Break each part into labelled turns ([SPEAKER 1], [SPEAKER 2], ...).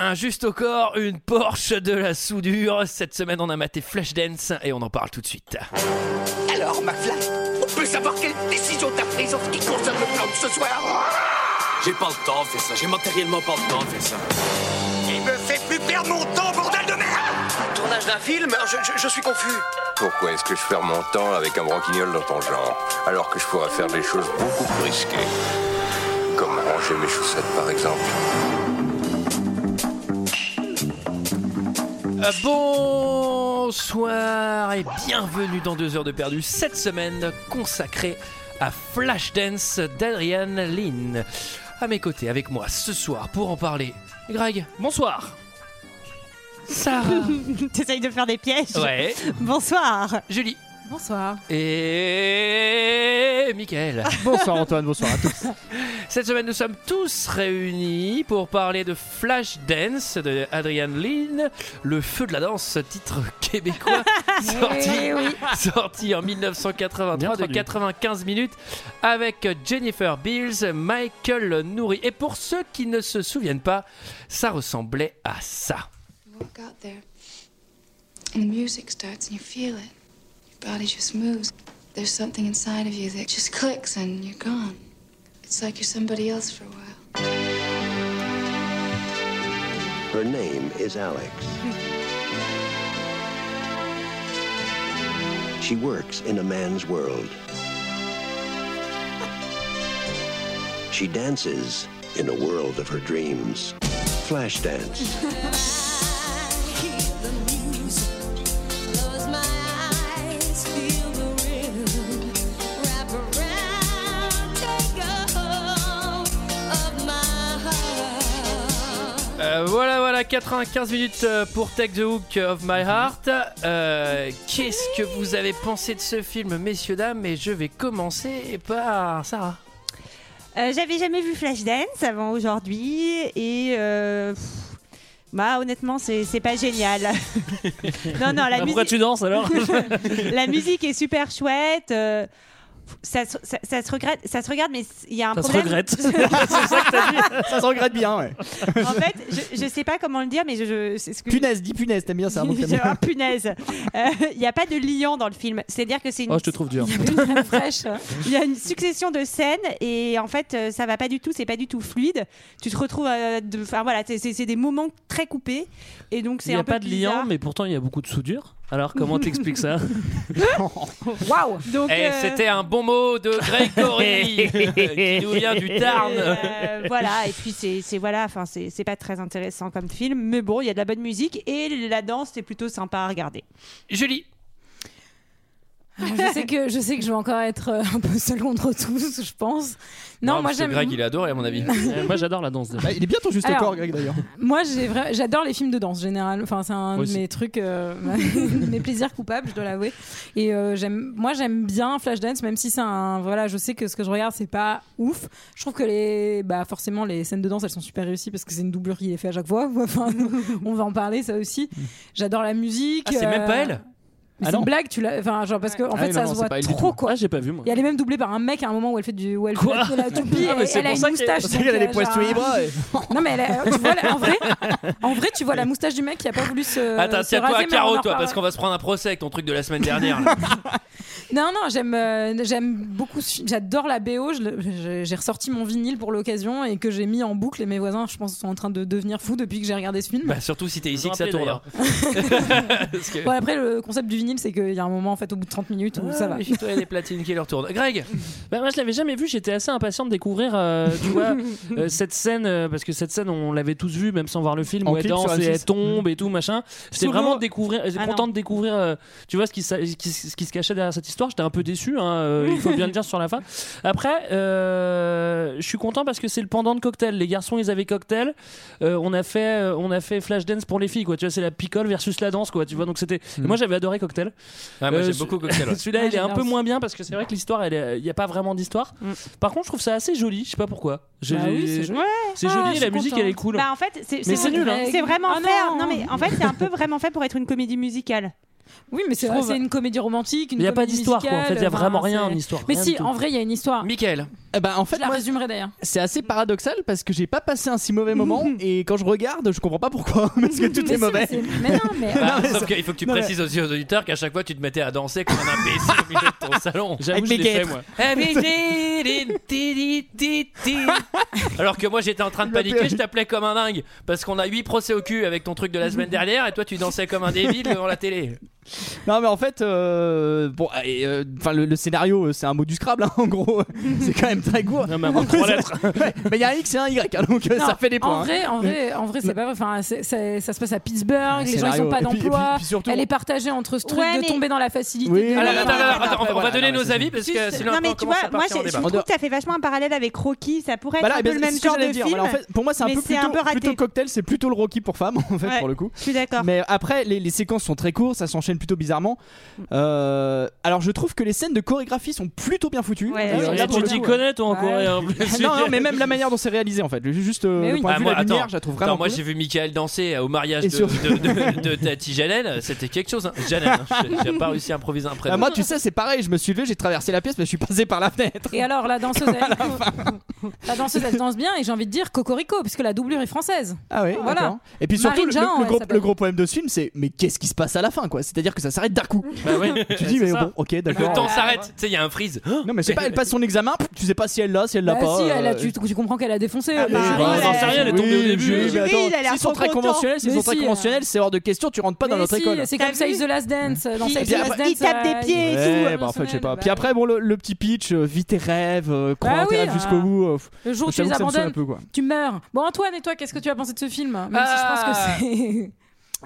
[SPEAKER 1] Un juste au corps, une Porsche de la soudure. Cette semaine, on a maté Flashdance et on en parle tout de suite.
[SPEAKER 2] Alors, McFly, on peut savoir quelle décision t'as prise en ce qui concerne le plan de ce soir
[SPEAKER 3] J'ai pas le temps de faire ça, j'ai matériellement pas le temps de faire ça.
[SPEAKER 2] Il me fait plus perdre mon temps, bordel de merde
[SPEAKER 4] Tournage d'un film je, je- je suis confus.
[SPEAKER 5] Pourquoi est-ce que je perds mon temps avec un branquignol dans ton genre Alors que je pourrais faire des choses beaucoup plus risquées. Comme ranger mes chaussettes par exemple.
[SPEAKER 1] Euh, Bonsoir et bienvenue dans 2 heures de perdu cette semaine consacrée à Flashdance d'Adrian Lynn. À mes côtés, avec moi ce soir pour en parler, Greg. Bonsoir. Sarah.
[SPEAKER 6] T'essayes de faire des pièges.
[SPEAKER 1] Ouais.
[SPEAKER 6] Bonsoir.
[SPEAKER 1] Julie.
[SPEAKER 7] Bonsoir.
[SPEAKER 1] Et Michael.
[SPEAKER 8] Bonsoir Antoine, bonsoir à tous.
[SPEAKER 1] Cette semaine, nous sommes tous réunis pour parler de Flash Dance de Adrian Lynn, le feu de la danse, titre québécois sorti, sorti en 1983 de
[SPEAKER 8] traduit.
[SPEAKER 1] 95 minutes avec Jennifer Beals, Michael Nouri. Et pour ceux qui ne se souviennent pas, ça ressemblait à ça.
[SPEAKER 9] walk out there and the music starts and you feel it. Your body just moves. There's something inside of you that just clicks and you're gone. It's like you're somebody else for a while.
[SPEAKER 10] Her name is Alex. She works in a man's world. She dances in a world of her dreams. Flashdance.
[SPEAKER 1] Euh, voilà, voilà, 95 minutes euh, pour Take the Hook of My Heart. Euh, Qu'est-ce que vous avez pensé de ce film, messieurs, dames Et je vais commencer par Sarah.
[SPEAKER 6] Euh, J'avais jamais vu Flashdance avant aujourd'hui et euh, pff, bah honnêtement c'est c'est pas génial. non non la musique
[SPEAKER 8] danses alors
[SPEAKER 6] la musique est super chouette. euh, ça, se- ça- ça se regrette, ça se regarde, mais il y a un problème.
[SPEAKER 8] Ça se regrette bien, ouais.
[SPEAKER 6] en fait, je, je sais pas comment le dire, mais je, je- c'est ce que
[SPEAKER 8] Punaise, dis punaise, t'aimes bien ça, mon
[SPEAKER 6] Je- ah, punaise. Euh, Il n'y a pas de liant dans le film. C'est-à-dire que c'est une,
[SPEAKER 8] Oh, je te trouve dur.
[SPEAKER 7] Fraîche.
[SPEAKER 6] il y a une succession de scènes et en fait euh, ça va pas du tout, c'est pas du tout fluide. Tu te retrouves, euh, de- enfin voilà, c'est- c'est c'est des moments très coupés et donc c'est
[SPEAKER 11] Il n'y
[SPEAKER 6] un
[SPEAKER 11] a
[SPEAKER 6] peu
[SPEAKER 11] pas de
[SPEAKER 6] bizarre.
[SPEAKER 11] liant, mais pourtant il y a beaucoup de soudure. Alors comment t'expliques ça
[SPEAKER 7] Waouh.
[SPEAKER 6] Donc,
[SPEAKER 1] Et
[SPEAKER 6] euh,
[SPEAKER 1] Eh, c'était un bon mot de Grégory qui nous vient du Tarn.
[SPEAKER 6] euh, voilà et puis c'est c'est- voilà enfin c'est c'est pas très intéressant comme film mais bon il y a de la bonne musique et la danse c'est plutôt sympa à regarder
[SPEAKER 1] Julie,
[SPEAKER 7] Je sais que je sais que je vais encore être euh, un peu seule contre tous, je pense. Non, moi j'aime.
[SPEAKER 1] Greg, il adore à mon avis.
[SPEAKER 11] Euh, Moi j'adore la danse. déjà.
[SPEAKER 8] Bah, il est bien ton juste
[SPEAKER 7] Alors-
[SPEAKER 8] corps, Greg d'ailleurs.
[SPEAKER 7] Moi j'ai vra- j'adore les films de danse général. Enfin c'est un
[SPEAKER 11] Moi
[SPEAKER 7] de
[SPEAKER 11] aussi.
[SPEAKER 7] mes trucs, euh, mes plaisirs coupables, je dois l'avouer. Et euh, j'aime, moi j'aime bien Flashdance, même si c'est un voilà, je sais que ce que je regarde c'est pas ouf. Je trouve que les bah forcément les scènes de danse elles sont super réussies parce que c'est une doublure qui est faite à chaque fois. Enfin on va en parler ça aussi. J'adore la musique.
[SPEAKER 1] Ah, c'est même pas
[SPEAKER 7] euh,
[SPEAKER 1] elle
[SPEAKER 7] mais
[SPEAKER 8] Ah
[SPEAKER 7] c'est
[SPEAKER 8] non.
[SPEAKER 7] une blague, tu l'as. Enfin, genre, parce que, en
[SPEAKER 8] Ah
[SPEAKER 7] fait,
[SPEAKER 8] oui,
[SPEAKER 7] ça
[SPEAKER 8] non, non,
[SPEAKER 7] se
[SPEAKER 8] c'est pas
[SPEAKER 7] voit
[SPEAKER 8] elle du
[SPEAKER 7] trop,
[SPEAKER 8] tout.
[SPEAKER 7] quoi.
[SPEAKER 11] Ah j'ai pas vu moi.
[SPEAKER 7] Et elle est même doublée par un mec à un moment où elle fait du où elle
[SPEAKER 11] Quoi
[SPEAKER 7] fait de la toupie
[SPEAKER 11] Ah, mais
[SPEAKER 7] et
[SPEAKER 11] c'est
[SPEAKER 7] elle a
[SPEAKER 11] pour
[SPEAKER 7] une
[SPEAKER 11] ça que-
[SPEAKER 7] moustache.
[SPEAKER 8] C'est
[SPEAKER 7] donc
[SPEAKER 8] qu'elle a
[SPEAKER 7] elle
[SPEAKER 8] les
[SPEAKER 7] a
[SPEAKER 8] poils
[SPEAKER 7] genre
[SPEAKER 8] tous
[SPEAKER 7] un-
[SPEAKER 8] libres. et-
[SPEAKER 7] Non mais elle a- tu vois, la- en vrai, en vrai tu vois la moustache du mec qui a pas voulu se.
[SPEAKER 1] Attends,
[SPEAKER 7] se
[SPEAKER 1] tiens-toi
[SPEAKER 7] raser,
[SPEAKER 1] à
[SPEAKER 7] mais on en
[SPEAKER 1] carreau, toi,
[SPEAKER 7] reparlera.
[SPEAKER 1] parce qu'on va se prendre un procès avec ton truc de la semaine dernière. là.
[SPEAKER 7] Non non j'aime euh, j'aime beaucoup ce film. j'adore la BO je le- je- j'ai ressorti mon vinyle pour l'occasion et que j'ai mis en boucle et mes voisins je pense sont en train de devenir fous depuis que j'ai regardé ce film.
[SPEAKER 1] bah, surtout si t'es ici que ça tourne. hein. Parce que-
[SPEAKER 7] Bon, après le concept du vinyle c'est qu'il y a un moment en fait au bout de 30 minutes où ça va.
[SPEAKER 1] Ah, chez toi, il y a des platines qui leur tournent. Greg,
[SPEAKER 11] Bah, moi je l'avais jamais vu, j'étais assez impatient de découvrir euh, tu vois, euh, cette scène, euh, parce que cette scène on l'avait tous vue même sans voir le film,
[SPEAKER 8] En
[SPEAKER 11] où elle
[SPEAKER 8] clip sur
[SPEAKER 11] danse et
[SPEAKER 8] M6.
[SPEAKER 11] elle tombe et tout machin. J'étais
[SPEAKER 6] Solo.
[SPEAKER 11] vraiment de découvrir, j'étais
[SPEAKER 6] Ah non.
[SPEAKER 11] content de découvrir euh, tu vois, ce, qui, sa- ce qui- ce qui se cachait derrière cette histoire, j'étais un peu déçu, hein, euh, il faut bien le dire sur la fin. Après, euh, je suis content parce que c'est le pendant de Cocktail, les garçons ils avaient Cocktail, Euh, on, a fait, euh, on a fait Flash Dance pour les filles, quoi. tu vois, c'est la picole versus la danse, quoi, tu vois, donc c'était... et
[SPEAKER 8] Mm.
[SPEAKER 11] Moi j'avais adoré Cocktail.
[SPEAKER 1] Ah, moi
[SPEAKER 11] Euh,
[SPEAKER 1] j'aime
[SPEAKER 11] je-
[SPEAKER 1] beaucoup Cocktail. ouais.
[SPEAKER 11] Celui-là,
[SPEAKER 7] Ouais,
[SPEAKER 11] il est un
[SPEAKER 7] j'adore
[SPEAKER 11] peu
[SPEAKER 7] aussi.
[SPEAKER 11] moins bien parce que c'est vrai que l'histoire, elle est- il n'y a pas vraiment d'histoire.
[SPEAKER 6] Mm.
[SPEAKER 11] Par contre, je trouve ça assez joli. Je sais pas pourquoi. Je-
[SPEAKER 7] Bah oui, c'est joli.
[SPEAKER 11] c'est
[SPEAKER 7] Ah,
[SPEAKER 11] joli,
[SPEAKER 7] je
[SPEAKER 11] la
[SPEAKER 7] suis
[SPEAKER 11] musique,
[SPEAKER 7] contente.
[SPEAKER 11] elle est cool.
[SPEAKER 6] bah en fait c'est
[SPEAKER 11] Mais c'est nul, hein.
[SPEAKER 6] c'est vraiment
[SPEAKER 7] Ah, non.
[SPEAKER 6] fait non. mais en fait c'est un peu vraiment fait pour être une comédie musicale
[SPEAKER 7] Oui mais c'est
[SPEAKER 11] Je trouve-
[SPEAKER 7] c'est une comédie romantique,
[SPEAKER 11] il
[SPEAKER 7] une
[SPEAKER 11] n'y a pas
[SPEAKER 7] comédie
[SPEAKER 11] d'histoire, quoi. En fait,
[SPEAKER 7] musicale, euh,
[SPEAKER 11] il n'y a
[SPEAKER 7] enfin,
[SPEAKER 11] vraiment rien
[SPEAKER 7] c'est-
[SPEAKER 11] en histoire.
[SPEAKER 7] Mais
[SPEAKER 11] rien
[SPEAKER 7] si,
[SPEAKER 11] du tout.
[SPEAKER 7] en vrai, il y a une histoire.
[SPEAKER 1] Michael,
[SPEAKER 8] Eh ben, en fait,
[SPEAKER 7] Je la
[SPEAKER 8] moi,
[SPEAKER 7] résumerai d'ailleurs.
[SPEAKER 8] c'est assez paradoxal parce que j'ai pas passé un si mauvais moment et quand je regarde, je comprends pas pourquoi parce que tout
[SPEAKER 7] Mais
[SPEAKER 8] est
[SPEAKER 7] si,
[SPEAKER 8] mauvais.
[SPEAKER 7] c'est- mais non, mais-
[SPEAKER 8] Non, mais
[SPEAKER 1] sauf
[SPEAKER 8] ça-
[SPEAKER 1] qu'il faut que tu
[SPEAKER 8] non, mais-
[SPEAKER 1] précises aussi aux auditeurs qu'à chaque fois tu te mettais à danser comme un imbécile au milieu de ton salon.
[SPEAKER 11] J'avoue,
[SPEAKER 8] Avec
[SPEAKER 11] je
[SPEAKER 8] mes
[SPEAKER 11] l'ai fait,
[SPEAKER 8] guêtres.
[SPEAKER 11] moi.
[SPEAKER 1] Ah, mais j'ai- di- di- di- di- Alors que moi j'étais en train de paniquer, je t'appelais comme un dingue parce qu'on a 8 procès au cul avec ton truc de la semaine dernière et toi tu dansais comme un débile devant la télé.
[SPEAKER 8] Non mais en fait, euh, bon, et, euh, enfin le, le scénario, euh, c'est un mot du Scrabble hein, en gros. C'est quand même très court.
[SPEAKER 11] Non, mais avant
[SPEAKER 8] En
[SPEAKER 11] trois
[SPEAKER 8] plus,
[SPEAKER 11] lettres.
[SPEAKER 8] ouais, mais il y a un X et un Y, hein, donc euh,
[SPEAKER 7] Non,
[SPEAKER 8] ça fait des points.
[SPEAKER 7] En
[SPEAKER 8] hein.
[SPEAKER 7] vrai, en vrai, en vrai, c'est pas vrai. Enfin, c'est- c'est- ça se passe à Pittsburgh. les gens ils
[SPEAKER 8] scénario.
[SPEAKER 7] ont pas
[SPEAKER 8] Et puis- et puis-
[SPEAKER 7] d'emploi.
[SPEAKER 8] puis surtout-
[SPEAKER 7] Elle est partagée entre ce truc
[SPEAKER 6] Ouais,
[SPEAKER 7] de
[SPEAKER 6] mais-
[SPEAKER 7] tomber dans la facilité.
[SPEAKER 8] Oui.
[SPEAKER 7] de-
[SPEAKER 1] Ah là là, attends,
[SPEAKER 7] Enfin,
[SPEAKER 1] attends,
[SPEAKER 8] Après,
[SPEAKER 1] attends, on va
[SPEAKER 8] voilà,
[SPEAKER 1] donner
[SPEAKER 8] non,
[SPEAKER 1] nos
[SPEAKER 8] mais c'est-
[SPEAKER 1] avis parce que
[SPEAKER 7] Juste-
[SPEAKER 1] sinon
[SPEAKER 6] Non,
[SPEAKER 1] après,
[SPEAKER 6] mais
[SPEAKER 1] on
[SPEAKER 6] tu
[SPEAKER 1] commence
[SPEAKER 6] vois,
[SPEAKER 1] à
[SPEAKER 6] moi,
[SPEAKER 1] partir en
[SPEAKER 6] je- je
[SPEAKER 1] débat.
[SPEAKER 6] trouve que t'as fait vachement un parallèle avec Rocky. Ça pourrait être
[SPEAKER 8] Voilà,
[SPEAKER 6] un
[SPEAKER 8] eh
[SPEAKER 6] peu
[SPEAKER 8] ben,
[SPEAKER 6] le
[SPEAKER 8] c'est
[SPEAKER 6] même
[SPEAKER 8] ce que
[SPEAKER 6] genre
[SPEAKER 8] j'allais
[SPEAKER 6] de
[SPEAKER 8] dire.
[SPEAKER 6] film.
[SPEAKER 8] Voilà, en fait, pour moi, c'est un
[SPEAKER 6] mais
[SPEAKER 8] peu
[SPEAKER 6] c'est un
[SPEAKER 8] plutôt,
[SPEAKER 6] peu raté.
[SPEAKER 8] plutôt cocktail, c'est plutôt le Rocky pour femmes en fait
[SPEAKER 6] Ouais.
[SPEAKER 8] pour le coup.
[SPEAKER 6] Je suis d'accord.
[SPEAKER 8] Mais après, les, les séquences sont très courtes, ça s'enchaîne plutôt bizarrement. Euh, alors, je trouve que les scènes de chorégraphie sont plutôt bien foutues.
[SPEAKER 6] Ouais,
[SPEAKER 8] Euh,
[SPEAKER 6] ouais,
[SPEAKER 8] là,
[SPEAKER 11] Et
[SPEAKER 6] ouais.
[SPEAKER 8] pour
[SPEAKER 11] tu
[SPEAKER 8] le
[SPEAKER 11] t'y
[SPEAKER 8] coup,
[SPEAKER 11] connais, toi, en
[SPEAKER 7] Ouais.
[SPEAKER 11] Corée. en plus.
[SPEAKER 8] non, non, mais même la manière dont c'est réalisé en fait. Le- Juste euh,
[SPEAKER 7] Mais
[SPEAKER 8] le
[SPEAKER 7] oui.
[SPEAKER 8] point de
[SPEAKER 1] Ah,
[SPEAKER 8] vue,
[SPEAKER 1] moi,
[SPEAKER 8] la lumière,
[SPEAKER 1] attends.
[SPEAKER 8] je la trouve vraiment.
[SPEAKER 1] Attends, moi
[SPEAKER 8] cool.
[SPEAKER 1] j'ai vu Michael danser euh, au mariage
[SPEAKER 8] Et
[SPEAKER 1] de,
[SPEAKER 8] sur-
[SPEAKER 1] de, de- de Tati Jalen, c'était quelque chose. Hein. Jalen, hein. J'ai- j'ai pas réussi à improviser un
[SPEAKER 8] Ah,
[SPEAKER 1] prénom.
[SPEAKER 8] moi, tu sais, c'est pareil. Je me suis levé, j'ai traversé la pièce, mais je suis passé par la fenêtre.
[SPEAKER 7] Et alors la danseuse, elle... la danseuse, elle danse bien. Et j'ai envie de dire cocorico, puisque la doublure est française.
[SPEAKER 8] Ah oui,
[SPEAKER 7] Voilà.
[SPEAKER 8] d'accord. Et puis surtout,
[SPEAKER 7] Marine
[SPEAKER 8] le,
[SPEAKER 7] Jean,
[SPEAKER 8] le
[SPEAKER 7] elle
[SPEAKER 8] gros,
[SPEAKER 7] s'appelle.
[SPEAKER 8] le gros problème de ce film, c'est mais qu'est-ce qui se passe à la fin, quoi C'est-à-dire que ça s'arrête d'un coup.
[SPEAKER 11] Bah ouais.
[SPEAKER 8] tu dis,
[SPEAKER 11] c'est
[SPEAKER 8] mais
[SPEAKER 11] ça.
[SPEAKER 8] bon, ok,
[SPEAKER 1] Le
[SPEAKER 8] d'accord.
[SPEAKER 1] temps s'arrête, tu sais, il y a un freeze.
[SPEAKER 8] Non, mais je sais pas, elle passe son examen, pff, tu sais pas si elle l'a, si elle l'a
[SPEAKER 7] Bah
[SPEAKER 8] pas.
[SPEAKER 7] si, elle a-
[SPEAKER 8] euh,
[SPEAKER 7] tu, tu comprends qu'elle a défoncé. euh,
[SPEAKER 6] Ah
[SPEAKER 7] le
[SPEAKER 6] bah,
[SPEAKER 7] jury.
[SPEAKER 11] Bah, on en sait rien, elle est tombée au
[SPEAKER 8] Oui,
[SPEAKER 11] début.
[SPEAKER 8] mais
[SPEAKER 6] Oui,
[SPEAKER 8] attends,
[SPEAKER 6] il a l'air
[SPEAKER 8] s'ils sont
[SPEAKER 6] trop
[SPEAKER 8] très
[SPEAKER 6] content.
[SPEAKER 8] conventionnels, s'ils
[SPEAKER 7] Mais
[SPEAKER 8] sont très
[SPEAKER 7] si, euh.
[SPEAKER 8] conventionnels, c'est hors de question, tu rentres pas dans
[SPEAKER 7] Mais
[SPEAKER 8] notre
[SPEAKER 7] si,
[SPEAKER 8] école.
[SPEAKER 7] C'est
[SPEAKER 6] T'as
[SPEAKER 7] comme ça,
[SPEAKER 6] vu
[SPEAKER 7] The Last Dance. Dans
[SPEAKER 6] Il-
[SPEAKER 7] Save the
[SPEAKER 8] il
[SPEAKER 7] Last Dance,
[SPEAKER 6] tape des
[SPEAKER 7] euh,
[SPEAKER 6] pieds et
[SPEAKER 8] Ouais,
[SPEAKER 7] tout.
[SPEAKER 8] bah, en fait, je sais pas.
[SPEAKER 7] Bah,
[SPEAKER 8] Puis après, bon, le, le petit pitch, euh, vis tes rêves, euh, crois
[SPEAKER 7] Bah
[SPEAKER 8] en tes
[SPEAKER 7] oui,
[SPEAKER 8] rêves jusqu'au
[SPEAKER 7] euh,
[SPEAKER 8] bout. euh, pff,
[SPEAKER 7] Le jour où tu
[SPEAKER 8] j'avoue
[SPEAKER 7] les
[SPEAKER 8] que ça me saoule un
[SPEAKER 7] abandonnes,
[SPEAKER 8] peu, quoi.
[SPEAKER 7] tu meurs. Bon, Antoine, et toi, qu'est-ce que tu as pensé de ce film Même
[SPEAKER 1] Ah.
[SPEAKER 7] si je pense que c'est.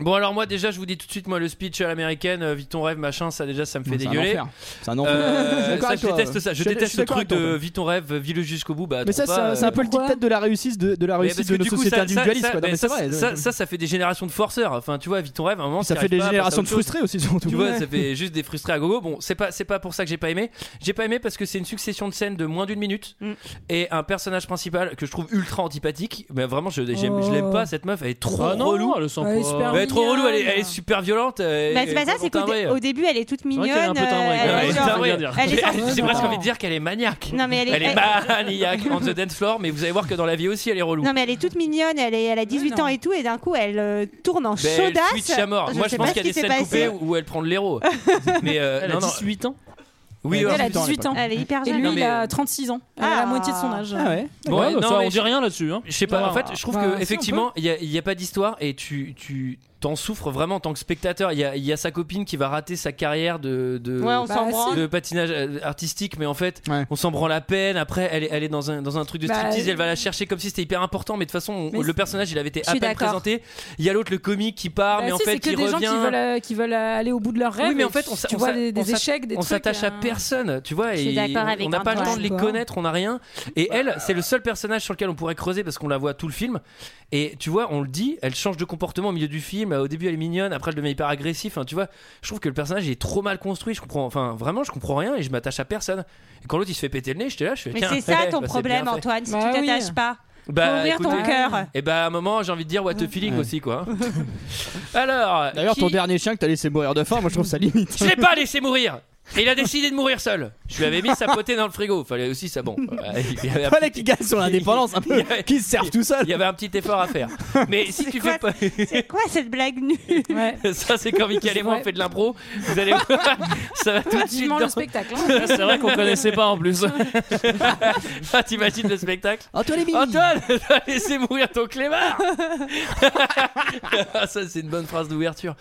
[SPEAKER 1] Bon, alors moi déjà, je vous dis tout de suite, moi le speech à l'américaine, euh, vite ton rêve, machin, ça déjà, ça me fait
[SPEAKER 8] C'est un
[SPEAKER 1] dégueuler.
[SPEAKER 8] enfer. C'est un enfer. Je suis
[SPEAKER 1] Euh,
[SPEAKER 8] d'accord
[SPEAKER 1] ça,
[SPEAKER 8] avec
[SPEAKER 1] je
[SPEAKER 8] toi.
[SPEAKER 1] déteste ça. Je
[SPEAKER 8] suis- je
[SPEAKER 1] déteste
[SPEAKER 8] suis
[SPEAKER 1] le
[SPEAKER 8] d'accord
[SPEAKER 1] truc
[SPEAKER 8] avec toi.
[SPEAKER 1] de vis ton rêve, vis-le jusqu'au bout. Bah,
[SPEAKER 8] Mais ça,
[SPEAKER 1] attends
[SPEAKER 8] c'est
[SPEAKER 1] pas,
[SPEAKER 8] un- c'est un peu le
[SPEAKER 7] pourquoi
[SPEAKER 8] diktat de la réussite de, de la
[SPEAKER 1] Mais
[SPEAKER 8] réussite
[SPEAKER 1] parce
[SPEAKER 8] de
[SPEAKER 1] que
[SPEAKER 8] nos
[SPEAKER 1] du coup,
[SPEAKER 8] sociétés
[SPEAKER 1] ça- ça-
[SPEAKER 8] individualistes. quoi. Non,
[SPEAKER 1] mais
[SPEAKER 8] mais c'est
[SPEAKER 1] ça,
[SPEAKER 8] vrai.
[SPEAKER 1] ça- ça, ça fait des générations de forceurs. Enfin, tu vois, vis ton rêve, à un moment, t'y
[SPEAKER 8] Ça fait
[SPEAKER 1] arrives
[SPEAKER 8] des
[SPEAKER 1] pas,
[SPEAKER 8] générations de
[SPEAKER 1] passe à autre chose.
[SPEAKER 8] frustrés aussi, surtout.
[SPEAKER 1] Tu vois, ça fait juste des frustrés à gogo. Bon, c'est pas, c'est pas pour ça que j'ai pas aimé. J'ai pas aimé parce que c'est une succession de scènes de moins d'une minute
[SPEAKER 6] Mm.
[SPEAKER 1] et un personnage principal que je trouve ultra antipathique. Mais vraiment, je, j'aime-
[SPEAKER 7] Oh.
[SPEAKER 1] je l'aime pas. Cette meuf, elle est trop
[SPEAKER 11] Ah non, Ah hein.
[SPEAKER 1] relou.
[SPEAKER 11] elle le sent
[SPEAKER 7] Elle est
[SPEAKER 11] pas.
[SPEAKER 7] super
[SPEAKER 1] Elle est trop relou. Elle est, elle est
[SPEAKER 7] mignonne.
[SPEAKER 1] super violente. euh,
[SPEAKER 6] Bah,
[SPEAKER 1] et
[SPEAKER 6] c'est pas ça, c'est qu'au
[SPEAKER 1] timbrée.
[SPEAKER 6] dé- au début, elle est toute
[SPEAKER 11] vrai
[SPEAKER 6] mignonne.
[SPEAKER 11] qu'elle est un peu timbrée,
[SPEAKER 6] euh,
[SPEAKER 11] quand
[SPEAKER 1] Ouais,
[SPEAKER 6] elle
[SPEAKER 11] même.
[SPEAKER 6] est
[SPEAKER 1] elle
[SPEAKER 11] genre-
[SPEAKER 1] est
[SPEAKER 6] genre-
[SPEAKER 1] timbrée.
[SPEAKER 11] Rien dire.
[SPEAKER 6] elle est
[SPEAKER 1] J'ai-
[SPEAKER 6] genre-
[SPEAKER 1] J'ai presque
[SPEAKER 7] Non.
[SPEAKER 1] envie de dire qu'elle est maniaque.
[SPEAKER 6] Non, mais elle est-
[SPEAKER 1] Elle est maniaque on the dance floor, mais vous allez voir que dans la vie aussi, elle est relou.
[SPEAKER 6] Non mais elle est toute mignonne, elle, est, elle a 18
[SPEAKER 7] non.
[SPEAKER 6] ans et tout, et d'un coup elle euh, tourne en
[SPEAKER 1] Mais Ben, elle
[SPEAKER 6] chaudasse.
[SPEAKER 1] switch à mort. Moi, je
[SPEAKER 6] sais
[SPEAKER 1] pense
[SPEAKER 6] pas
[SPEAKER 1] qu'il y
[SPEAKER 6] ce
[SPEAKER 1] a des
[SPEAKER 6] qui s'est
[SPEAKER 1] scènes
[SPEAKER 6] passé.
[SPEAKER 1] coupées où elle prend de l'héros. Mais euh,
[SPEAKER 11] Elle
[SPEAKER 1] non,
[SPEAKER 11] a
[SPEAKER 1] non.
[SPEAKER 11] 18 ans.
[SPEAKER 1] Oui,
[SPEAKER 7] Elle
[SPEAKER 1] ouais.
[SPEAKER 7] a
[SPEAKER 8] 18 ans,
[SPEAKER 7] 18 ans.
[SPEAKER 6] Elle est hyper
[SPEAKER 7] Et
[SPEAKER 6] jeune.
[SPEAKER 7] lui,
[SPEAKER 1] Non,
[SPEAKER 7] il
[SPEAKER 1] mais- euh,
[SPEAKER 7] a 36 ans. Elle a
[SPEAKER 6] Ah.
[SPEAKER 7] la moitié de son âge.
[SPEAKER 8] Ah ouais.
[SPEAKER 11] Bon,
[SPEAKER 1] Ouais,
[SPEAKER 11] bah,
[SPEAKER 1] non,
[SPEAKER 11] ça,
[SPEAKER 1] mais je-
[SPEAKER 11] on dit rien là-dessus. Hein.
[SPEAKER 1] Je sais pas, en fait, je trouve
[SPEAKER 7] Bah, si, un
[SPEAKER 1] que effectivement, il n'y a, pas d'histoire et tu, tu t'en souffres vraiment en tant que spectateur. Il y a, il y a sa copine qui va rater sa carrière de, de,
[SPEAKER 6] Ouais, on
[SPEAKER 7] Bah,
[SPEAKER 6] s'en
[SPEAKER 7] si.
[SPEAKER 6] branle.
[SPEAKER 1] de patinage euh, artistique, mais en fait,
[SPEAKER 8] Ouais.
[SPEAKER 1] on s'en branle la peine. Après, elle est, elle est dans, un, dans un truc de
[SPEAKER 7] Bah,
[SPEAKER 1] striptease,
[SPEAKER 7] euh,
[SPEAKER 1] elle va la chercher comme si c'était hyper important, mais de toute façon, on-
[SPEAKER 7] Mais
[SPEAKER 1] le personnage il avait été à
[SPEAKER 6] Je suis
[SPEAKER 1] peine
[SPEAKER 6] d'accord.
[SPEAKER 1] présenté. Il y a l'autre, le comique qui part,
[SPEAKER 7] Bah
[SPEAKER 1] Ah, mais en
[SPEAKER 7] si,
[SPEAKER 1] fait,
[SPEAKER 7] c'est que
[SPEAKER 1] qui
[SPEAKER 7] des gens
[SPEAKER 1] revient.
[SPEAKER 7] qui veulent, euh, qui veulent euh, aller au bout de leur rêve.
[SPEAKER 1] Oui, mais en
[SPEAKER 7] et
[SPEAKER 1] fait,
[SPEAKER 7] tu-
[SPEAKER 1] on s'a-
[SPEAKER 7] tu
[SPEAKER 1] on
[SPEAKER 7] vois
[SPEAKER 1] s'a-
[SPEAKER 7] des, des
[SPEAKER 1] on s'a-
[SPEAKER 7] échecs, des
[SPEAKER 1] on
[SPEAKER 7] trucs,
[SPEAKER 1] s'attache à
[SPEAKER 7] euh,
[SPEAKER 1] personne, tu vois,
[SPEAKER 6] hein. Je suis
[SPEAKER 1] et
[SPEAKER 6] d'accord avec
[SPEAKER 1] on n'a pas le
[SPEAKER 6] Antoine.
[SPEAKER 1] temps de les connaître, on n'a rien. Et elle, c'est le seul personnage sur lequel on pourrait creuser parce qu'on la voit tout le film. Et tu vois, on le dit, elle change de comportement au milieu du film. Au début, elle est mignonne, après, elle devient hyper agressive. Enfin, tu vois, je trouve que le personnage il est trop mal construit. Je comprends, enfin, vraiment, je comprends rien et je m'attache à personne. Et quand l'autre il se fait péter le nez, j'étais là, je fais.
[SPEAKER 6] Mais
[SPEAKER 1] tiens,
[SPEAKER 6] c'est ça
[SPEAKER 1] eh,
[SPEAKER 6] ton
[SPEAKER 1] bah, c'est
[SPEAKER 6] problème
[SPEAKER 1] bien fait.
[SPEAKER 6] Antoine, si
[SPEAKER 7] Bah
[SPEAKER 6] tu
[SPEAKER 7] oui.
[SPEAKER 6] t'attaches pas. faut
[SPEAKER 1] Bah,
[SPEAKER 6] ouvrir
[SPEAKER 1] écoutez,
[SPEAKER 6] ton cœur.
[SPEAKER 1] Et bah, à un moment, j'ai envie de dire what the feeling
[SPEAKER 8] Ouais.
[SPEAKER 1] aussi, quoi. Alors.
[SPEAKER 8] D'ailleurs,
[SPEAKER 1] qui-
[SPEAKER 8] ton dernier chien que t'as laissé mourir de faim, moi je trouve ça limite.
[SPEAKER 1] Je l'ai pas laissé mourir et il a décidé de mourir seul. Je lui avais mis sa potée dans le frigo. Fallait aussi ça bon. Euh, Il y avait un
[SPEAKER 8] Voilà
[SPEAKER 1] petit,
[SPEAKER 8] qui gagne sur l'indépendance un
[SPEAKER 1] Il
[SPEAKER 8] peu,
[SPEAKER 1] y avait-
[SPEAKER 8] qui se servent tout
[SPEAKER 1] il y
[SPEAKER 8] seul.
[SPEAKER 1] avait un petit effort à faire. Mais si
[SPEAKER 6] C'est
[SPEAKER 1] tu
[SPEAKER 6] quoi
[SPEAKER 1] fais pas.
[SPEAKER 6] C'est quoi cette blague nulle
[SPEAKER 7] Ouais.
[SPEAKER 1] Ça, c'est quand Michael et moi on
[SPEAKER 7] Ouais.
[SPEAKER 1] fait de l'impro. Vous allez voir, ça va tout de suite.
[SPEAKER 7] Vivement le
[SPEAKER 1] Dans...
[SPEAKER 7] spectacle. hein.
[SPEAKER 11] Ça, C'est vrai qu'on connaissait pas en plus.
[SPEAKER 1] Ah, t'imagines le spectacle
[SPEAKER 8] Antoine et Mimi.
[SPEAKER 1] Antoine, t'as laissé mourir ton clébard Ah, Ça, c'est une bonne phrase d'ouverture.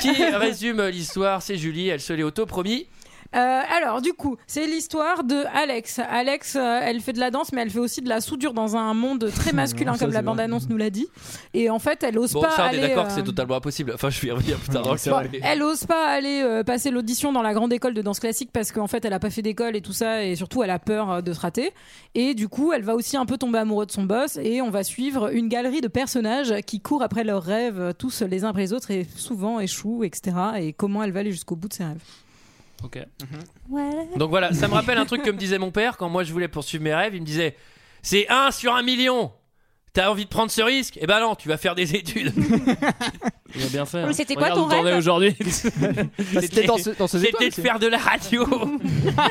[SPEAKER 1] Qui résume l'histoire C'est Julie, elle se l'est auto-promis.
[SPEAKER 7] Euh, alors, du coup, c'est l'histoire de Alex. Alex, euh, elle fait de la danse, mais elle fait aussi de la soudure dans un monde très masculin,
[SPEAKER 8] ça,
[SPEAKER 7] comme la
[SPEAKER 8] c'est vrai.
[SPEAKER 7] bande-annonce nous l'a dit. Et en fait, elle ose
[SPEAKER 1] Bon,
[SPEAKER 7] pas
[SPEAKER 1] ça, on
[SPEAKER 7] aller.
[SPEAKER 1] est d'accord
[SPEAKER 7] euh,
[SPEAKER 1] que c'est totalement impossible. Enfin, je vais y revenir plus tard. dans le
[SPEAKER 8] c'est vrai.
[SPEAKER 1] film, mais-
[SPEAKER 7] Elle ose pas aller euh, passer l'audition dans la grande école de danse classique parce qu'en fait elle a pas fait d'école et tout ça et surtout elle a peur euh, de se rater et du coup elle va aussi un peu tomber amoureuse de son boss et on va suivre une galerie de personnages qui courent après leurs rêves euh, tous les uns après les autres et souvent échouent etc et comment elle va aller jusqu'au bout de ses rêves.
[SPEAKER 11] Ok.
[SPEAKER 6] Voilà.
[SPEAKER 1] Donc voilà, ça me rappelle un truc que me disait mon père quand moi je voulais poursuivre mes rêves. Il me disait C'est 1 sur un million T'as envie de prendre ce risque Eh ben non, tu vas faire des études.
[SPEAKER 11] Il a bien fait.
[SPEAKER 6] Mais
[SPEAKER 11] hein.
[SPEAKER 6] c'était quoi
[SPEAKER 11] Regarde
[SPEAKER 6] ton
[SPEAKER 11] où t'en
[SPEAKER 6] rêve
[SPEAKER 11] es aujourd'hui
[SPEAKER 8] c'était dans ce- dans ces étoiles,
[SPEAKER 1] C'était de
[SPEAKER 8] c'est-
[SPEAKER 1] faire de la radio. le
[SPEAKER 11] Bah,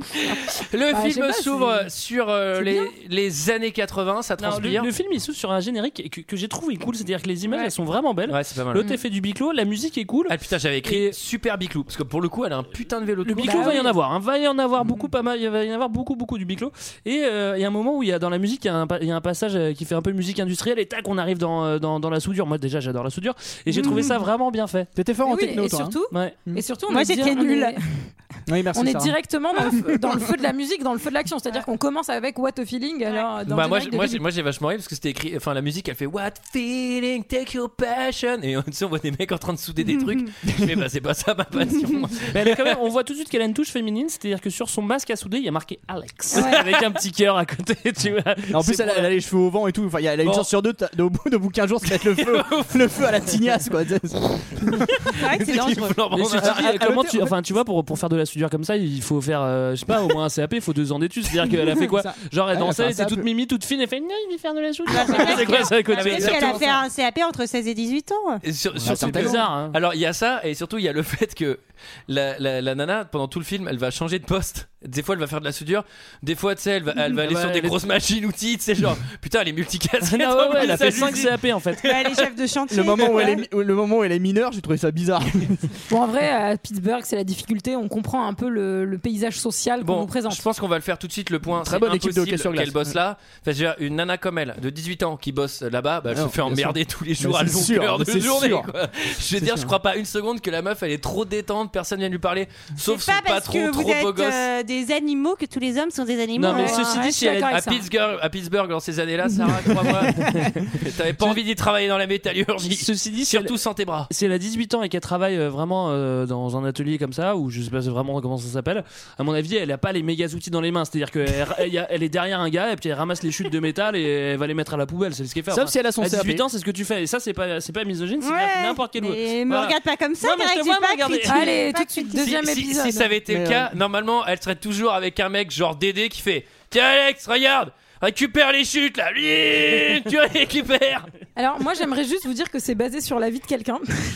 [SPEAKER 11] je sais
[SPEAKER 1] film
[SPEAKER 11] pas,
[SPEAKER 1] s'ouvre sur euh, les, les années 80, ça
[SPEAKER 11] Non,
[SPEAKER 1] transpire.
[SPEAKER 11] le, le film il s'ouvre sur un générique que, que j'ai trouvé cool, c'est-à-dire que les images elles sont vraiment belles.
[SPEAKER 1] Ouais, c'est pas mal.
[SPEAKER 11] L'autre effet du biclo, la musique est cool.
[SPEAKER 1] Ah putain, j'avais écrit super Biclou parce que pour le coup, elle a un putain de vélo.
[SPEAKER 11] Le biclo
[SPEAKER 7] Bah
[SPEAKER 11] va y en avoir, hein, va y en avoir beaucoup, pas mal, il va y en avoir beaucoup, beaucoup du biclo. Et euh, il y a un moment où il y a dans la musique, il y a un, pa- il y a un passage euh, qui fait un peu musique industrielle et tac, on arrive dans, euh, dans, dans la soudure. Moi déjà, j'adore la soudure et j'ai trouvé
[SPEAKER 7] Mhm.
[SPEAKER 11] ça vraiment bien fait.
[SPEAKER 8] Mm. T'étais fort
[SPEAKER 7] Et
[SPEAKER 8] en
[SPEAKER 7] oui,
[SPEAKER 8] techno,
[SPEAKER 7] et
[SPEAKER 8] toi. hein.
[SPEAKER 7] surtout,
[SPEAKER 11] Ouais.
[SPEAKER 7] et surtout, on
[SPEAKER 6] Mmh. Moi,
[SPEAKER 7] est
[SPEAKER 6] j'étais
[SPEAKER 7] dire- on est-
[SPEAKER 6] nulle.
[SPEAKER 8] Oui, merci,
[SPEAKER 7] on est
[SPEAKER 1] hein.
[SPEAKER 8] Sarah.
[SPEAKER 7] directement dans le, dans le feu de la musique, dans le feu de l'action. C'est-à-dire qu'on commence avec What a Feeling. Alors, dans
[SPEAKER 1] Bah,
[SPEAKER 7] le
[SPEAKER 1] moi,
[SPEAKER 7] générique
[SPEAKER 1] j'ai-
[SPEAKER 7] de
[SPEAKER 1] moi,
[SPEAKER 7] début.
[SPEAKER 1] j'ai- moi, j'ai vachement ri parce que c'était écrit. Enfin, la musique, elle fait What feeling, take your passion. Et tu sais, on voit des mecs en train de souder des trucs. Mais bah, c'est pas ça ma passion.
[SPEAKER 11] Mais elle est quand même- on voit tout de suite qu'elle a une touche féminine, c'est-à-dire que sur son masque à souder, il y a marqué Alex avec un petit cœur à côté. Tu vois.
[SPEAKER 8] Non, en plus,
[SPEAKER 11] C'est
[SPEAKER 8] elle a,
[SPEAKER 11] pour-
[SPEAKER 8] elle a les cheveux au vent et tout. Enfin, il y a- elle a une
[SPEAKER 11] Bon.
[SPEAKER 8] chance sur deux, t'as- au bout de vous 15 jours, ça va être le feu, le feu à la tignasse, quoi.
[SPEAKER 6] C'est vrai que c'est dangereux.
[SPEAKER 11] Mais je te dis,
[SPEAKER 8] à-
[SPEAKER 11] comment bah,
[SPEAKER 8] à noter,
[SPEAKER 11] tu,
[SPEAKER 8] en fait-
[SPEAKER 11] enfin, tu vois, pour, pour faire de la soudure comme ça, il faut faire, euh, je sais pas, au moins un CAP, il faut deux ans d'études. C'est-à-dire qu'elle a fait quoi
[SPEAKER 8] Ça.
[SPEAKER 11] Genre, Ah, elle
[SPEAKER 8] Ouais,
[SPEAKER 11] dansait,
[SPEAKER 8] elle
[SPEAKER 11] elle
[SPEAKER 8] a fait un
[SPEAKER 11] était toute
[SPEAKER 8] CAP.
[SPEAKER 11] mimi, toute fine, elle fait, non, il veut faire de la soudure.
[SPEAKER 6] Bah, c'est
[SPEAKER 11] c'est quoi ça,
[SPEAKER 1] Ah, mais
[SPEAKER 11] côté
[SPEAKER 6] Est-ce qu'elle a
[SPEAKER 1] exactement
[SPEAKER 6] fait un CAP entre 16 et 18 ans
[SPEAKER 1] Et sur- sur-
[SPEAKER 11] C'est bizarre. hein.
[SPEAKER 1] Alors il y a ça et surtout il y a le fait que la, la- la nana pendant tout le film elle va changer de poste. Des fois elle va faire de la soudure, des fois tu sais elle va, elle va aller sur des
[SPEAKER 11] Ouais, Ah bah, elle est-
[SPEAKER 1] grosses machines outils, tu sais genre putain elle est multicasquette.
[SPEAKER 11] Ah ouais, ouais, elle a fait
[SPEAKER 1] Ça,
[SPEAKER 11] 5
[SPEAKER 1] j'usine.
[SPEAKER 11] CAP en fait.
[SPEAKER 6] bah, Elle est chef de chantier.
[SPEAKER 8] Le moment, où elle est, mi- où- le moment où elle est mineure, j'ai trouvé ça bizarre.
[SPEAKER 7] Bon, en vrai, à Pittsburgh, c'est la difficulté. On comprend un peu le, le paysage social qu'on
[SPEAKER 1] Bon,
[SPEAKER 7] nous présente.
[SPEAKER 1] je pense qu'on va le faire tout de suite le point.
[SPEAKER 8] Très
[SPEAKER 1] C'est
[SPEAKER 8] bonne équipe de hockey
[SPEAKER 1] impossible
[SPEAKER 8] sur glace.
[SPEAKER 1] qu'elle bosse là. Enfin, je veux dire, une nana comme elle de 18 ans qui bosse là-bas, bah, elle
[SPEAKER 8] Non,
[SPEAKER 1] se fait
[SPEAKER 8] bien
[SPEAKER 1] emmerder tous les jours
[SPEAKER 8] Mais
[SPEAKER 1] à
[SPEAKER 8] c'est sûr,
[SPEAKER 1] longueur
[SPEAKER 8] mais
[SPEAKER 1] de
[SPEAKER 8] c'est
[SPEAKER 1] journée.
[SPEAKER 8] sûr.
[SPEAKER 1] quoi. Je veux
[SPEAKER 8] C'est
[SPEAKER 1] dire, je
[SPEAKER 8] sûr.
[SPEAKER 1] crois pas une seconde que la meuf elle est trop détente, personne vient lui parler, sauf
[SPEAKER 6] C'est
[SPEAKER 1] son
[SPEAKER 6] pas parce
[SPEAKER 1] patron
[SPEAKER 6] que vous
[SPEAKER 1] trop beau
[SPEAKER 6] êtes
[SPEAKER 1] gosse.
[SPEAKER 6] euh, des animaux que tous les hommes sont des animaux. hein.
[SPEAKER 11] Non, mais
[SPEAKER 6] Ouais.
[SPEAKER 11] ceci dit,
[SPEAKER 7] je
[SPEAKER 11] si
[SPEAKER 7] suis
[SPEAKER 11] elle
[SPEAKER 7] d'accord
[SPEAKER 11] a-
[SPEAKER 1] À
[SPEAKER 7] avec ça.
[SPEAKER 1] Pittsburgh, à Pittsburgh, dans ces années-là, Sarah, crois-moi, t'avais pas envie d'y travailler dans la métallurgie.
[SPEAKER 11] Ceci dit, si elle-
[SPEAKER 1] Surtout sans tes bras.
[SPEAKER 11] si elle a 18 ans et qu'elle travaille euh, vraiment euh, dans un atelier comme ça, ou je sais pas vraiment comment ça s'appelle, à mon avis, elle a pas les méga outils dans les mains. C'est-à-dire qu'elle elle y a- elle est derrière un gars et puis elle ramasse les chutes de métal et elle va les mettre à la poubelle. C'est ce qu'elle fait.
[SPEAKER 8] Sauf
[SPEAKER 11] Enfin,
[SPEAKER 8] si elle a son
[SPEAKER 11] à 18
[SPEAKER 8] CAP.
[SPEAKER 11] ans, c'est ce que tu fais. Et ça, c'est pas, c'est pas misogyne, c'est
[SPEAKER 6] Ouais,
[SPEAKER 11] n'importe quel
[SPEAKER 6] mais me
[SPEAKER 11] Voilà.
[SPEAKER 6] regarde pas comme ça,
[SPEAKER 11] Ouais, mais je
[SPEAKER 6] Greg,
[SPEAKER 11] te
[SPEAKER 6] j'ai
[SPEAKER 11] vois me
[SPEAKER 6] pas
[SPEAKER 11] regarder.
[SPEAKER 6] critiqué.
[SPEAKER 7] Allez,
[SPEAKER 6] Pas
[SPEAKER 7] tout de suite,
[SPEAKER 6] critiqué.
[SPEAKER 7] deuxième
[SPEAKER 1] si,
[SPEAKER 7] épisode.
[SPEAKER 1] si ça avait été le
[SPEAKER 8] Mais, euh,
[SPEAKER 1] cas, normalement, elle serait toujours avec un mec genre Dédé qui fait Tiens, Alex, regarde, récupère les chutes là, lui, tu récupères.
[SPEAKER 7] Alors, moi, j'aimerais juste vous dire que c'est basé sur la vie de quelqu'un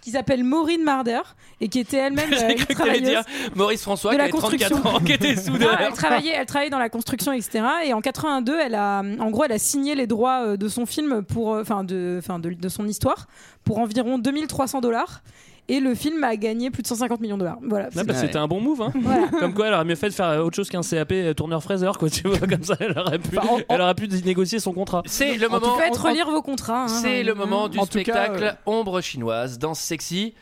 [SPEAKER 7] qui s'appelle Maureen Marder et qui était elle-même euh,
[SPEAKER 1] J'ai
[SPEAKER 7] une
[SPEAKER 1] cru que t'allais
[SPEAKER 7] travailleuse.
[SPEAKER 1] dire Maurice François
[SPEAKER 7] De
[SPEAKER 1] qui
[SPEAKER 7] la
[SPEAKER 1] avait 34 ans,
[SPEAKER 7] construction.
[SPEAKER 1] qui était
[SPEAKER 7] Non,
[SPEAKER 1] soudeur.
[SPEAKER 7] elle travaillait, elle travaillait dans la construction, etc. Et en 82, elle a, en gros, elle a signé les droits euh, de son film pour, euh, enfin, de, enfin, de, de son histoire pour environ 2300 dollars. Et le film a gagné plus de 150 millions de dollars. Voilà.
[SPEAKER 11] Non, parce que
[SPEAKER 8] Ouais.
[SPEAKER 11] c'était un bon move. hein.
[SPEAKER 7] Voilà.
[SPEAKER 11] Comme quoi, elle aurait mieux fait de faire autre chose qu'un CAP euh, tourneur Fraser, quoi. Tu vois, comme ça, elle aurait pu,
[SPEAKER 8] Enfin, en- en-
[SPEAKER 11] elle aurait pu négocier son contrat.
[SPEAKER 1] C'est le
[SPEAKER 7] Vous
[SPEAKER 1] moment.
[SPEAKER 7] faites relire vos contrats. hein.
[SPEAKER 1] C'est le moment du
[SPEAKER 8] En tout cas,
[SPEAKER 1] spectacle
[SPEAKER 8] euh,
[SPEAKER 1] Ombre chinoise, danse sexy.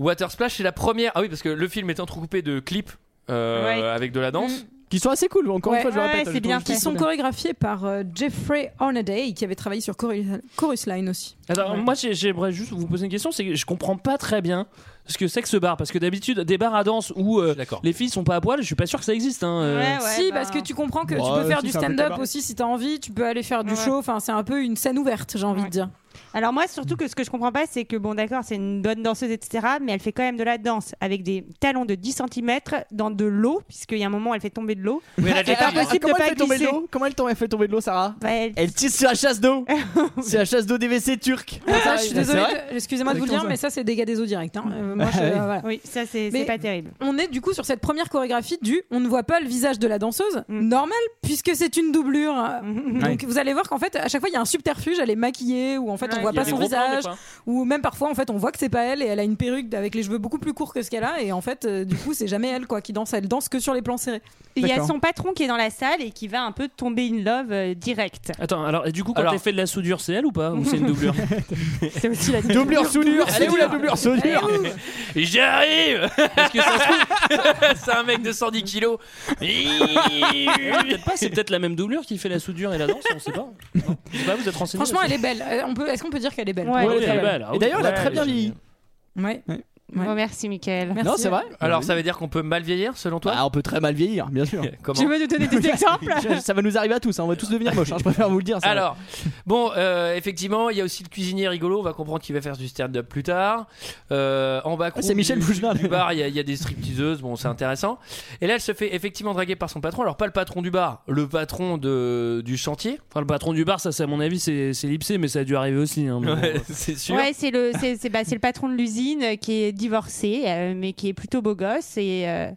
[SPEAKER 1] Water Splash, c'est la première. Ah oui, parce que le film est entrecoupé de clips euh,
[SPEAKER 6] Ouais.
[SPEAKER 1] avec de la danse.
[SPEAKER 7] Mm.
[SPEAKER 8] Qui sont assez cool, encore
[SPEAKER 7] Ouais.
[SPEAKER 8] une fois, je
[SPEAKER 6] Ouais,
[SPEAKER 8] le répète.
[SPEAKER 6] c'est
[SPEAKER 8] j'ai
[SPEAKER 6] bien
[SPEAKER 8] trouvé
[SPEAKER 7] Qui
[SPEAKER 8] qu'ils
[SPEAKER 7] sont chorégraphiés par euh, Jeffrey Hornaday, qui avait travaillé sur Chorus Chorus Line aussi.
[SPEAKER 11] Alors, moi, j'ai- j'aimerais juste vous poser une question c'est que je comprends pas très bien ce que c'est que ce bar. Parce que d'habitude, des bars à danse où euh,
[SPEAKER 1] D'accord.
[SPEAKER 11] les filles sont pas à poil, je suis pas sûr que ça existe. hein, euh.
[SPEAKER 6] Ouais, ouais,
[SPEAKER 7] si,
[SPEAKER 6] bah.
[SPEAKER 7] parce que tu comprends que
[SPEAKER 8] Bah,
[SPEAKER 7] tu peux faire
[SPEAKER 8] si,
[SPEAKER 7] du
[SPEAKER 8] c'est un peu
[SPEAKER 7] stand-up
[SPEAKER 8] tabac.
[SPEAKER 7] aussi si t'as envie, tu peux aller faire du
[SPEAKER 6] Ouais.
[SPEAKER 7] show. Enfin, c'est un peu une scène ouverte, j'ai envie
[SPEAKER 6] Ouais.
[SPEAKER 7] de dire.
[SPEAKER 6] Alors moi, surtout que ce que je comprends pas, c'est que bon, d'accord, c'est une bonne danseuse, etc. Mais elle fait quand même de la danse avec des talons de 10 cm dans de l'eau, puisqu'il y a un moment, elle fait tomber de l'eau.
[SPEAKER 8] Et alors,
[SPEAKER 6] impossible
[SPEAKER 8] Ah, comment
[SPEAKER 6] de
[SPEAKER 8] elle
[SPEAKER 6] pas
[SPEAKER 8] fait tomber
[SPEAKER 6] glisser.
[SPEAKER 8] l'eau Comment elle t'en- elle fait tomber de l'eau, Sarah
[SPEAKER 6] Bah, elle-
[SPEAKER 8] Elle tisse sur la chasse d'eau C'est la chasse d'eau des WC turcs
[SPEAKER 7] Ah, ça, je suis
[SPEAKER 8] Ah, c'est
[SPEAKER 7] désolée,
[SPEAKER 8] vrai
[SPEAKER 7] de- excusez-moi de vous le
[SPEAKER 8] Exactement
[SPEAKER 7] dire,
[SPEAKER 8] ça.
[SPEAKER 7] mais ça, c'est dégâts des eaux directs. hein. Euh, moi, je-
[SPEAKER 8] Ah, oui.
[SPEAKER 7] euh, voilà.
[SPEAKER 6] Oui, ça c'est
[SPEAKER 7] Mais-
[SPEAKER 6] c'est pas terrible.
[SPEAKER 7] On est du coup sur cette première chorégraphie du on ne voit pas le visage de la danseuse,
[SPEAKER 6] Mm.
[SPEAKER 7] normal, puisque c'est une doublure. euh, Donc
[SPEAKER 8] Ouais.
[SPEAKER 7] vous allez voir qu'en fait, à chaque fois, il y a un subterfuge, elle est maquillée, ou en fait, on
[SPEAKER 6] Ouais.
[SPEAKER 7] voit
[SPEAKER 11] Il y a
[SPEAKER 7] pas
[SPEAKER 11] des
[SPEAKER 7] son
[SPEAKER 11] gros plans, des
[SPEAKER 7] visage,
[SPEAKER 11] fois.
[SPEAKER 7] ou même parfois, en fait, on voit que c'est pas elle, et elle a une perruque avec les cheveux beaucoup plus courts que ce qu'elle a, et en fait, euh, du coup, c'est jamais elle quoi qui danse, elle danse que sur les plans serrés.
[SPEAKER 6] Il y a
[SPEAKER 8] D'accord.
[SPEAKER 6] son patron qui est dans la salle et qui va un peu tomber in love euh, direct.
[SPEAKER 11] Attends, alors, et du coup, quand
[SPEAKER 1] Alors-
[SPEAKER 11] elle fait de la soudure, c'est elle ou pas Ou c'est une doublure
[SPEAKER 6] C'est aussi la
[SPEAKER 8] Doublure soudure Elle est où la doublure
[SPEAKER 11] Ah,
[SPEAKER 8] soudure
[SPEAKER 1] J'arrive Parce que ça se trouve, c'est un mec de 110 kilos.
[SPEAKER 11] Peut-être pas, c'est peut-être la même doublure qui fait la soudure et la danse, on sait pas. Non. Je sais pas, vous êtes renseigné
[SPEAKER 7] Franchement, elle est belle. Euh, on peut, est-ce qu'on peut dire qu'elle est belle
[SPEAKER 6] Ouais.
[SPEAKER 11] elle est
[SPEAKER 8] Ouais,
[SPEAKER 11] belle. Ah oui.
[SPEAKER 8] Et d'ailleurs, elle a
[SPEAKER 11] Ouais,
[SPEAKER 8] très bien
[SPEAKER 11] j'ai-
[SPEAKER 8] vieilli.
[SPEAKER 7] Ouais.
[SPEAKER 6] Bon, merci, Michael.
[SPEAKER 1] Non, c'est vrai. Alors, ça veut dire qu'on peut mal vieillir selon toi
[SPEAKER 8] Ah, On peut très mal vieillir, bien sûr.
[SPEAKER 1] Comment Tu veux
[SPEAKER 6] nous donner des exemples
[SPEAKER 8] Je- Ça va nous arriver à tous, hein, on va tous devenir moches, hein, je préfère vous le dire. ça.
[SPEAKER 1] Alors, bon, euh, effectivement, il y a aussi le cuisinier rigolo. On va comprendre qu'il va faire du stand-up plus tard. Euh, en bas,
[SPEAKER 8] Ah, c'est Michel
[SPEAKER 1] du,
[SPEAKER 8] Bougenat.
[SPEAKER 1] du bar, il y, a- il y a des stripteaseuses. Bon, c'est intéressant. Et là, elle se fait effectivement draguer par son patron. Alors, pas le patron du bar, le patron de, du chantier.
[SPEAKER 11] Enfin, le patron du bar, ça, c'est à mon avis, c'est c'est Lipsé, mais ça a dû arriver aussi. hein, mais bon.
[SPEAKER 1] Ouais, c'est sûr.
[SPEAKER 6] Ouais, c'est le, c'est, c'est- bah, c'est le patron de l'usine euh, qui est divorcé, euh, mais qui est plutôt beau gosse et. euh,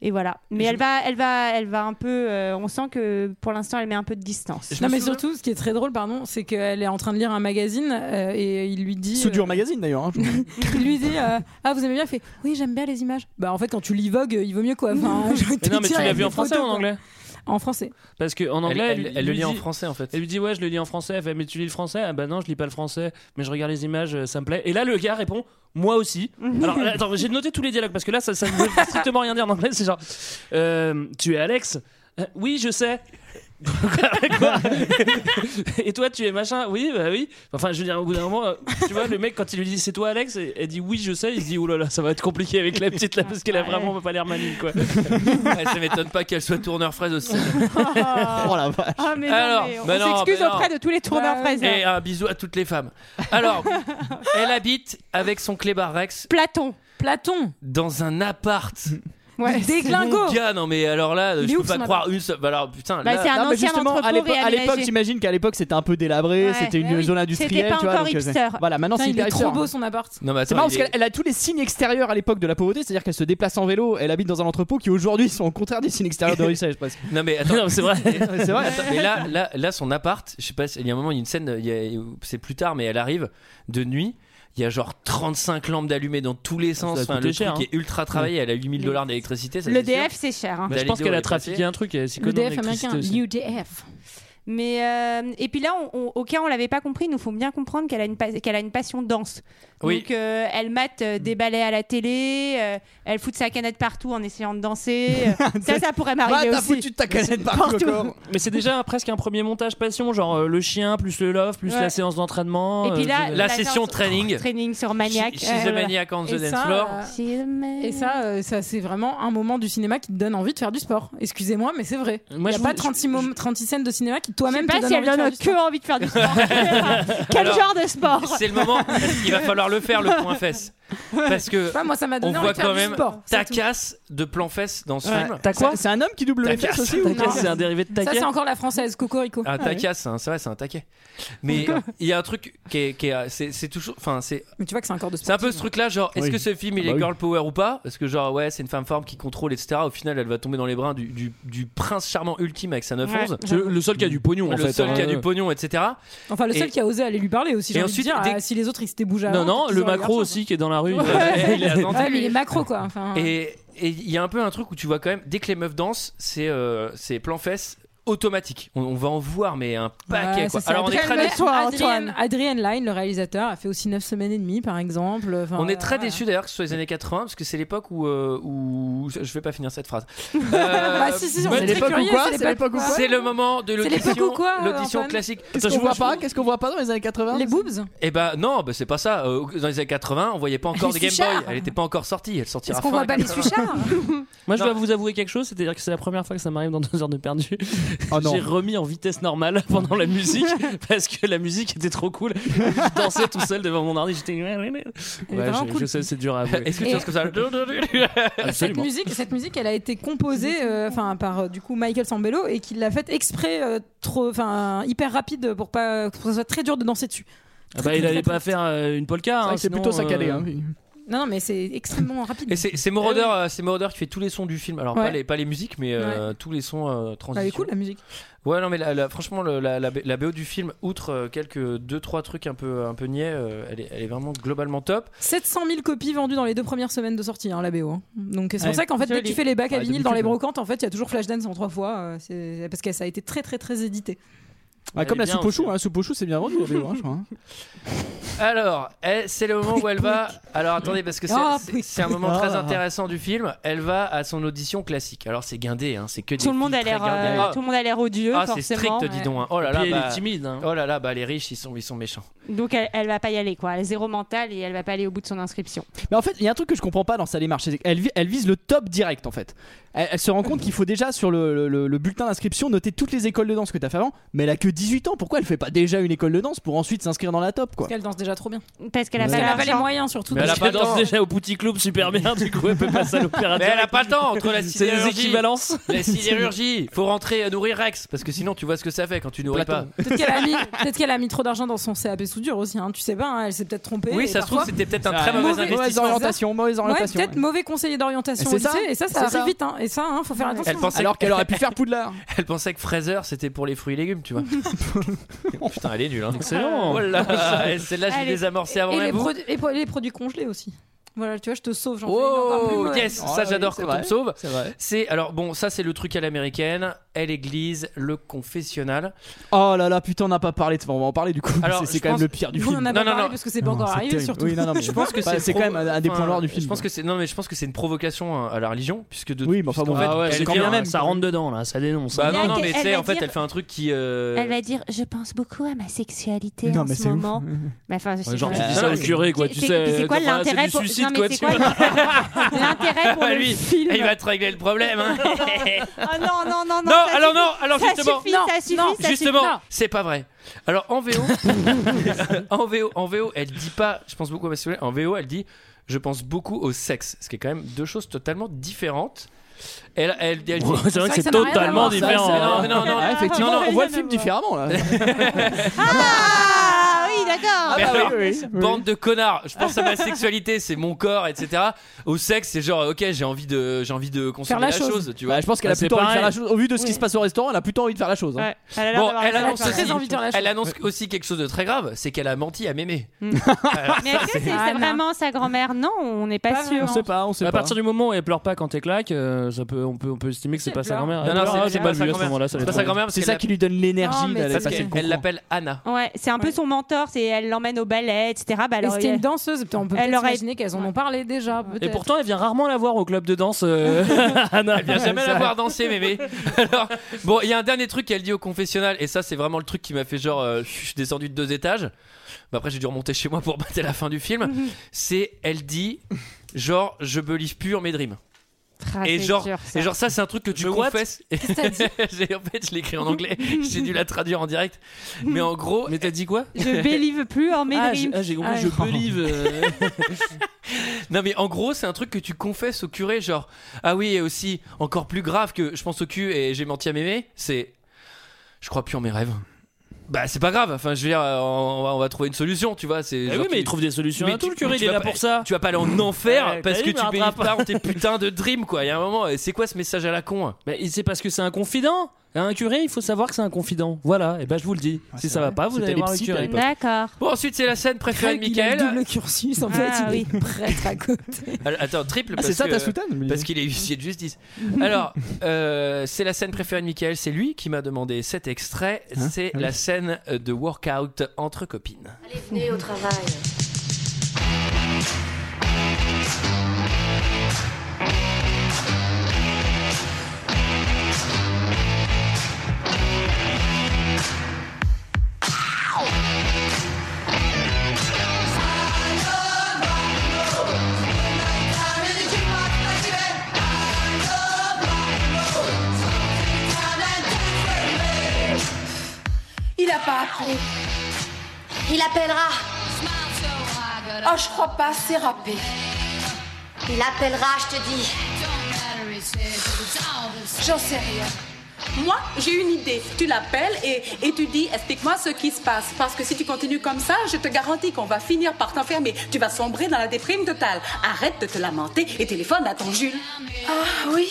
[SPEAKER 6] et voilà. Mais elle va, elle va, elle va un peu. euh, on sent que pour l'instant, elle met un peu de distance.
[SPEAKER 7] Non, mais surtout, ce qui est très drôle, pardon, c'est qu'elle est en train de lire un magazine euh, et il lui dit.
[SPEAKER 8] Soudure
[SPEAKER 7] euh,
[SPEAKER 8] Magazine d'ailleurs. hein, je vous le dis.
[SPEAKER 7] il lui dit euh, Ah, vous aimez bien Elle fait Oui, j'aime bien les images. Bah, en fait, quand tu lis Vogue, il vaut mieux quoi. Enfin, je te
[SPEAKER 11] Mais non, mais tu
[SPEAKER 7] tire
[SPEAKER 11] l'as
[SPEAKER 7] avec
[SPEAKER 11] vu en
[SPEAKER 7] des
[SPEAKER 11] français
[SPEAKER 7] photos,
[SPEAKER 11] ou en
[SPEAKER 7] quoi.
[SPEAKER 11] anglais
[SPEAKER 7] En français.
[SPEAKER 11] Parce que en
[SPEAKER 1] Elle-
[SPEAKER 11] anglais,
[SPEAKER 1] elle-
[SPEAKER 11] lui-
[SPEAKER 1] elle le
[SPEAKER 11] lui
[SPEAKER 1] lit en
[SPEAKER 11] dit-
[SPEAKER 1] français, en fait.
[SPEAKER 11] Elle lui dit ouais, je le lis en français. Elle fait mais tu lis le français Ah bah non, je lis pas le français, mais je regarde les images, euh, ça me plaît. Et là, le gars répond moi aussi. Alors là, attends, j'ai noté tous les dialogues parce que là, ça, ça ne veut strictement rien dire en anglais. C'est genre euh, tu es Alex Euh, Oui, je sais. Quoi et toi tu es machin oui bah oui enfin je veux dire au bout d'un moment euh, tu vois le mec quand il lui dit c'est toi Alex et elle dit oui je sais il se dit oh là là ça va être compliqué avec la petite là parce qu'elle a vraiment pas l'air maligne quoi
[SPEAKER 1] Ouais, ça m'étonne pas qu'elle soit tourneur fraise aussi.
[SPEAKER 8] Oh la vache.
[SPEAKER 6] Ah, mais non,
[SPEAKER 1] Alors,
[SPEAKER 6] mais on
[SPEAKER 1] bah non,
[SPEAKER 6] s'excuse
[SPEAKER 1] bah non.
[SPEAKER 6] auprès de tous les tourneurs
[SPEAKER 7] Bah,
[SPEAKER 6] fraises.
[SPEAKER 1] Et un bisou à toutes les femmes. Alors, elle habite avec son clébard Rex
[SPEAKER 6] Platon.
[SPEAKER 7] Platon.
[SPEAKER 1] dans un appart.
[SPEAKER 6] Ouais.
[SPEAKER 7] Des
[SPEAKER 1] Mon
[SPEAKER 7] glingos.
[SPEAKER 1] gars, non mais alors là,
[SPEAKER 7] Il est
[SPEAKER 1] je peux
[SPEAKER 7] ouf,
[SPEAKER 1] pas
[SPEAKER 7] son
[SPEAKER 1] croire une seule. bah alors putain,
[SPEAKER 6] Bah,
[SPEAKER 1] là-
[SPEAKER 6] c'est un
[SPEAKER 8] Non, mais
[SPEAKER 6] ancien
[SPEAKER 8] justement, à
[SPEAKER 6] entrepôt
[SPEAKER 8] l'époque- à l'époque,
[SPEAKER 6] réaménagé.
[SPEAKER 8] j'imagine qu'à l'époque c'était un peu délabré,
[SPEAKER 6] Ouais.
[SPEAKER 8] c'était une
[SPEAKER 6] Ouais, oui.
[SPEAKER 8] zone
[SPEAKER 6] C'était
[SPEAKER 8] industrielle.
[SPEAKER 6] pas
[SPEAKER 8] tu vois,
[SPEAKER 6] encore
[SPEAKER 8] donc, euh,
[SPEAKER 6] hipster.
[SPEAKER 8] Voilà, maintenant
[SPEAKER 7] Putain,
[SPEAKER 8] c'est
[SPEAKER 7] il est
[SPEAKER 8] hyper
[SPEAKER 7] trop
[SPEAKER 8] hipster.
[SPEAKER 7] beau son appart.
[SPEAKER 1] Non mais
[SPEAKER 8] C'est
[SPEAKER 1] attends,
[SPEAKER 8] marrant
[SPEAKER 1] il
[SPEAKER 8] parce
[SPEAKER 1] est-
[SPEAKER 8] qu'elle elle a tous les signes extérieurs à l'époque de la pauvreté, c'est-à-dire qu'elle se déplace en vélo, elle habite dans un entrepôt qui aujourd'hui sont au contraire des signes extérieurs de richesse presque.
[SPEAKER 1] non mais attends,
[SPEAKER 11] non c'est vrai
[SPEAKER 8] Ouais, C'est vrai.
[SPEAKER 1] Attends, mais là, là, là, son appart, je sais pas, il y a un moment, il y a une scène, il y a- c'est plus tard, mais elle arrive de nuit. Il y a genre 35 lampes d'allumées dans tous les sens.
[SPEAKER 11] doit
[SPEAKER 1] Enfin,
[SPEAKER 11] coûter
[SPEAKER 1] le
[SPEAKER 11] cher,
[SPEAKER 1] truc est ultra travaillé. Elle a 8000 dollars d'électricité. ça,
[SPEAKER 6] Le
[SPEAKER 1] c'est sûr.
[SPEAKER 6] DF, c'est cher. hein.
[SPEAKER 11] Bah, je pense
[SPEAKER 1] Dalido,
[SPEAKER 11] qu'elle
[SPEAKER 1] elle
[SPEAKER 11] a
[SPEAKER 1] est
[SPEAKER 11] trafiqué
[SPEAKER 1] passée.
[SPEAKER 11] un truc elle s'y
[SPEAKER 7] Le
[SPEAKER 11] connaît en
[SPEAKER 7] DF
[SPEAKER 11] électricité
[SPEAKER 7] américain.
[SPEAKER 11] aussi.
[SPEAKER 7] UDF.
[SPEAKER 6] Mais euh, et puis là, on, on- au cas où on l'avait pas compris, il nous faut bien comprendre qu'elle a une pas- qu'elle a une passion danse.
[SPEAKER 1] Oui.
[SPEAKER 6] Donc euh, elle mate euh, des ballets à la télé, euh, elle fout de sa canette partout en essayant de danser. euh, ça, ça pourrait
[SPEAKER 8] Bah,
[SPEAKER 6] m'arriver
[SPEAKER 8] t'as
[SPEAKER 6] aussi.
[SPEAKER 8] foutu de ta canette partout.
[SPEAKER 6] Partout.
[SPEAKER 8] encore.
[SPEAKER 11] Mais c'est déjà presque un premier montage passion, genre euh, le chien, plus le love, plus
[SPEAKER 6] Ouais.
[SPEAKER 11] la séance d'entraînement.
[SPEAKER 6] Et puis
[SPEAKER 11] euh,
[SPEAKER 6] là,
[SPEAKER 11] je-
[SPEAKER 1] La
[SPEAKER 6] séance-
[SPEAKER 1] session training.
[SPEAKER 6] Training sur Maniac.
[SPEAKER 1] She- She's a
[SPEAKER 6] Euh, voilà.
[SPEAKER 1] maniac on the
[SPEAKER 7] Et
[SPEAKER 1] dance
[SPEAKER 7] ça,
[SPEAKER 1] floor.
[SPEAKER 7] euh,
[SPEAKER 6] She's a maniac.
[SPEAKER 7] Et ça, euh, ça c'est vraiment un moment du cinéma qui te donne envie de faire du sport. Excusez-moi, mais c'est vrai. Il
[SPEAKER 11] Moi,
[SPEAKER 7] n'y a
[SPEAKER 11] je
[SPEAKER 7] pas
[SPEAKER 11] vous-
[SPEAKER 7] 36,
[SPEAKER 11] je-
[SPEAKER 7] mom- 36 scènes de cinéma qui
[SPEAKER 6] Je sais
[SPEAKER 7] toi-même te
[SPEAKER 6] pas
[SPEAKER 7] donnent
[SPEAKER 6] si elle
[SPEAKER 7] envie de faire
[SPEAKER 6] donne
[SPEAKER 7] du
[SPEAKER 6] que
[SPEAKER 7] sport.
[SPEAKER 6] envie de faire du sport. Quel
[SPEAKER 1] Alors,
[SPEAKER 6] genre de sport
[SPEAKER 1] C'est le moment. Il va falloir le faire, le point fesse. Parce
[SPEAKER 7] Je
[SPEAKER 1] que
[SPEAKER 7] sais pas, moi, ça m'a
[SPEAKER 1] on
[SPEAKER 7] donné envie
[SPEAKER 1] voit
[SPEAKER 7] de faire
[SPEAKER 1] quand
[SPEAKER 7] du
[SPEAKER 1] même
[SPEAKER 7] sport. c'est
[SPEAKER 1] ta
[SPEAKER 7] tout.
[SPEAKER 1] casse de plan fesse dans ce film.
[SPEAKER 11] T'as quoi
[SPEAKER 8] C'est- C'est un homme qui double
[SPEAKER 1] Ta
[SPEAKER 8] le fesse
[SPEAKER 1] casse.
[SPEAKER 8] aussi ou
[SPEAKER 11] Taquet,
[SPEAKER 7] Non.
[SPEAKER 11] c'est un dérivé de
[SPEAKER 7] Ça,
[SPEAKER 11] taquet.
[SPEAKER 7] c'est encore la française, Cocorico.
[SPEAKER 1] Un taquet, c'est un- c'est vrai, c'est un taquet. Mais il y a un truc qui est, qui est- c'est c'est toujours, enfin c'est
[SPEAKER 7] Mais tu vois que c'est un corps de
[SPEAKER 1] C'est
[SPEAKER 7] sport.
[SPEAKER 1] un peu ce truc-là, genre, est-ce
[SPEAKER 8] Oui.
[SPEAKER 1] que ce film il
[SPEAKER 8] Ah bah
[SPEAKER 1] est
[SPEAKER 8] oui.
[SPEAKER 1] girl power ou pas Parce que, genre, ouais, c'est une femme forte qui contrôle, etc. Au final, elle va tomber dans les bras du, du- du prince charmant ultime avec sa 911.
[SPEAKER 11] C'est le, le seul qui a du pognon en
[SPEAKER 1] Le
[SPEAKER 11] fait.
[SPEAKER 1] seul
[SPEAKER 11] hein.
[SPEAKER 1] qui a du pognon, etc.
[SPEAKER 7] Enfin, le seul
[SPEAKER 1] Et-
[SPEAKER 7] qui a osé aller lui parler aussi.
[SPEAKER 1] Et
[SPEAKER 7] J'ai envie de
[SPEAKER 1] ensuite,
[SPEAKER 7] dire,
[SPEAKER 1] dès-
[SPEAKER 7] ah, si les autres ils s'étaient bougés
[SPEAKER 11] Non,
[SPEAKER 7] avant,
[SPEAKER 11] non,
[SPEAKER 7] qu'ils
[SPEAKER 11] le
[SPEAKER 7] auraient
[SPEAKER 11] macro
[SPEAKER 7] regardé
[SPEAKER 11] aussi qui est dans la rue.
[SPEAKER 1] Ouais.
[SPEAKER 11] euh, il est à
[SPEAKER 7] ça.
[SPEAKER 11] Nantes.
[SPEAKER 7] Ouais, mais il est macro quoi. Enfin,
[SPEAKER 1] Et et il y a un peu un truc où tu vois quand même, dès que les meufs dansent, c'est euh, c'est plan fesse automatique. On, on va en voir, mais un paquet.
[SPEAKER 7] Ouais,
[SPEAKER 1] quoi.
[SPEAKER 7] ça, c'est
[SPEAKER 1] Alors, on est,
[SPEAKER 7] Adrien-
[SPEAKER 1] très,
[SPEAKER 6] Calme-toi,
[SPEAKER 1] déçus-
[SPEAKER 7] Adrien,
[SPEAKER 6] Antoine.
[SPEAKER 7] Adrien Lyne, le réalisateur, a fait aussi 9 semaines et demie par exemple. Enfin,
[SPEAKER 1] on est très
[SPEAKER 7] voilà.
[SPEAKER 1] déçus d'ailleurs que ce soit les années 80, parce que c'est l'époque où, euh, où. Je vais pas finir cette phrase. Euh,
[SPEAKER 7] Bah, si, si, on
[SPEAKER 1] bonne-
[SPEAKER 7] est
[SPEAKER 8] C'est
[SPEAKER 7] très
[SPEAKER 8] l'époque
[SPEAKER 7] curieux,
[SPEAKER 8] ou quoi
[SPEAKER 7] c'est
[SPEAKER 8] C'est l'époque ou quoi
[SPEAKER 1] c'est le moment de
[SPEAKER 7] l'époque
[SPEAKER 1] l'audition
[SPEAKER 7] ou quoi, euh,
[SPEAKER 1] l'audition
[SPEAKER 7] Antoine
[SPEAKER 1] classique.
[SPEAKER 8] Qu'est-ce qu'on voit pas Qu'est-ce qu'on voit pas dans les années 80
[SPEAKER 7] Les boobs
[SPEAKER 1] Eh ben non, bah, c'est pas ça. Euh, dans les années 80, on voyait pas encore
[SPEAKER 7] Les
[SPEAKER 1] de Game
[SPEAKER 7] suchards.
[SPEAKER 1] Boy. Elle était pas encore sortie. Elle sortira
[SPEAKER 7] Est-ce qu'on
[SPEAKER 1] fin
[SPEAKER 7] voit pas les
[SPEAKER 1] 80.
[SPEAKER 7] suchards
[SPEAKER 11] Moi, je
[SPEAKER 1] Non.
[SPEAKER 11] dois vous avouer quelque chose, c'est-à-dire que c'est la première fois que ça m'arrive dans deux heures de perdu.
[SPEAKER 8] Oh non.
[SPEAKER 11] J'ai remis en vitesse normale pendant la musique parce que la musique était trop cool. Je dansais tout seul devant mon ordi. J'étais. Ouais,
[SPEAKER 7] vraiment
[SPEAKER 11] je,
[SPEAKER 7] cool.
[SPEAKER 11] je sais, c'est dur à avouer.
[SPEAKER 1] Est-ce que tu
[SPEAKER 7] Et-
[SPEAKER 1] penses que ça
[SPEAKER 7] cette
[SPEAKER 11] Absolument.
[SPEAKER 7] musique, cette musique, elle a été composée, euh, enfin par euh, du coup Michael Sambello et qu'il l'a faite exprès, euh, trop, enfin hyper rapide pour pas, pour que ça soit très dur de danser dessus.
[SPEAKER 11] Ah bah, il allait pas faire euh, une polka.
[SPEAKER 8] C'est vrai
[SPEAKER 11] hein,
[SPEAKER 8] que C'est
[SPEAKER 11] sinon,
[SPEAKER 8] plutôt saccadé.
[SPEAKER 11] euh,
[SPEAKER 8] hein, oui.
[SPEAKER 7] Non, non, mais c'est extrêmement rapide.
[SPEAKER 1] Et c'est c'est Moroder, euh, c'est Moroder qui fait tous les sons du film. Alors pas
[SPEAKER 7] Eh Ouais.
[SPEAKER 1] les pas les musiques, mais euh, tous les sons euh,
[SPEAKER 7] Bah, Elle est
[SPEAKER 1] transition.
[SPEAKER 7] cool la musique.
[SPEAKER 1] Ouais, non, mais la- la- franchement, le- la, la, la BO du film, outre euh, quelques deux trois trucs un peu un peu niais, euh, elle, est, elle est vraiment globalement top.
[SPEAKER 7] 700 000 copies vendues dans les deux premières semaines de sortie, hein, la BO. hein. Donc c'est pour
[SPEAKER 8] Ouais.
[SPEAKER 7] ça qu'en fait, dès que tu fais les bacs à
[SPEAKER 8] Ouais,
[SPEAKER 7] vinyle dans les
[SPEAKER 8] d'habitude, ouais.
[SPEAKER 7] brocantes, en fait, il y a toujours Flashdance en trois fois, euh, c'est- parce que ça a été très très très édité.
[SPEAKER 8] Ouais,
[SPEAKER 11] Elle est
[SPEAKER 8] Comme la
[SPEAKER 11] bien
[SPEAKER 8] soupe au chou,
[SPEAKER 11] aussi.
[SPEAKER 8] hein, soupe au chou, c'est bien vendu la BO, hein, je crois. hein.
[SPEAKER 1] Alors, elle- c'est le moment où elle va. Alors attendez, parce que c'est-
[SPEAKER 11] Ah,
[SPEAKER 1] c'est
[SPEAKER 11] pouic,
[SPEAKER 1] c'est un
[SPEAKER 11] pouic.
[SPEAKER 1] moment très
[SPEAKER 11] Ah.
[SPEAKER 1] intéressant du film. Elle va à son audition classique. Alors c'est guindé, hein, c'est que des
[SPEAKER 6] Tout le monde
[SPEAKER 1] filles
[SPEAKER 6] a l'air,
[SPEAKER 1] très gardées.
[SPEAKER 6] euh,
[SPEAKER 1] Ah,
[SPEAKER 6] tout le monde a l'air odieux,
[SPEAKER 1] ah, c'est
[SPEAKER 6] forcément.
[SPEAKER 1] strict, dis
[SPEAKER 6] Ouais.
[SPEAKER 1] donc. hein. Oh là là,
[SPEAKER 11] Puis elle est
[SPEAKER 1] bah-
[SPEAKER 11] timide, hein.
[SPEAKER 1] Oh là là, bah les riches, ils sont, ils sont méchants.
[SPEAKER 6] Donc elle, elle va pas y aller quoi, elle a zéro mental et elle va pas aller au bout de son inscription.
[SPEAKER 8] Mais en fait, il y a un truc que je comprends pas dans sa démarche. c'est qu'elle vi- elle vise le top direct en fait. Elle, elle se rend compte qu'il faut déjà sur le, le- le- le bulletin d'inscription noter toutes les écoles de danse que t'as fait avant. Mais elle a que 18 ans. Pourquoi elle fait pas déjà une école de danse pour ensuite s'inscrire dans la top quoi
[SPEAKER 7] Qu'elle danse déjà trop bien.
[SPEAKER 6] Parce qu'elle
[SPEAKER 8] a pas
[SPEAKER 7] les
[SPEAKER 8] l'argent.
[SPEAKER 7] moyens surtout.
[SPEAKER 11] Mais elle a pas danse
[SPEAKER 1] temps.
[SPEAKER 11] déjà au Boutique Club super bien, du coup elle peut passer à l'opéra.
[SPEAKER 1] Mais elle a
[SPEAKER 11] Ah, direct.
[SPEAKER 1] pas le temps entre la
[SPEAKER 11] C'est des
[SPEAKER 1] sidérurgie.
[SPEAKER 11] équivalences.
[SPEAKER 1] La sidérurgie. Faut rentrer à nourrir Rex parce que sinon tu vois ce que ça fait quand tu nourris
[SPEAKER 11] Platon.
[SPEAKER 1] pas.
[SPEAKER 7] Peut-être qu'elle a, mis- peut-être qu'elle a mis trop d'argent dans son CAP soudure aussi, hein, tu sais pas, hein, elle s'est peut-être trompée.
[SPEAKER 1] Oui,
[SPEAKER 7] et
[SPEAKER 1] ça se trouve
[SPEAKER 7] parfois-
[SPEAKER 1] c'était peut-être un
[SPEAKER 11] Ah,
[SPEAKER 1] très mauvais
[SPEAKER 7] Mauvaise
[SPEAKER 1] investissement.
[SPEAKER 8] orientation, mauvaise
[SPEAKER 7] Ouais,
[SPEAKER 8] orientation.
[SPEAKER 7] peut-être mauvais conseiller d'orientation
[SPEAKER 8] C'est
[SPEAKER 7] au
[SPEAKER 8] ça,
[SPEAKER 7] lycée, et ça, ça
[SPEAKER 8] c'est
[SPEAKER 7] arrive
[SPEAKER 8] ça.
[SPEAKER 7] vite, hein, et ça, hein, faut faire attention.
[SPEAKER 1] Elle pensait que-
[SPEAKER 8] Alors qu'elle aurait pu faire Poudlard.
[SPEAKER 1] Elle pensait que Fraser c'était pour les fruits et légumes, tu vois. Putain, elle est nulle. Hein.
[SPEAKER 11] Excellent.
[SPEAKER 1] Voilà, celle-là je l'ai
[SPEAKER 7] Allez.
[SPEAKER 1] désamorcée avant
[SPEAKER 7] Et les,
[SPEAKER 1] vous.
[SPEAKER 7] produ- et pour- les produits congelés aussi. Voilà, tu vois, je te sauve, j'en fais une encore plus
[SPEAKER 1] Oh
[SPEAKER 7] mauvaise.
[SPEAKER 1] yes, ça j'adore
[SPEAKER 8] c'est
[SPEAKER 1] quand on
[SPEAKER 8] vrai,
[SPEAKER 1] me sauve.
[SPEAKER 8] c'est vrai.
[SPEAKER 1] C'est alors bon, ça c'est le truc à l'américaine, elle église, le confessionnal.
[SPEAKER 8] Oh là là, putain, on n'a pas parlé. de- On va en parler du coup.
[SPEAKER 1] Alors,
[SPEAKER 8] C'est-
[SPEAKER 1] je
[SPEAKER 8] C'est quand
[SPEAKER 1] pense-
[SPEAKER 8] même le pire du
[SPEAKER 7] Nous, on en
[SPEAKER 8] film.
[SPEAKER 7] a
[SPEAKER 1] Non,
[SPEAKER 7] pas
[SPEAKER 1] non,
[SPEAKER 7] parlé
[SPEAKER 1] non.
[SPEAKER 7] parce que c'est pas encore
[SPEAKER 8] c'est
[SPEAKER 7] arrivé
[SPEAKER 8] terrible.
[SPEAKER 7] surtout.
[SPEAKER 8] Oui, non, non, mais-
[SPEAKER 1] Je pense que
[SPEAKER 8] Bah,
[SPEAKER 1] c'est
[SPEAKER 8] c'est quand
[SPEAKER 1] provo-
[SPEAKER 8] même un des points
[SPEAKER 1] enfin,
[SPEAKER 8] noirs du film.
[SPEAKER 1] Je pense que c'est non mais je pense que c'est une provocation à la religion puisque de
[SPEAKER 8] Oui, mais enfin,
[SPEAKER 1] puisqu'en
[SPEAKER 8] bon,
[SPEAKER 1] fait,
[SPEAKER 11] Ah ouais,
[SPEAKER 1] elle
[SPEAKER 11] c'est quand
[SPEAKER 1] vient-
[SPEAKER 11] bien même. Ça rentre dedans là, ça dénonce.
[SPEAKER 1] Bah
[SPEAKER 6] Elle
[SPEAKER 1] non
[SPEAKER 6] va
[SPEAKER 1] non mais
[SPEAKER 6] dire-
[SPEAKER 1] tu sais
[SPEAKER 6] elle
[SPEAKER 1] en
[SPEAKER 6] va
[SPEAKER 1] fait
[SPEAKER 6] dire-
[SPEAKER 1] elle fait un truc qui euh,
[SPEAKER 6] Elle va dire je pense beaucoup à ma sexualité
[SPEAKER 8] Non,
[SPEAKER 6] en
[SPEAKER 8] mais
[SPEAKER 6] ce
[SPEAKER 8] c'est ouf.
[SPEAKER 6] moment. Mais enfin, c'est-
[SPEAKER 11] Ouais, genre, tu
[SPEAKER 1] Euh,
[SPEAKER 11] dis ça
[SPEAKER 1] non,
[SPEAKER 11] au
[SPEAKER 1] mais-
[SPEAKER 11] curé, quoi, tu
[SPEAKER 6] c'est-
[SPEAKER 11] sais.
[SPEAKER 6] puis c'est quoi
[SPEAKER 11] enfin,
[SPEAKER 6] l'intérêt
[SPEAKER 11] du
[SPEAKER 6] pour-
[SPEAKER 11] suicide,
[SPEAKER 6] non, mais
[SPEAKER 11] quoi,
[SPEAKER 6] c'est
[SPEAKER 11] tu
[SPEAKER 6] quoi
[SPEAKER 11] vois.
[SPEAKER 6] l'intérêt pour
[SPEAKER 1] bah,
[SPEAKER 6] le
[SPEAKER 1] lui,
[SPEAKER 6] film.
[SPEAKER 1] il va te régler le problème. hein.
[SPEAKER 6] Ah non non non non.
[SPEAKER 1] non,
[SPEAKER 6] ça
[SPEAKER 1] alors
[SPEAKER 6] suffit.
[SPEAKER 1] non, alors
[SPEAKER 6] ça
[SPEAKER 1] justement,
[SPEAKER 6] suffit,
[SPEAKER 7] non,
[SPEAKER 6] ça suffit,
[SPEAKER 7] non,
[SPEAKER 6] ça
[SPEAKER 1] justement,
[SPEAKER 6] suffit.
[SPEAKER 1] c'est pas vrai. Alors en VO, en VO, en VO, elle dit pas. Je pense beaucoup à ma sexualité. En VO, elle dit je pense beaucoup au sexe, ce qui est quand même deux choses totalement différentes. Elle, elle, elle dit-
[SPEAKER 11] C'est vrai que c'est
[SPEAKER 7] ça n'a rien à
[SPEAKER 11] totalement
[SPEAKER 7] voir, ça,
[SPEAKER 11] différent.
[SPEAKER 1] c'est- non,
[SPEAKER 11] hein.
[SPEAKER 1] mais non, non,
[SPEAKER 8] Ah, effectivement,
[SPEAKER 1] non, non,
[SPEAKER 8] on voit le film différemment là.
[SPEAKER 6] Ah oui d'accord.
[SPEAKER 1] Mais
[SPEAKER 8] Ah,
[SPEAKER 1] alors,
[SPEAKER 8] oui, oui, oui.
[SPEAKER 1] Bande de connards. Je pense à ma sexualité, c'est mon corps, etc. Au sexe, c'est genre ok, j'ai envie de, j'ai envie de consommer
[SPEAKER 7] la
[SPEAKER 1] la,
[SPEAKER 7] chose.
[SPEAKER 1] chose. tu vois.
[SPEAKER 8] Bah, je pense qu'elle
[SPEAKER 11] Ah,
[SPEAKER 8] a
[SPEAKER 11] c'est
[SPEAKER 8] plutôt envie de faire la
[SPEAKER 11] pareil.
[SPEAKER 8] chose. Au vu de ce qui se passe au restaurant, elle a plutôt envie de faire la chose. hein.
[SPEAKER 6] Ouais, elle a l'air
[SPEAKER 1] Bon,
[SPEAKER 6] d'avoir
[SPEAKER 1] elle
[SPEAKER 6] raison.
[SPEAKER 1] annonce,
[SPEAKER 7] Très envie de faire la chose.
[SPEAKER 1] elle annonce aussi quelque chose de très grave, c'est qu'elle a menti à Mémé.
[SPEAKER 6] Mais est-ce que c'est
[SPEAKER 7] Ah,
[SPEAKER 6] c'est
[SPEAKER 7] non.
[SPEAKER 6] vraiment sa grand-mère Non, on n'est pas,
[SPEAKER 7] Pas
[SPEAKER 6] sûr.
[SPEAKER 8] On sait pas, on sait
[SPEAKER 11] À
[SPEAKER 8] pas.
[SPEAKER 11] partir du moment où elle pleure pas quand t'es claque, euh, ça peut, on, peut, on peut estimer que c'est
[SPEAKER 7] Elle
[SPEAKER 11] pas sa
[SPEAKER 7] pleure.
[SPEAKER 11] grand-mère.
[SPEAKER 1] Non,
[SPEAKER 11] Elle
[SPEAKER 1] non,
[SPEAKER 11] pleure,
[SPEAKER 1] c'est-
[SPEAKER 11] ah,
[SPEAKER 1] c'est
[SPEAKER 11] c'est
[SPEAKER 1] pas
[SPEAKER 11] mal vu
[SPEAKER 1] sa
[SPEAKER 11] à ce moment-là.
[SPEAKER 1] C'est pas sa grand-mère, parce
[SPEAKER 8] C'est ça
[SPEAKER 1] qu'elle
[SPEAKER 8] qui lui donne
[SPEAKER 7] Non,
[SPEAKER 8] l'énergie
[SPEAKER 7] mais
[SPEAKER 8] d'aller
[SPEAKER 7] c'est
[SPEAKER 1] Parce
[SPEAKER 8] passer
[SPEAKER 1] qu'elle
[SPEAKER 8] le
[SPEAKER 1] elle
[SPEAKER 8] concours.
[SPEAKER 1] l'appelle Anna.
[SPEAKER 6] Ouais, c'est un peu
[SPEAKER 7] Ouais.
[SPEAKER 6] son mentor, c'est elle l'emmène au ballet, etc. Bah,
[SPEAKER 7] Et
[SPEAKER 6] alors,
[SPEAKER 7] c'était
[SPEAKER 6] il-
[SPEAKER 7] une danseuse, peut-être on peut
[SPEAKER 6] Elle
[SPEAKER 7] peut-être
[SPEAKER 6] aurait-
[SPEAKER 7] imaginer qu'elles en ont parlé déjà.
[SPEAKER 11] Et
[SPEAKER 7] peut-être.
[SPEAKER 11] pourtant, elle vient rarement la voir au club de danse. euh, Anna.
[SPEAKER 1] Elle vient jamais la voir danser, Mémé. Alors, bon, il y a un dernier truc qu'elle dit au confessionnal, et ça, c'est vraiment le truc qui m'a fait genre, euh, je suis descendu de deux étages. Bah, après, j'ai dû remonter chez moi pour battre la fin du film. C'est, elle dit, genre, je believe plus en mes dreams.
[SPEAKER 6] Ah,
[SPEAKER 1] et
[SPEAKER 6] c'est
[SPEAKER 1] genre,
[SPEAKER 6] dur, ça.
[SPEAKER 1] et genre ça c'est un truc que tu
[SPEAKER 11] The what
[SPEAKER 1] confesses.
[SPEAKER 7] que t'as dit
[SPEAKER 1] J'ai- en fait, je l'ai écrit en anglais. J'ai dû la traduire en direct. Mais en gros,
[SPEAKER 11] Mais t'as dit quoi
[SPEAKER 6] je believe plus en mes
[SPEAKER 11] Ah, j'ai
[SPEAKER 6] dreams.
[SPEAKER 11] ah, j'ai compris,
[SPEAKER 7] Ah,
[SPEAKER 11] je believe. euh,
[SPEAKER 1] Oh. Non mais en gros c'est un truc que tu confesses au curé genre ah oui et aussi encore plus grave que je pense au cul et j'ai menti à mémé c'est je crois plus en mes rêves bah c'est pas grave enfin je veux dire euh, on va, on va trouver une solution tu vois c'est
[SPEAKER 11] Eh
[SPEAKER 1] genre,
[SPEAKER 11] oui, mais
[SPEAKER 1] tu-
[SPEAKER 11] il trouve des solutions
[SPEAKER 1] Mais
[SPEAKER 11] à tout.
[SPEAKER 1] tu-
[SPEAKER 11] Le curé,
[SPEAKER 1] mais
[SPEAKER 11] il
[SPEAKER 1] tu
[SPEAKER 11] est
[SPEAKER 1] vas
[SPEAKER 11] là
[SPEAKER 1] pas-
[SPEAKER 11] pour ça.
[SPEAKER 1] tu vas pas aller en enfer
[SPEAKER 11] Ouais,
[SPEAKER 1] parce
[SPEAKER 11] t'as
[SPEAKER 1] que
[SPEAKER 11] eu,
[SPEAKER 1] tu
[SPEAKER 11] mais
[SPEAKER 1] bénis
[SPEAKER 11] rattrape.
[SPEAKER 1] pas en tes putains de dreams quoi il y a un moment euh, c'est quoi ce message à la con
[SPEAKER 11] Mais il- c'est parce que c'est un confident. Un curé, il faut savoir que c'est un confident. Voilà, et ben je vous le dis. si ça va pas, vous
[SPEAKER 8] C'était
[SPEAKER 11] allez
[SPEAKER 8] les
[SPEAKER 11] voir le
[SPEAKER 8] psys,
[SPEAKER 11] curé.
[SPEAKER 8] l'époque.
[SPEAKER 6] D'accord.
[SPEAKER 1] bon ensuite c'est la scène préférée de
[SPEAKER 7] Craig, il a le
[SPEAKER 1] Michael
[SPEAKER 7] double cursus en fait,
[SPEAKER 6] Ah,
[SPEAKER 7] il est prêtre à côté.
[SPEAKER 1] Ah, attends triple
[SPEAKER 8] Ah,
[SPEAKER 1] parce
[SPEAKER 8] c'est ça
[SPEAKER 1] que-
[SPEAKER 8] ta soutane Olivier
[SPEAKER 1] Parce qu'il est huissier de justice. Alors, euh, c'est la scène préférée de Michael. C'est lui qui m'a demandé cet extrait.
[SPEAKER 8] Hein
[SPEAKER 1] c'est
[SPEAKER 8] Ah oui.
[SPEAKER 1] la scène euh, de workout entre copines.
[SPEAKER 12] Allez, venez au travail.
[SPEAKER 9] Il a pas appelé.
[SPEAKER 12] Il appellera.
[SPEAKER 9] Oh, je crois pas, c'est râpé.
[SPEAKER 12] Il appellera, je te dis.
[SPEAKER 9] J'en sais rien.
[SPEAKER 13] Moi, j'ai une idée. Tu l'appelles et, et tu dis explique-moi ce qui se passe. Parce que si tu continues comme ça, je te garantis qu'on va finir par t'enfermer. Tu vas sombrer dans la déprime totale. Arrête de te lamenter et téléphone à ton Jules.
[SPEAKER 9] Ah oui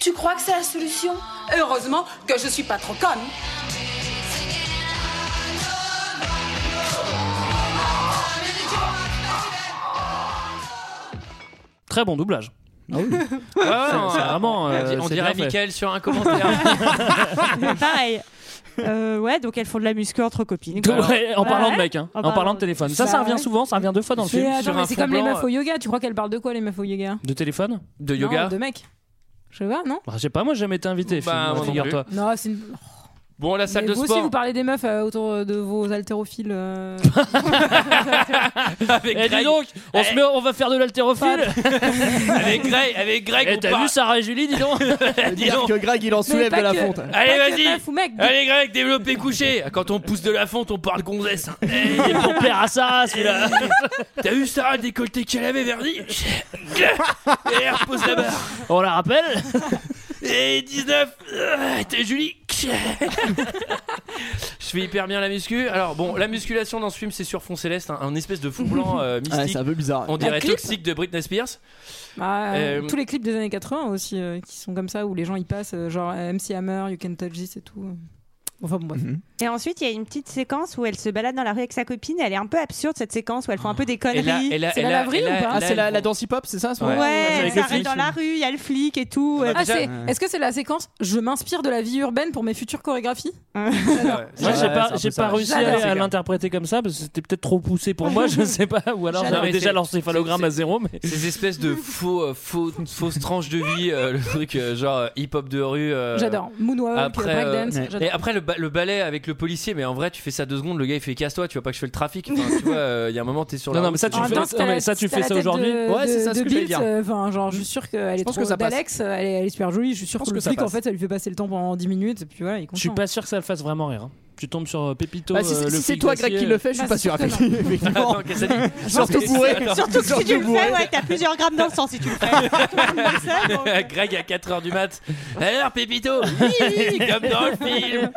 [SPEAKER 9] Tu crois que c'est la solution
[SPEAKER 13] Heureusement que je suis pas trop conne.
[SPEAKER 11] Très bon doublage.
[SPEAKER 1] Ah,
[SPEAKER 11] C'est
[SPEAKER 1] non,
[SPEAKER 11] c'est vraiment. euh,
[SPEAKER 1] on
[SPEAKER 11] c'est
[SPEAKER 1] dirait
[SPEAKER 11] bien fait.
[SPEAKER 1] Michael sur un commentaire.
[SPEAKER 6] Pareil. Euh, ouais, donc elles font de la muscu entre copines.
[SPEAKER 11] Ouais,
[SPEAKER 6] quoi.
[SPEAKER 11] en parlant de
[SPEAKER 6] Ouais.
[SPEAKER 11] mec, hein, en,
[SPEAKER 6] parlant
[SPEAKER 11] parlant de téléphone. Ça,
[SPEAKER 7] Bah
[SPEAKER 11] ça revient
[SPEAKER 7] ouais.
[SPEAKER 11] souvent, ça revient deux fois dans le
[SPEAKER 7] Mais
[SPEAKER 11] film.
[SPEAKER 7] attends,
[SPEAKER 11] sur
[SPEAKER 7] mais
[SPEAKER 11] un
[SPEAKER 7] c'est
[SPEAKER 11] fond
[SPEAKER 7] comme les
[SPEAKER 11] blanc, euh,
[SPEAKER 7] meufs au yoga. Tu crois qu'elles parlent de quoi les meufs au yoga
[SPEAKER 11] De téléphone De
[SPEAKER 7] Non, De mecs. Je sais pas, non
[SPEAKER 11] Bah, je sais pas, moi j'ai jamais été invité,
[SPEAKER 1] Bah,
[SPEAKER 11] finalement,
[SPEAKER 1] moi non plus.
[SPEAKER 11] figure-toi.
[SPEAKER 7] Non, c'est une.
[SPEAKER 1] Bon, la salle
[SPEAKER 7] Mais
[SPEAKER 1] de
[SPEAKER 7] vous
[SPEAKER 1] sport.
[SPEAKER 7] aussi, vous parlez des meufs euh, autour de vos haltérophiles. euh,
[SPEAKER 1] Avec
[SPEAKER 11] Eh, dis donc, on, se met, on va faire de l'haltérophile
[SPEAKER 1] avec Greg, avec Greg,
[SPEAKER 11] Eh,
[SPEAKER 1] on
[SPEAKER 11] T'as
[SPEAKER 1] parle-
[SPEAKER 11] vu Sarah et Julie, dis donc
[SPEAKER 1] Dis donc.
[SPEAKER 8] Greg, il en
[SPEAKER 7] Mais soulève pas de la que- fonte. pas
[SPEAKER 1] Allez,
[SPEAKER 7] que
[SPEAKER 1] vas-y.
[SPEAKER 7] meuf ou mec, de-
[SPEAKER 1] Allez, Greg, développé couché. Quand on pousse de la fonte, on parle gonzesse. hein. Eh,
[SPEAKER 11] Il est pour plaire à Sarah, celui-là
[SPEAKER 1] T'as vu Sarah le décolleté qu'elle avait, Verdi Et elle repose la barre.
[SPEAKER 11] On la rappelle
[SPEAKER 1] Et 19 euh, T'es Julie Je fais hyper bien la muscu. Alors bon, la musculation dans ce film, c'est sur fond céleste, hein, un espèce de fond blanc euh, mystique.
[SPEAKER 8] Ouais, c'est un peu bizarre.
[SPEAKER 1] On dirait
[SPEAKER 7] Un clip
[SPEAKER 1] toxique de Britney Spears.
[SPEAKER 7] Bah, euh,
[SPEAKER 1] Euh,
[SPEAKER 7] Tous les clips des années 80 aussi, euh, qui sont comme ça, où les gens y passent, euh, genre euh, MC Hammer, You Can Touch This et tout. Enfin, bon, bref.
[SPEAKER 6] Et ensuite, il y a une petite séquence où elle se balade dans la rue avec sa copine. Elle est un peu absurde cette séquence où elles font un peu des conneries.
[SPEAKER 7] C'est la laverie ou pas
[SPEAKER 8] Ah, c'est la, la danse hip-hop, c'est ça à ce
[SPEAKER 1] Ouais.
[SPEAKER 8] moment-là
[SPEAKER 6] Ouais,
[SPEAKER 1] avec
[SPEAKER 6] elle
[SPEAKER 1] le
[SPEAKER 6] s'arrête
[SPEAKER 1] flic,
[SPEAKER 6] dans la rue, il y a le flic et tout.
[SPEAKER 1] Bah,
[SPEAKER 7] Ah,
[SPEAKER 1] déjà-
[SPEAKER 7] c'est- Est-ce que c'est la séquence Je m'inspire de la vie urbaine pour mes futures chorégraphies
[SPEAKER 11] Moi, j'ai
[SPEAKER 8] Ouais,
[SPEAKER 11] pas,
[SPEAKER 8] c'est un
[SPEAKER 11] j'ai
[SPEAKER 8] peu ça,
[SPEAKER 11] pas
[SPEAKER 8] ouais.
[SPEAKER 11] réussi
[SPEAKER 7] J'adore.
[SPEAKER 11] à, à l'interpréter comme ça parce que c'était peut-être trop poussé pour moi, je sais pas. Ou alors
[SPEAKER 1] J'adore.
[SPEAKER 11] j'avais
[SPEAKER 1] C'est-
[SPEAKER 11] déjà l'encéphalogramme à zéro, mais.
[SPEAKER 1] Ces espèces de faux, euh, faux, fausses tranches de vie, euh, le truc euh, genre euh, hip-hop de rue. euh,
[SPEAKER 7] J'adore. Moonwalk,
[SPEAKER 1] Après, euh,
[SPEAKER 7] breakdance.
[SPEAKER 8] ouais.
[SPEAKER 1] Et
[SPEAKER 7] j'adore.
[SPEAKER 1] après le, ba- le balai avec le policier, mais en vrai tu fais ça deux secondes, le gars il fait casse-toi, tu vois pas que je fais le trafic. Enfin, tu vois, euh, il y a un moment t'es sur la.
[SPEAKER 11] Non, non,
[SPEAKER 1] route,
[SPEAKER 11] mais ça, tu
[SPEAKER 7] En
[SPEAKER 1] euh,
[SPEAKER 7] même
[SPEAKER 11] fais-
[SPEAKER 7] temps,
[SPEAKER 11] non,
[SPEAKER 7] si t'as
[SPEAKER 11] mais
[SPEAKER 7] la-
[SPEAKER 11] ça, tu
[SPEAKER 7] si t'as
[SPEAKER 11] fais
[SPEAKER 7] la
[SPEAKER 11] ça
[SPEAKER 7] tête de-
[SPEAKER 11] aujourd'hui
[SPEAKER 8] Ouais, c'est ça
[SPEAKER 7] de-
[SPEAKER 8] ce que
[SPEAKER 7] de
[SPEAKER 8] j'allais
[SPEAKER 7] Bilt,
[SPEAKER 8] dire.
[SPEAKER 7] euh, Enfin, genre, je suis sûr qu'elle est
[SPEAKER 8] pense
[SPEAKER 7] trop
[SPEAKER 8] que ça passe.
[SPEAKER 7] d'Alex, euh, elle est, elle est super jolie. Je suis sûr
[SPEAKER 8] pense
[SPEAKER 7] que le
[SPEAKER 8] que ça
[SPEAKER 7] flic, en
[SPEAKER 8] passe.
[SPEAKER 7] fait, ça lui fait passer le temps pendant 10 minutes. Et puis voilà, il est content.
[SPEAKER 11] Je suis pas sûr que ça le fasse vraiment rire. hein. Tu tombes sur euh, Pépito.
[SPEAKER 8] Bah, si
[SPEAKER 11] euh,
[SPEAKER 8] si
[SPEAKER 11] le
[SPEAKER 8] c'est
[SPEAKER 11] flic
[SPEAKER 8] toi, Greg,
[SPEAKER 11] d'acier,
[SPEAKER 8] qui le fait, je suis
[SPEAKER 7] Bah,
[SPEAKER 8] pas sûr.
[SPEAKER 7] sûr que
[SPEAKER 8] Effectivement.
[SPEAKER 1] attends, qu'est-ce que ça dit
[SPEAKER 8] Surtout
[SPEAKER 1] Mais-
[SPEAKER 8] bourré.
[SPEAKER 1] attends.
[SPEAKER 6] Surtout que si tu le
[SPEAKER 8] Surtout
[SPEAKER 6] fais,
[SPEAKER 8] bourré.
[SPEAKER 6] ouais, t'as plusieurs grammes dans le sang si tu le fais.
[SPEAKER 1] Greg à 4h du mat. Alors, Pépito, hihi, comme dans le film,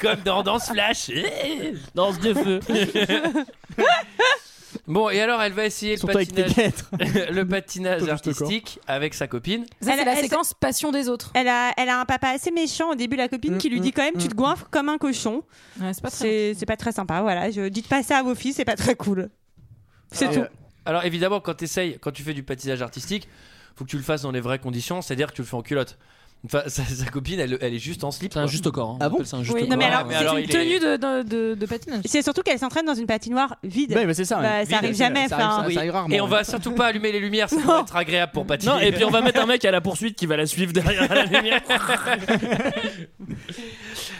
[SPEAKER 1] comme dans Danse Flash. Eh.
[SPEAKER 11] Danse de feu.
[SPEAKER 1] Bon, et alors, elle va essayer le
[SPEAKER 8] Surtout avec tes
[SPEAKER 1] patinage,
[SPEAKER 8] guêtres.
[SPEAKER 1] le patinage
[SPEAKER 8] Surtout juste le corps.
[SPEAKER 1] artistique avec sa copine.
[SPEAKER 7] Ça, c'est
[SPEAKER 6] Elle-
[SPEAKER 7] la
[SPEAKER 6] elle-
[SPEAKER 7] séquence passion des autres.
[SPEAKER 6] Elle a, elle a un papa assez méchant au début, la
[SPEAKER 1] Mm,
[SPEAKER 6] copine, qui lui dit quand même Tu te goinfres comme un cochon.
[SPEAKER 7] Ouais, c'est pas très
[SPEAKER 6] C'est c'est pas très sympa, voilà. Je, dites pas ça à vos filles, c'est pas très cool. C'est
[SPEAKER 1] Alors,
[SPEAKER 6] tout.
[SPEAKER 1] euh, Alors, évidemment, quand, t'essayes- quand tu fais du patinage artistique, faut que tu le fasses dans les vraies conditions, c'est-à-dire que tu le fais en culotte. Enfin, sa, sa copine, elle, elle est juste en slip.
[SPEAKER 11] C'est un
[SPEAKER 1] quoi.
[SPEAKER 11] juste au corps. hein.
[SPEAKER 8] Ah
[SPEAKER 11] On
[SPEAKER 8] bon
[SPEAKER 11] appelle ça un juste
[SPEAKER 7] Oui,
[SPEAKER 11] au
[SPEAKER 7] non, mais
[SPEAKER 11] corps.
[SPEAKER 7] alors,
[SPEAKER 1] mais
[SPEAKER 7] c'est
[SPEAKER 1] alors,
[SPEAKER 7] une
[SPEAKER 1] il est-
[SPEAKER 7] tenue de, de, de- de patinage.
[SPEAKER 6] C'est surtout qu'elle s'entraîne dans une patinoire vide.
[SPEAKER 8] Ouais, Ben, mais c'est ça. ouais.
[SPEAKER 6] Bah, ça arrive jamais.
[SPEAKER 8] Ça arrive-
[SPEAKER 6] enfin,
[SPEAKER 8] ça-
[SPEAKER 1] Oui.
[SPEAKER 8] ça arrive rarement. hein.
[SPEAKER 1] Et on va surtout pas allumer les lumières, ça va être agréable pour patiner.
[SPEAKER 11] Non, et puis on va mettre un mec à la poursuite qui va la suivre derrière à la lumière.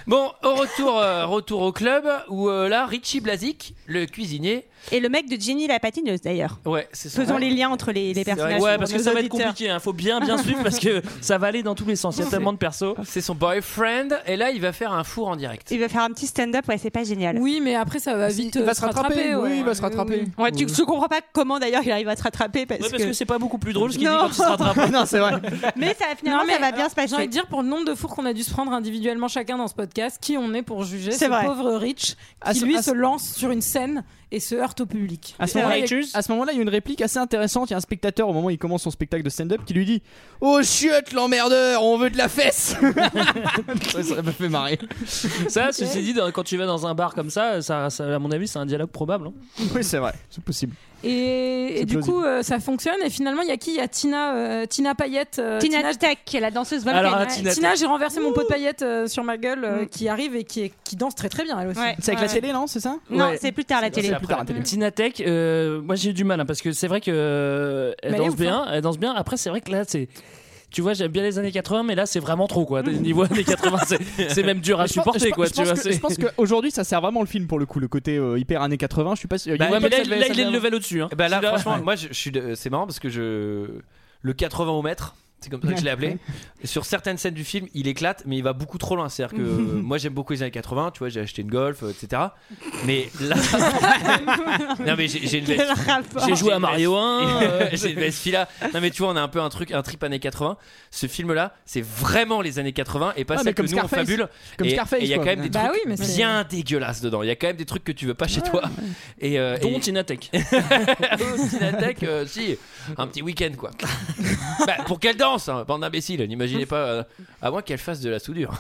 [SPEAKER 1] Bon, au retour, euh, retour au club où euh, là, Richie Blazik, le cuisinier,
[SPEAKER 6] Et le mec de Jenny la patineuse d'ailleurs.
[SPEAKER 1] ouais, c'est son
[SPEAKER 6] Faisons
[SPEAKER 1] nom.
[SPEAKER 6] les liens entre les, les
[SPEAKER 1] C'est vrai.
[SPEAKER 6] personnages.
[SPEAKER 11] Ouais,
[SPEAKER 6] pour
[SPEAKER 11] parce que
[SPEAKER 6] nos
[SPEAKER 11] ça va être
[SPEAKER 6] auditeurs.
[SPEAKER 11] compliqué. hein. Faut bien, bien suivre parce que ça va aller dans tous les sens. Il y a tellement de persos.
[SPEAKER 1] C'est son boyfriend et là, il va faire un four en direct.
[SPEAKER 6] Il veut faire un petit stand-up, ouais, c'est pas génial.
[SPEAKER 7] Oui, mais après, ça va vite.
[SPEAKER 8] Il
[SPEAKER 7] euh,
[SPEAKER 8] va se rattraper.
[SPEAKER 7] ouais.
[SPEAKER 8] Oui, il va se rattraper.
[SPEAKER 7] Oui,
[SPEAKER 6] Ouais, tu, je comprends pas comment d'ailleurs il arrive à te rattraper parce,
[SPEAKER 11] Ouais, parce que
[SPEAKER 6] que...
[SPEAKER 11] c'est pas beaucoup plus drôle ce qu'il dit
[SPEAKER 6] Non.
[SPEAKER 11] quand il se rattrape.
[SPEAKER 8] Non, c'est vrai.
[SPEAKER 6] Mais ça,
[SPEAKER 7] oui.
[SPEAKER 6] finalement, ça va bien
[SPEAKER 7] euh,
[SPEAKER 6] se passer.
[SPEAKER 7] J'ai envie de dire, pour le nombre de fours qu'on a dû se prendre individuellement chacun dans ce podcast, qui on est pour juger
[SPEAKER 6] C'est
[SPEAKER 7] ce
[SPEAKER 6] vrai.
[SPEAKER 7] pauvre Rich
[SPEAKER 8] À
[SPEAKER 7] qui
[SPEAKER 8] ce-
[SPEAKER 7] lui
[SPEAKER 8] à ce-
[SPEAKER 7] se lance sur une scène et se heurte au public.
[SPEAKER 8] À ce
[SPEAKER 7] C'est
[SPEAKER 8] moment-là,
[SPEAKER 7] vrai.
[SPEAKER 8] il y a- à ce moment-là, il y a une réplique assez intéressante. Il y a un spectateur au moment où il commence son spectacle de stand-up qui lui dit Oh chiotte l'emmerdeur, on veut de la fesse Ça ça m'a fait marrer.
[SPEAKER 11] Ça, ceci dit, dans- quand tu vas dans un bar comme ça, ça, ça, à mon avis, c'est un dialogue probable. hein.
[SPEAKER 8] Oui, c'est vrai, c'est possible.
[SPEAKER 7] Et, et
[SPEAKER 8] C'est
[SPEAKER 7] du
[SPEAKER 8] plausible.
[SPEAKER 7] coup, euh, ça fonctionne. Et finalement, il y a qui Il y a Tina, euh, Tina Payette. euh,
[SPEAKER 6] Tina Tech, la danseuse
[SPEAKER 11] Alors,
[SPEAKER 6] volcanique.
[SPEAKER 11] Tina
[SPEAKER 7] Tina, j'ai renversé mon pot de paillettes euh, sur ma gueule euh,
[SPEAKER 6] Mm.
[SPEAKER 7] qui arrive et qui, est- qui danse très très bien elle aussi.
[SPEAKER 6] Ouais.
[SPEAKER 8] C'est avec la télé, non C'est ça
[SPEAKER 6] Non,
[SPEAKER 8] Ouais.
[SPEAKER 6] c'est plus tard la
[SPEAKER 1] C'est
[SPEAKER 6] télé.
[SPEAKER 8] C'est plus tard la télé.
[SPEAKER 11] Tina Tech, euh, moi j'ai eu du mal hein, parce que c'est vrai que euh, elle
[SPEAKER 7] Mais elle est
[SPEAKER 11] danse
[SPEAKER 7] ouf,
[SPEAKER 11] bien, elle danse bien. Après, c'est vrai que là, c'est. Tu vois, j'aime bien les années 80, mais là, c'est vraiment trop, quoi. Des niveaux années 80, c'est- c'est même dur à
[SPEAKER 8] Mais je pense- je
[SPEAKER 11] supporter,
[SPEAKER 8] pense-
[SPEAKER 11] quoi.
[SPEAKER 8] je
[SPEAKER 11] Tu
[SPEAKER 8] pense
[SPEAKER 11] vois,
[SPEAKER 8] que-
[SPEAKER 11] c'est-
[SPEAKER 8] Je pense qu'aujourd'hui, ça sert vraiment le film pour le coup, le côté euh, hyper années 80. Je suis pas sûr.
[SPEAKER 1] Bah,
[SPEAKER 11] Ouais, mais là,
[SPEAKER 8] ça
[SPEAKER 11] il-
[SPEAKER 8] devait-
[SPEAKER 11] là,
[SPEAKER 8] ça
[SPEAKER 11] il est
[SPEAKER 8] devait-
[SPEAKER 11] le level au-dessus. hein.
[SPEAKER 1] Bah là,
[SPEAKER 11] Celui-là-
[SPEAKER 1] franchement, moi, je, je suis, de- c'est marrant parce que je le 80 au mètre. C'est comme ça que je l'ai appelé. Sur certaines scènes du film, il éclate, mais il va beaucoup trop loin. C'est-à-dire que euh, moi, j'aime beaucoup les années 80. Tu vois, j'ai acheté une Golf, euh, etc. Mais là, non mais j'ai j'ai une veste
[SPEAKER 6] Quel rapport
[SPEAKER 11] J'ai joué à Mario 1. euh,
[SPEAKER 1] j'ai une veste fille là. Non mais tu vois, on a un peu un truc, un trip années 80. Ce film-là, c'est vraiment les années 80 et pas
[SPEAKER 8] Ah,
[SPEAKER 1] ça
[SPEAKER 8] mais
[SPEAKER 1] que
[SPEAKER 8] comme
[SPEAKER 1] nous on
[SPEAKER 8] Scarface.
[SPEAKER 1] fabule.
[SPEAKER 8] Comme
[SPEAKER 1] et
[SPEAKER 8] Scarface,
[SPEAKER 1] et il y a
[SPEAKER 8] quoi.
[SPEAKER 1] quand même des
[SPEAKER 7] Bah
[SPEAKER 1] trucs
[SPEAKER 7] oui, mais c'est-
[SPEAKER 1] bien dégueulasses dedans. Il y a quand même des trucs que tu veux pas chez toi. Et, euh,
[SPEAKER 11] Dont
[SPEAKER 1] et-
[SPEAKER 11] Tina Tech.
[SPEAKER 1] au Cinatech, euh, si, un petit week-end quoi. bah, pour qu'elle danse, hein, bande d'imbéciles, n'imaginez pas, euh, à moins qu'elle fasse de la soudure.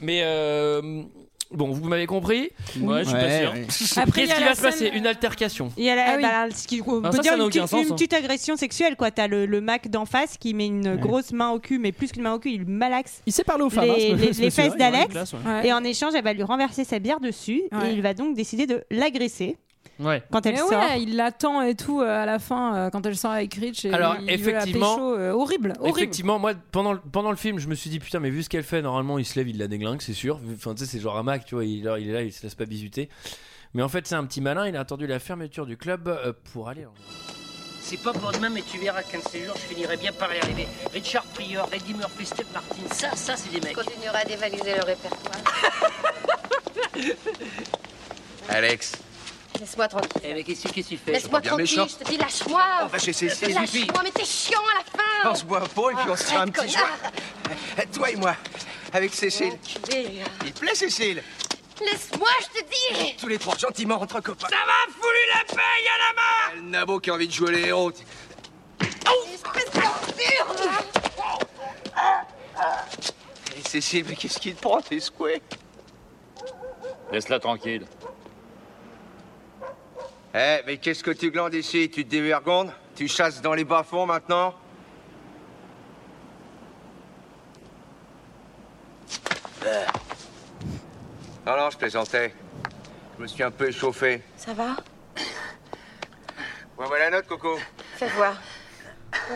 [SPEAKER 1] Mais euh, Bon, vous m'avez compris
[SPEAKER 11] Ouais, je suis pas sûr.
[SPEAKER 6] Après, il y
[SPEAKER 1] Qu'est-ce
[SPEAKER 6] a
[SPEAKER 1] qui
[SPEAKER 6] la
[SPEAKER 1] va se
[SPEAKER 6] scène-
[SPEAKER 1] passer Une altercation.
[SPEAKER 6] Il y a la-
[SPEAKER 1] oui.
[SPEAKER 6] bah, ce qui- on
[SPEAKER 1] Ah,
[SPEAKER 6] peut
[SPEAKER 1] ça,
[SPEAKER 6] dire
[SPEAKER 1] ça n'a
[SPEAKER 6] une,
[SPEAKER 1] aucun
[SPEAKER 6] petite-
[SPEAKER 1] sens,
[SPEAKER 6] une
[SPEAKER 1] hein.
[SPEAKER 6] petite agression sexuelle quoi. T'as le, le Mac d'en face qui met une grosse main au cul, mais plus qu'une main au cul, il malaxe.
[SPEAKER 8] Il sait parler aux femmes, hein,
[SPEAKER 6] Les,
[SPEAKER 8] ce-
[SPEAKER 6] les-
[SPEAKER 8] ce
[SPEAKER 6] les
[SPEAKER 8] monsieur,
[SPEAKER 6] fesses
[SPEAKER 8] ouais,
[SPEAKER 6] d'Alex.
[SPEAKER 8] il a une classe, ouais.
[SPEAKER 6] Et en échange, elle va lui renverser sa bière dessus.
[SPEAKER 7] Ouais.
[SPEAKER 6] Et il va donc décider de l'agresser.
[SPEAKER 1] Ouais.
[SPEAKER 6] Quand elle
[SPEAKER 7] Mais
[SPEAKER 6] sort.
[SPEAKER 7] Eh ouais, il l'attend et tout euh, à la fin euh, quand elle sort avec Rich. Et
[SPEAKER 1] Alors,
[SPEAKER 7] il- il veut la
[SPEAKER 1] effectivement-
[SPEAKER 7] pécho, euh, horrible, horrible.
[SPEAKER 1] Effectivement, moi pendant le, pendant le film, je me suis dit putain, mais vu ce qu'elle fait, normalement il se lève, il la déglingue, c'est sûr. Enfin, tu sais, c'est genre un Mac, tu vois, il, il est là, il se laisse pas bisuter. Mais en fait, c'est un petit malin, il a attendu la fermeture du club euh, pour aller. en-
[SPEAKER 14] C'est pas pour demain, mais tu verras qu'un de ces jours, je finirai bien par y arriver. Richard Prior, Eddie Murphy, Steve Martin, ça, ça, c'est des mecs.
[SPEAKER 12] Continuera à dévaliser le répertoire.
[SPEAKER 2] Alex.
[SPEAKER 12] Laisse-moi tranquille.
[SPEAKER 14] Eh, mais qu'est-ce que qu'est-ce que tu fais
[SPEAKER 12] Laisse-moi tranquille, je te dis, lâche-moi.
[SPEAKER 2] Oh, bah, j'ai essayé, Zizi.
[SPEAKER 12] Lâche-moi, mais t'es chiant à la fin.
[SPEAKER 2] On se boit un pot et puis on se fait un
[SPEAKER 12] Arrête,
[SPEAKER 2] petit joint.
[SPEAKER 12] connard.
[SPEAKER 2] Toi et moi, avec Cécile.
[SPEAKER 12] Enculé.
[SPEAKER 2] Il te plaît, Cécile
[SPEAKER 12] Laisse-moi, je te dis.
[SPEAKER 2] Tous les trois gentiment entre copains. Ça va, foulu la paix, y'en a marre Le nabo qui a envie de jouer les héros.
[SPEAKER 12] Espèce d'absurde.
[SPEAKER 2] Et Eh, Cécile, mais qu'est-ce qu'il te prend, t'es secoué
[SPEAKER 15] Laisse-la tranquille.
[SPEAKER 2] Eh, mais qu'est-ce que tu glandes ici Tu te dévergondes Tu chasses dans les bas-fonds maintenant Euh. Non, non, je plaisantais. Je me suis un peu échauffé.
[SPEAKER 12] Ça va
[SPEAKER 2] Ouais, voilà la note, Coco.
[SPEAKER 12] Fais voir.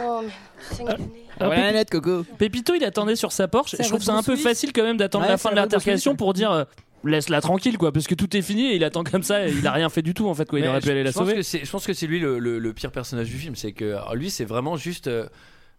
[SPEAKER 12] Oh, mais tu saignes du nez.
[SPEAKER 1] Ah
[SPEAKER 11] Alors,
[SPEAKER 8] Ouais,
[SPEAKER 11] Pépi-
[SPEAKER 8] net, Coco.
[SPEAKER 11] Pépito, Ah, il attendait sur sa Porsche.
[SPEAKER 8] Ça
[SPEAKER 11] Je trouve ça un
[SPEAKER 8] rebondit.
[SPEAKER 11] peu facile quand même d'attendre
[SPEAKER 8] Ouais,
[SPEAKER 11] la
[SPEAKER 8] ça
[SPEAKER 11] fin de
[SPEAKER 8] rebondit,
[SPEAKER 11] l'intercation
[SPEAKER 8] ouais.
[SPEAKER 11] pour dire euh, laisse-la tranquille, quoi, parce que tout est fini et il attend comme ça. et il a rien fait du tout en fait, quoi. Il
[SPEAKER 1] Mais
[SPEAKER 11] aurait
[SPEAKER 1] je-
[SPEAKER 11] pu aller la
[SPEAKER 1] je pense
[SPEAKER 11] sauver.
[SPEAKER 1] que c'est- Je pense que c'est lui le, le- le pire personnage du film. C'est que alors, lui, c'est vraiment juste. euh,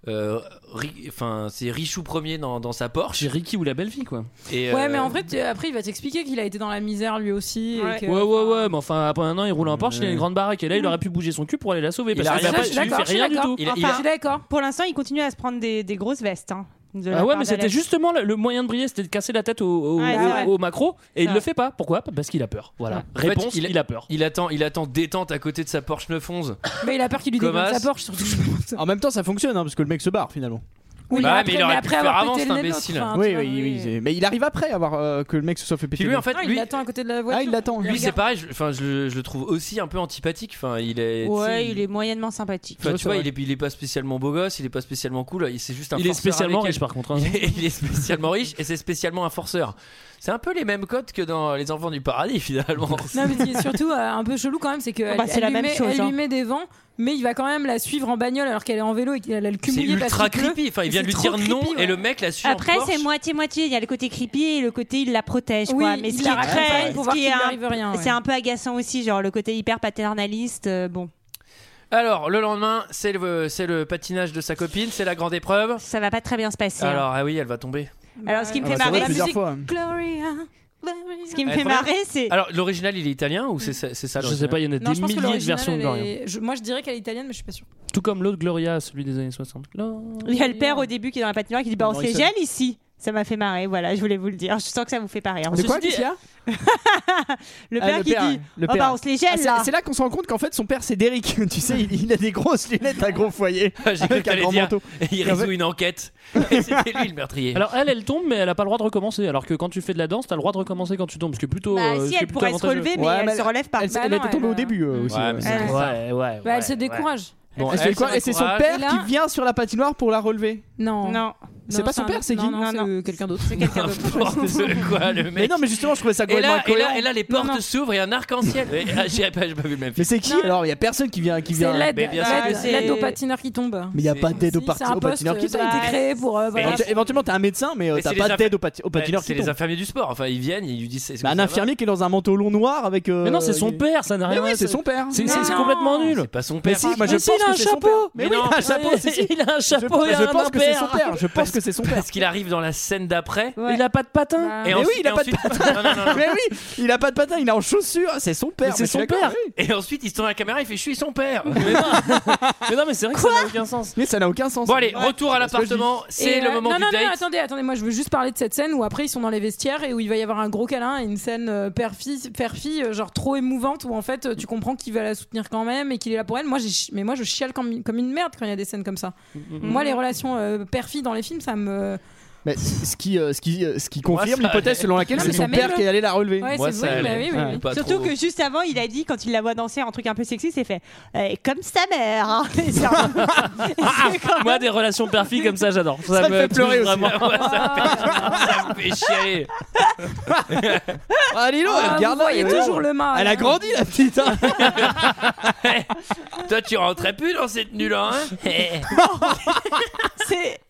[SPEAKER 1] euh, Ri- Enfin, c'est Richou premier dans, dans sa Porsche.
[SPEAKER 11] Ricky ou la belle fille, quoi.
[SPEAKER 1] Et,
[SPEAKER 7] Ouais,
[SPEAKER 1] euh,
[SPEAKER 7] mais en fait, tu- après, il va t'expliquer qu'il a été dans la misère lui aussi. Et que...
[SPEAKER 11] Ouais, ouais, ouais, mais enfin, après un an, il roule un Porsche, il a une grande baraque, et là, il aurait pu bouger son cul pour aller la sauver.
[SPEAKER 1] Il
[SPEAKER 11] Parce
[SPEAKER 1] a
[SPEAKER 11] qu'il
[SPEAKER 1] rien
[SPEAKER 11] a pas-
[SPEAKER 1] fait,
[SPEAKER 11] il lui fait
[SPEAKER 1] d'accord, je suis
[SPEAKER 11] rien du
[SPEAKER 1] d'accord.
[SPEAKER 11] tout.
[SPEAKER 1] Il a- il a- Enfin, je suis
[SPEAKER 6] d'accord. Pour l'instant, il continue à se prendre des, des grosses vestes. hein, de la
[SPEAKER 11] Ah ouais,
[SPEAKER 6] part
[SPEAKER 11] mais c'était
[SPEAKER 6] d'Alex.
[SPEAKER 11] justement le, le moyen de briller, c'était de casser la tête au, au-
[SPEAKER 6] Ouais, c'est
[SPEAKER 11] au-
[SPEAKER 6] vrai.
[SPEAKER 11] au macro, et il
[SPEAKER 6] Ouais.
[SPEAKER 11] le fait pas. Pourquoi Parce qu'il a peur. Voilà.
[SPEAKER 1] En fait,
[SPEAKER 11] Réponse, il, a peur.
[SPEAKER 1] Il attend, il attend détente à côté de sa Porsche 911.
[SPEAKER 7] Mais il a peur qu'il lui
[SPEAKER 1] Comme
[SPEAKER 7] déglingue
[SPEAKER 1] as.
[SPEAKER 7] sa Porsche, surtout.
[SPEAKER 8] En même temps, ça fonctionne hein, parce que le mec se barre finalement.
[SPEAKER 1] Oui, Bah, mais après- il aurait mais pu après le faire avoir avant, pété cet le nez de l'autre, imbécile.
[SPEAKER 7] hein.
[SPEAKER 1] enfin, tu
[SPEAKER 8] oui,
[SPEAKER 1] vois,
[SPEAKER 8] oui, oui, c'est- Mais il arrive après avoir euh, que le mec se soit fait
[SPEAKER 1] Puis
[SPEAKER 8] péter.
[SPEAKER 1] lui,
[SPEAKER 8] le-
[SPEAKER 1] en fait,
[SPEAKER 7] Non, il
[SPEAKER 1] lui,
[SPEAKER 7] l'attend à côté de la voiture.
[SPEAKER 8] Ah, il l'attend.
[SPEAKER 1] lui, c'est pareil. je- Enfin, je, le- je le trouve aussi un peu antipathique. Enfin, il est. tu sais,
[SPEAKER 6] Ouais, il est moyennement sympathique.
[SPEAKER 1] Enfin, tu vois, il est, il est pas spécialement beau gosse, il est pas spécialement cool, il- c'est juste un
[SPEAKER 11] Il est
[SPEAKER 1] forceur
[SPEAKER 11] spécialement
[SPEAKER 1] avec
[SPEAKER 11] riche,
[SPEAKER 1] elle.
[SPEAKER 11] par contre, hein.
[SPEAKER 1] Il, est, il est spécialement riche et c'est spécialement un forceur. C'est un peu les mêmes codes que dans Les Enfants du Paradis finalement.
[SPEAKER 7] Non, mais ce qui est surtout euh, un peu chelou quand même, c'est que
[SPEAKER 6] Bah,
[SPEAKER 7] elle-
[SPEAKER 6] c'est
[SPEAKER 7] elle
[SPEAKER 6] la
[SPEAKER 7] lui
[SPEAKER 6] même
[SPEAKER 7] met-
[SPEAKER 6] chose,
[SPEAKER 7] elle
[SPEAKER 6] hein.
[SPEAKER 7] lui met des vents, mais il va quand même la suivre en bagnole alors qu'elle est en vélo et qu'elle a le cul
[SPEAKER 1] C'est
[SPEAKER 7] mouillé parce
[SPEAKER 1] ultra
[SPEAKER 7] qu'il pleut.
[SPEAKER 1] creepy. Enfin, il vient de lui
[SPEAKER 7] C'est
[SPEAKER 1] dire
[SPEAKER 7] trop
[SPEAKER 1] non
[SPEAKER 7] creepy, ouais.
[SPEAKER 1] et le mec la suit en
[SPEAKER 6] Après,
[SPEAKER 1] Porsche.
[SPEAKER 6] c'est moitié-moitié. Il y a le côté creepy et le côté il la protège.
[SPEAKER 7] Oui,
[SPEAKER 6] quoi. Mais
[SPEAKER 7] il
[SPEAKER 6] ce qui
[SPEAKER 7] la
[SPEAKER 6] est
[SPEAKER 7] raconte
[SPEAKER 6] très-
[SPEAKER 7] pas
[SPEAKER 6] ce
[SPEAKER 7] pour voir
[SPEAKER 6] qui est
[SPEAKER 7] qu'il
[SPEAKER 6] un-
[SPEAKER 7] n'arrive rien, ouais.
[SPEAKER 6] C'est un peu agaçant aussi, genre le côté hyper paternaliste. euh, bon,
[SPEAKER 1] Alors, le lendemain, c'est le, c'est le patinage de sa copine, c'est la grande épreuve.
[SPEAKER 6] ça va pas très bien se passer. hein.
[SPEAKER 1] Alors, ah oui, elle va tomber.
[SPEAKER 6] Alors, ce qui me
[SPEAKER 1] Ah
[SPEAKER 6] fait
[SPEAKER 1] bah, ça va
[SPEAKER 6] marrer,
[SPEAKER 1] plusieurs
[SPEAKER 6] c'est-
[SPEAKER 1] fois.
[SPEAKER 6] Gloria, Gloria. Ce qui me
[SPEAKER 1] Elle
[SPEAKER 6] fait
[SPEAKER 1] est première
[SPEAKER 6] marrer, c'est.
[SPEAKER 1] Alors, l'original, il est italien ou c'est ça, c'est ça
[SPEAKER 11] Je sais pas, il y en a
[SPEAKER 7] Non,
[SPEAKER 11] des
[SPEAKER 7] je pense que
[SPEAKER 11] milliers de
[SPEAKER 7] l'original,
[SPEAKER 11] versions de
[SPEAKER 7] elle
[SPEAKER 11] Gloria.
[SPEAKER 7] est- je- Moi, je dirais qu'elle est italienne, mais je suis pas sûre.
[SPEAKER 11] Tout comme l'autre Gloria, celui des années 60.
[SPEAKER 6] Il y a le père au début qui est dans la patinoire qui dit Bah, on
[SPEAKER 11] Morrison.
[SPEAKER 6] s'égèle ici. Ça m'a fait marrer, voilà, je voulais vous le dire. Je sens que ça vous fait pas rire.
[SPEAKER 8] C'est quoi,
[SPEAKER 6] Ceci dit-
[SPEAKER 8] Alicia
[SPEAKER 6] Le
[SPEAKER 8] Ah,
[SPEAKER 6] père qui dit
[SPEAKER 8] le
[SPEAKER 6] Oh,
[SPEAKER 8] père.
[SPEAKER 6] bah, on se les gèle
[SPEAKER 8] Ah, c'est-
[SPEAKER 6] là.
[SPEAKER 8] C'est là qu'on se rend compte qu'en fait son père c'est Derrick. tu sais, il, il a des grosses lunettes à gros foyer.
[SPEAKER 1] J'ai cru
[SPEAKER 8] avec
[SPEAKER 1] que
[SPEAKER 8] un
[SPEAKER 1] t'allais
[SPEAKER 8] grand
[SPEAKER 1] dire,
[SPEAKER 8] manteau.
[SPEAKER 1] il
[SPEAKER 8] Et en fait-
[SPEAKER 1] résout une enquête. Et C'était lui le meurtrier.
[SPEAKER 11] Alors elle, elle tombe, mais elle a pas le droit de recommencer. Alors que quand tu fais de la danse, t'as le droit de recommencer quand tu tombes. Ce qui est plutôt.
[SPEAKER 6] Bah,
[SPEAKER 11] euh,
[SPEAKER 6] si,
[SPEAKER 11] ce qui est
[SPEAKER 6] elle
[SPEAKER 11] plutôt
[SPEAKER 6] pourrait se
[SPEAKER 11] avantageux.
[SPEAKER 6] relever, mais elle se relève pas. Bah,
[SPEAKER 8] Elle, elle était tombée au début euh, aussi.
[SPEAKER 11] Ouais, mais c'est-
[SPEAKER 8] ouais.
[SPEAKER 11] ouais, ouais,
[SPEAKER 7] Bah, elle
[SPEAKER 11] ouais,
[SPEAKER 7] se décourage.
[SPEAKER 1] Bon,
[SPEAKER 8] Et
[SPEAKER 1] elle
[SPEAKER 8] c'est quoi
[SPEAKER 1] se
[SPEAKER 8] Et c'est son
[SPEAKER 1] décourage.
[SPEAKER 8] père
[SPEAKER 7] Et là-
[SPEAKER 8] qui vient sur la patinoire pour la relever.
[SPEAKER 7] Non.
[SPEAKER 6] Non.
[SPEAKER 8] C'est pas son
[SPEAKER 7] un-
[SPEAKER 8] père, c'est qui
[SPEAKER 7] Non, non, c'est euh, quelqu'un d'autre. C'est
[SPEAKER 6] quelqu'un d'autre.
[SPEAKER 1] N'importe quoi, le mec.
[SPEAKER 8] Mais non, mais justement, je trouvais ça
[SPEAKER 1] Et
[SPEAKER 8] complètement
[SPEAKER 1] là, et là,
[SPEAKER 8] incohérent.
[SPEAKER 1] et là, les portes s'ouvrent et un arc-en-ciel. Et- ah, J'ai pas, j'ai pas vu le même
[SPEAKER 8] Mais
[SPEAKER 1] film.
[SPEAKER 8] c'est qui alors Il y a personne qui vient qui
[SPEAKER 7] C'est
[SPEAKER 8] vient.
[SPEAKER 7] l'aide.
[SPEAKER 1] Mais bien
[SPEAKER 7] l'aide-
[SPEAKER 1] sûr que c'est-
[SPEAKER 7] L'aide aux patineurs qui tombent.
[SPEAKER 8] Mais il y a pas d'aide au parti-
[SPEAKER 7] C'est un
[SPEAKER 8] au
[SPEAKER 7] poste
[SPEAKER 8] patineur qui
[SPEAKER 7] qui a été
[SPEAKER 8] tombe.
[SPEAKER 7] créé pour. euh, voilà.
[SPEAKER 8] Éventu- Éventuellement, t'as un médecin, mais euh,
[SPEAKER 1] Mais
[SPEAKER 8] t'as
[SPEAKER 1] c'est
[SPEAKER 8] pas
[SPEAKER 1] les
[SPEAKER 8] d'aide
[SPEAKER 1] inf-
[SPEAKER 8] au pati- au patineur
[SPEAKER 1] C'est
[SPEAKER 8] qui
[SPEAKER 1] les
[SPEAKER 8] tombe.
[SPEAKER 1] infirmiers du sport. Enfin, ils viennent, ils lui disent. est-ce que
[SPEAKER 8] Bah, un
[SPEAKER 1] ça va
[SPEAKER 8] infirmier qui est dans un manteau long noir avec. euh,
[SPEAKER 11] Mais non, c'est son
[SPEAKER 8] il-
[SPEAKER 11] père, ça n'a
[SPEAKER 8] Mais
[SPEAKER 11] rien.
[SPEAKER 8] oui,
[SPEAKER 11] à-
[SPEAKER 8] c'est son père.
[SPEAKER 11] C'est
[SPEAKER 8] Non.
[SPEAKER 11] c'est- c'est complètement nul.
[SPEAKER 1] Pas son
[SPEAKER 8] Mais
[SPEAKER 1] père.
[SPEAKER 8] si, moi je
[SPEAKER 11] Mais si,
[SPEAKER 8] pense
[SPEAKER 11] il a
[SPEAKER 8] que
[SPEAKER 11] un
[SPEAKER 8] c'est son
[SPEAKER 11] chapeau.
[SPEAKER 8] père. Mais
[SPEAKER 11] Mais
[SPEAKER 8] oui,
[SPEAKER 11] non.
[SPEAKER 8] un chapeau. si, si.
[SPEAKER 11] Il a un
[SPEAKER 8] Je
[SPEAKER 11] chapeau
[SPEAKER 8] pense-
[SPEAKER 11] et
[SPEAKER 8] je
[SPEAKER 11] un
[SPEAKER 8] pense que c'est son
[SPEAKER 11] impair.
[SPEAKER 8] père. Je pense que c'est son père.
[SPEAKER 1] Parce qu'il arrive dans la scène d'après.
[SPEAKER 11] Il a pas de patin.
[SPEAKER 6] Bah,
[SPEAKER 1] Et
[SPEAKER 8] Mais oui,
[SPEAKER 1] ensuite-
[SPEAKER 8] il a
[SPEAKER 1] et
[SPEAKER 8] pas de
[SPEAKER 1] ensuite-
[SPEAKER 8] patin.
[SPEAKER 1] Non, non, non, non.
[SPEAKER 8] Mais oui, il a pas de patin, il est en chaussures. C'est son père.
[SPEAKER 11] Mais c'est
[SPEAKER 8] mais je suis
[SPEAKER 11] son
[SPEAKER 8] d'accord,
[SPEAKER 11] père.
[SPEAKER 8] oui.
[SPEAKER 1] Et ensuite, il se tourne à la caméra, il fait Je suis son père.
[SPEAKER 11] Mais non, mais c'est vrai que ça n'a aucun sens.
[SPEAKER 8] Mais ça n'a aucun sens.
[SPEAKER 1] Bon, allez,
[SPEAKER 8] Ouais.
[SPEAKER 1] retour à
[SPEAKER 8] C'est ce que je dis.
[SPEAKER 1] l'appartement. C'est
[SPEAKER 7] Et,
[SPEAKER 1] le
[SPEAKER 7] euh,
[SPEAKER 1] moment
[SPEAKER 7] non,
[SPEAKER 1] du
[SPEAKER 7] non, Non,
[SPEAKER 1] date.
[SPEAKER 7] attendez, attendez, moi je veux juste parler de cette scène où après ils sont dans les vestiaires et où il va y avoir un gros câlin et une scène euh, père-fille, père-fille, euh, genre trop émouvante où en fait euh, tu comprends qu'il va la soutenir quand même et qu'il est là pour elle. Moi, j'ai chi- mais moi
[SPEAKER 6] Mhm.
[SPEAKER 7] je chiale comme, comme une merde quand il y a des scènes comme ça. Moi, les relations euh, père-fille dans les films, ça me.
[SPEAKER 8] Mais ce qui, euh, ce qui, euh, ce qui confirme
[SPEAKER 1] ça
[SPEAKER 8] l'hypothèse
[SPEAKER 1] allait.
[SPEAKER 8] selon laquelle
[SPEAKER 1] Non,
[SPEAKER 8] c'est
[SPEAKER 1] mais
[SPEAKER 8] son
[SPEAKER 1] ça
[SPEAKER 8] père
[SPEAKER 1] m'émeut.
[SPEAKER 8] qui allait la relever.
[SPEAKER 1] Ouais, Moi, c'est ça vrai, allait. bah oui, oui, Ouais. oui. Pas
[SPEAKER 6] Surtout
[SPEAKER 1] trop.
[SPEAKER 6] que juste avant, il a dit, quand il la voit danser, un truc un peu sexy, c'est fait Eh, comme sa mère. hein. Et c'est un-
[SPEAKER 11] Ah, Moi, des relations père-fille comme ça, j'adore. Ça,
[SPEAKER 8] Ça me fait
[SPEAKER 11] touche
[SPEAKER 8] pleurer aussi.
[SPEAKER 11] vraiment.
[SPEAKER 8] Ouais,
[SPEAKER 7] Ah,
[SPEAKER 11] ça me fait chialer.
[SPEAKER 8] Ah, dis donc,
[SPEAKER 11] Ah, vous
[SPEAKER 8] regarde là,
[SPEAKER 11] voyez
[SPEAKER 8] elle est
[SPEAKER 11] toujours
[SPEAKER 8] grande.
[SPEAKER 11] le mal,
[SPEAKER 8] Elle a
[SPEAKER 7] Ah,
[SPEAKER 11] hein.
[SPEAKER 8] grandi, la petite. hein.
[SPEAKER 1] Toi, tu rentrais plus dans cette tenue-là, hein
[SPEAKER 6] C'est-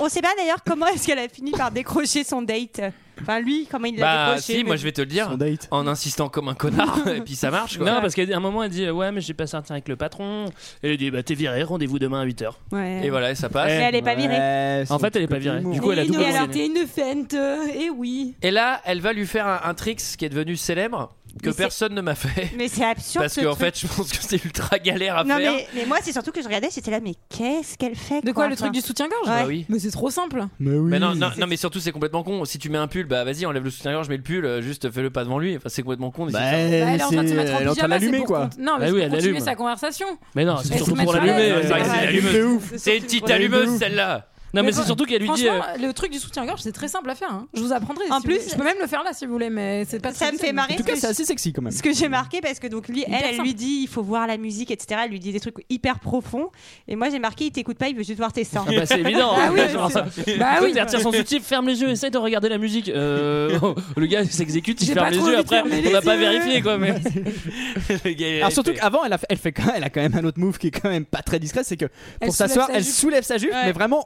[SPEAKER 6] On sait pas d'ailleurs comment est-ce qu'elle a fini par décrocher son date. Enfin, lui, comment il l'a
[SPEAKER 1] Bah
[SPEAKER 6] décroché.
[SPEAKER 1] si, moi je vais te le dire. En insistant comme un connard, et puis ça marche quoi.
[SPEAKER 11] Non, parce qu'à un moment, elle dit euh, Ouais, mais j'ai pas sorti avec le patron. Et elle dit Bah, t'es viré, rendez-vous demain à 8h.
[SPEAKER 6] Ouais.
[SPEAKER 1] Et voilà, et ça passe.
[SPEAKER 6] Mais elle est pas virée.
[SPEAKER 8] Ouais,
[SPEAKER 11] En fait, elle est pas virée. Du coup, elle a
[SPEAKER 6] Et
[SPEAKER 11] double
[SPEAKER 6] alors,
[SPEAKER 11] condamné.
[SPEAKER 6] t'es une fente, et oui.
[SPEAKER 1] Et là, elle va lui faire un, un tricks qui est devenu célèbre, que personne ne m'a fait.
[SPEAKER 6] Mais c'est absurde.
[SPEAKER 1] Parce
[SPEAKER 6] ce
[SPEAKER 1] qu'en
[SPEAKER 6] truc.
[SPEAKER 1] fait, je pense que c'est ultra galère à
[SPEAKER 6] non,
[SPEAKER 1] faire.
[SPEAKER 6] mais, mais moi, c'est surtout que je regardais, j'étais là, mais qu'est-ce qu'elle fait
[SPEAKER 7] De quoi, le truc du soutien-gorge
[SPEAKER 1] Bah oui.
[SPEAKER 7] Mais c'est trop simple.
[SPEAKER 8] Mais oui.
[SPEAKER 1] Mais non, non, non, mais surtout, c'est complètement con. Si tu mets un pull, bah vas-y, enlève le soutien-gorge, mets le pull, euh, juste fais le pas devant lui. Enfin, c'est complètement con.
[SPEAKER 8] Bah,
[SPEAKER 7] elle est en train de se mettre en
[SPEAKER 8] elle est en train
[SPEAKER 7] pyjama,
[SPEAKER 8] d'allumer,
[SPEAKER 7] c'est pour
[SPEAKER 8] quoi.
[SPEAKER 7] cont- Non, mais
[SPEAKER 1] Ah
[SPEAKER 7] c'est
[SPEAKER 1] oui,
[SPEAKER 7] pour
[SPEAKER 1] elle
[SPEAKER 7] continuer
[SPEAKER 1] allume.
[SPEAKER 7] sa conversation.
[SPEAKER 11] Mais non,
[SPEAKER 7] Elle
[SPEAKER 11] c'est
[SPEAKER 7] se
[SPEAKER 11] surtout
[SPEAKER 7] met
[SPEAKER 11] pour
[SPEAKER 7] sur la-
[SPEAKER 11] l'allumer.
[SPEAKER 1] Ouais, c'est vrai que c'est une allumeuse.
[SPEAKER 11] C'est
[SPEAKER 1] une petite
[SPEAKER 11] pour l'allumer de
[SPEAKER 1] allumeuse,
[SPEAKER 11] ouf.
[SPEAKER 1] celle-là.
[SPEAKER 11] Non, mais c'est surtout qu'elle lui dit
[SPEAKER 7] Franchement,
[SPEAKER 11] euh,
[SPEAKER 7] le truc du soutien-gorge, c'est très simple à faire. hein. Je vous apprendrai.
[SPEAKER 6] En
[SPEAKER 7] si vous voulez.
[SPEAKER 6] plus-
[SPEAKER 7] je peux même le faire là si vous voulez, mais c'est pas.
[SPEAKER 6] Ça me fait marrer.
[SPEAKER 8] En tout cas,
[SPEAKER 6] parce
[SPEAKER 8] c'est
[SPEAKER 6] que-
[SPEAKER 8] assez sexy quand même.
[SPEAKER 6] Ce que j'ai marqué, parce que donc lui,
[SPEAKER 7] Hyper
[SPEAKER 6] elle, elle
[SPEAKER 7] simple.
[SPEAKER 6] lui dit, il faut voir la musique, etc. Elle lui dit des trucs hyper profonds. Et moi, j'ai marqué, il t'écoute pas, il veut juste voir tes seins.
[SPEAKER 11] Ah bah c'est évident.
[SPEAKER 7] Ah oui,
[SPEAKER 11] genre, ça.
[SPEAKER 7] Bah
[SPEAKER 11] Toi,
[SPEAKER 7] oui.
[SPEAKER 11] t'as retiré son soutien, ferme les yeux, essaye de regarder la musique. Euh, le gars il s'exécute, il
[SPEAKER 7] J'ai
[SPEAKER 11] ferme
[SPEAKER 7] pas
[SPEAKER 11] les
[SPEAKER 7] trop
[SPEAKER 11] yeux.
[SPEAKER 7] envie de
[SPEAKER 11] Après,
[SPEAKER 7] fermer
[SPEAKER 11] on
[SPEAKER 7] les
[SPEAKER 11] n'a pas
[SPEAKER 7] yeux.
[SPEAKER 11] vérifié quoi. Mais
[SPEAKER 1] Le gars, il a
[SPEAKER 8] Alors surtout
[SPEAKER 1] été-
[SPEAKER 8] qu'avant elle a fait, elle fait quand même- elle a quand même un autre move qui est quand même pas très discret, c'est que
[SPEAKER 7] Elle
[SPEAKER 8] pour s'asseoir
[SPEAKER 7] soulève sa
[SPEAKER 8] elle
[SPEAKER 7] jupe.
[SPEAKER 8] soulève sa jupe,
[SPEAKER 7] Ouais.
[SPEAKER 8] mais vraiment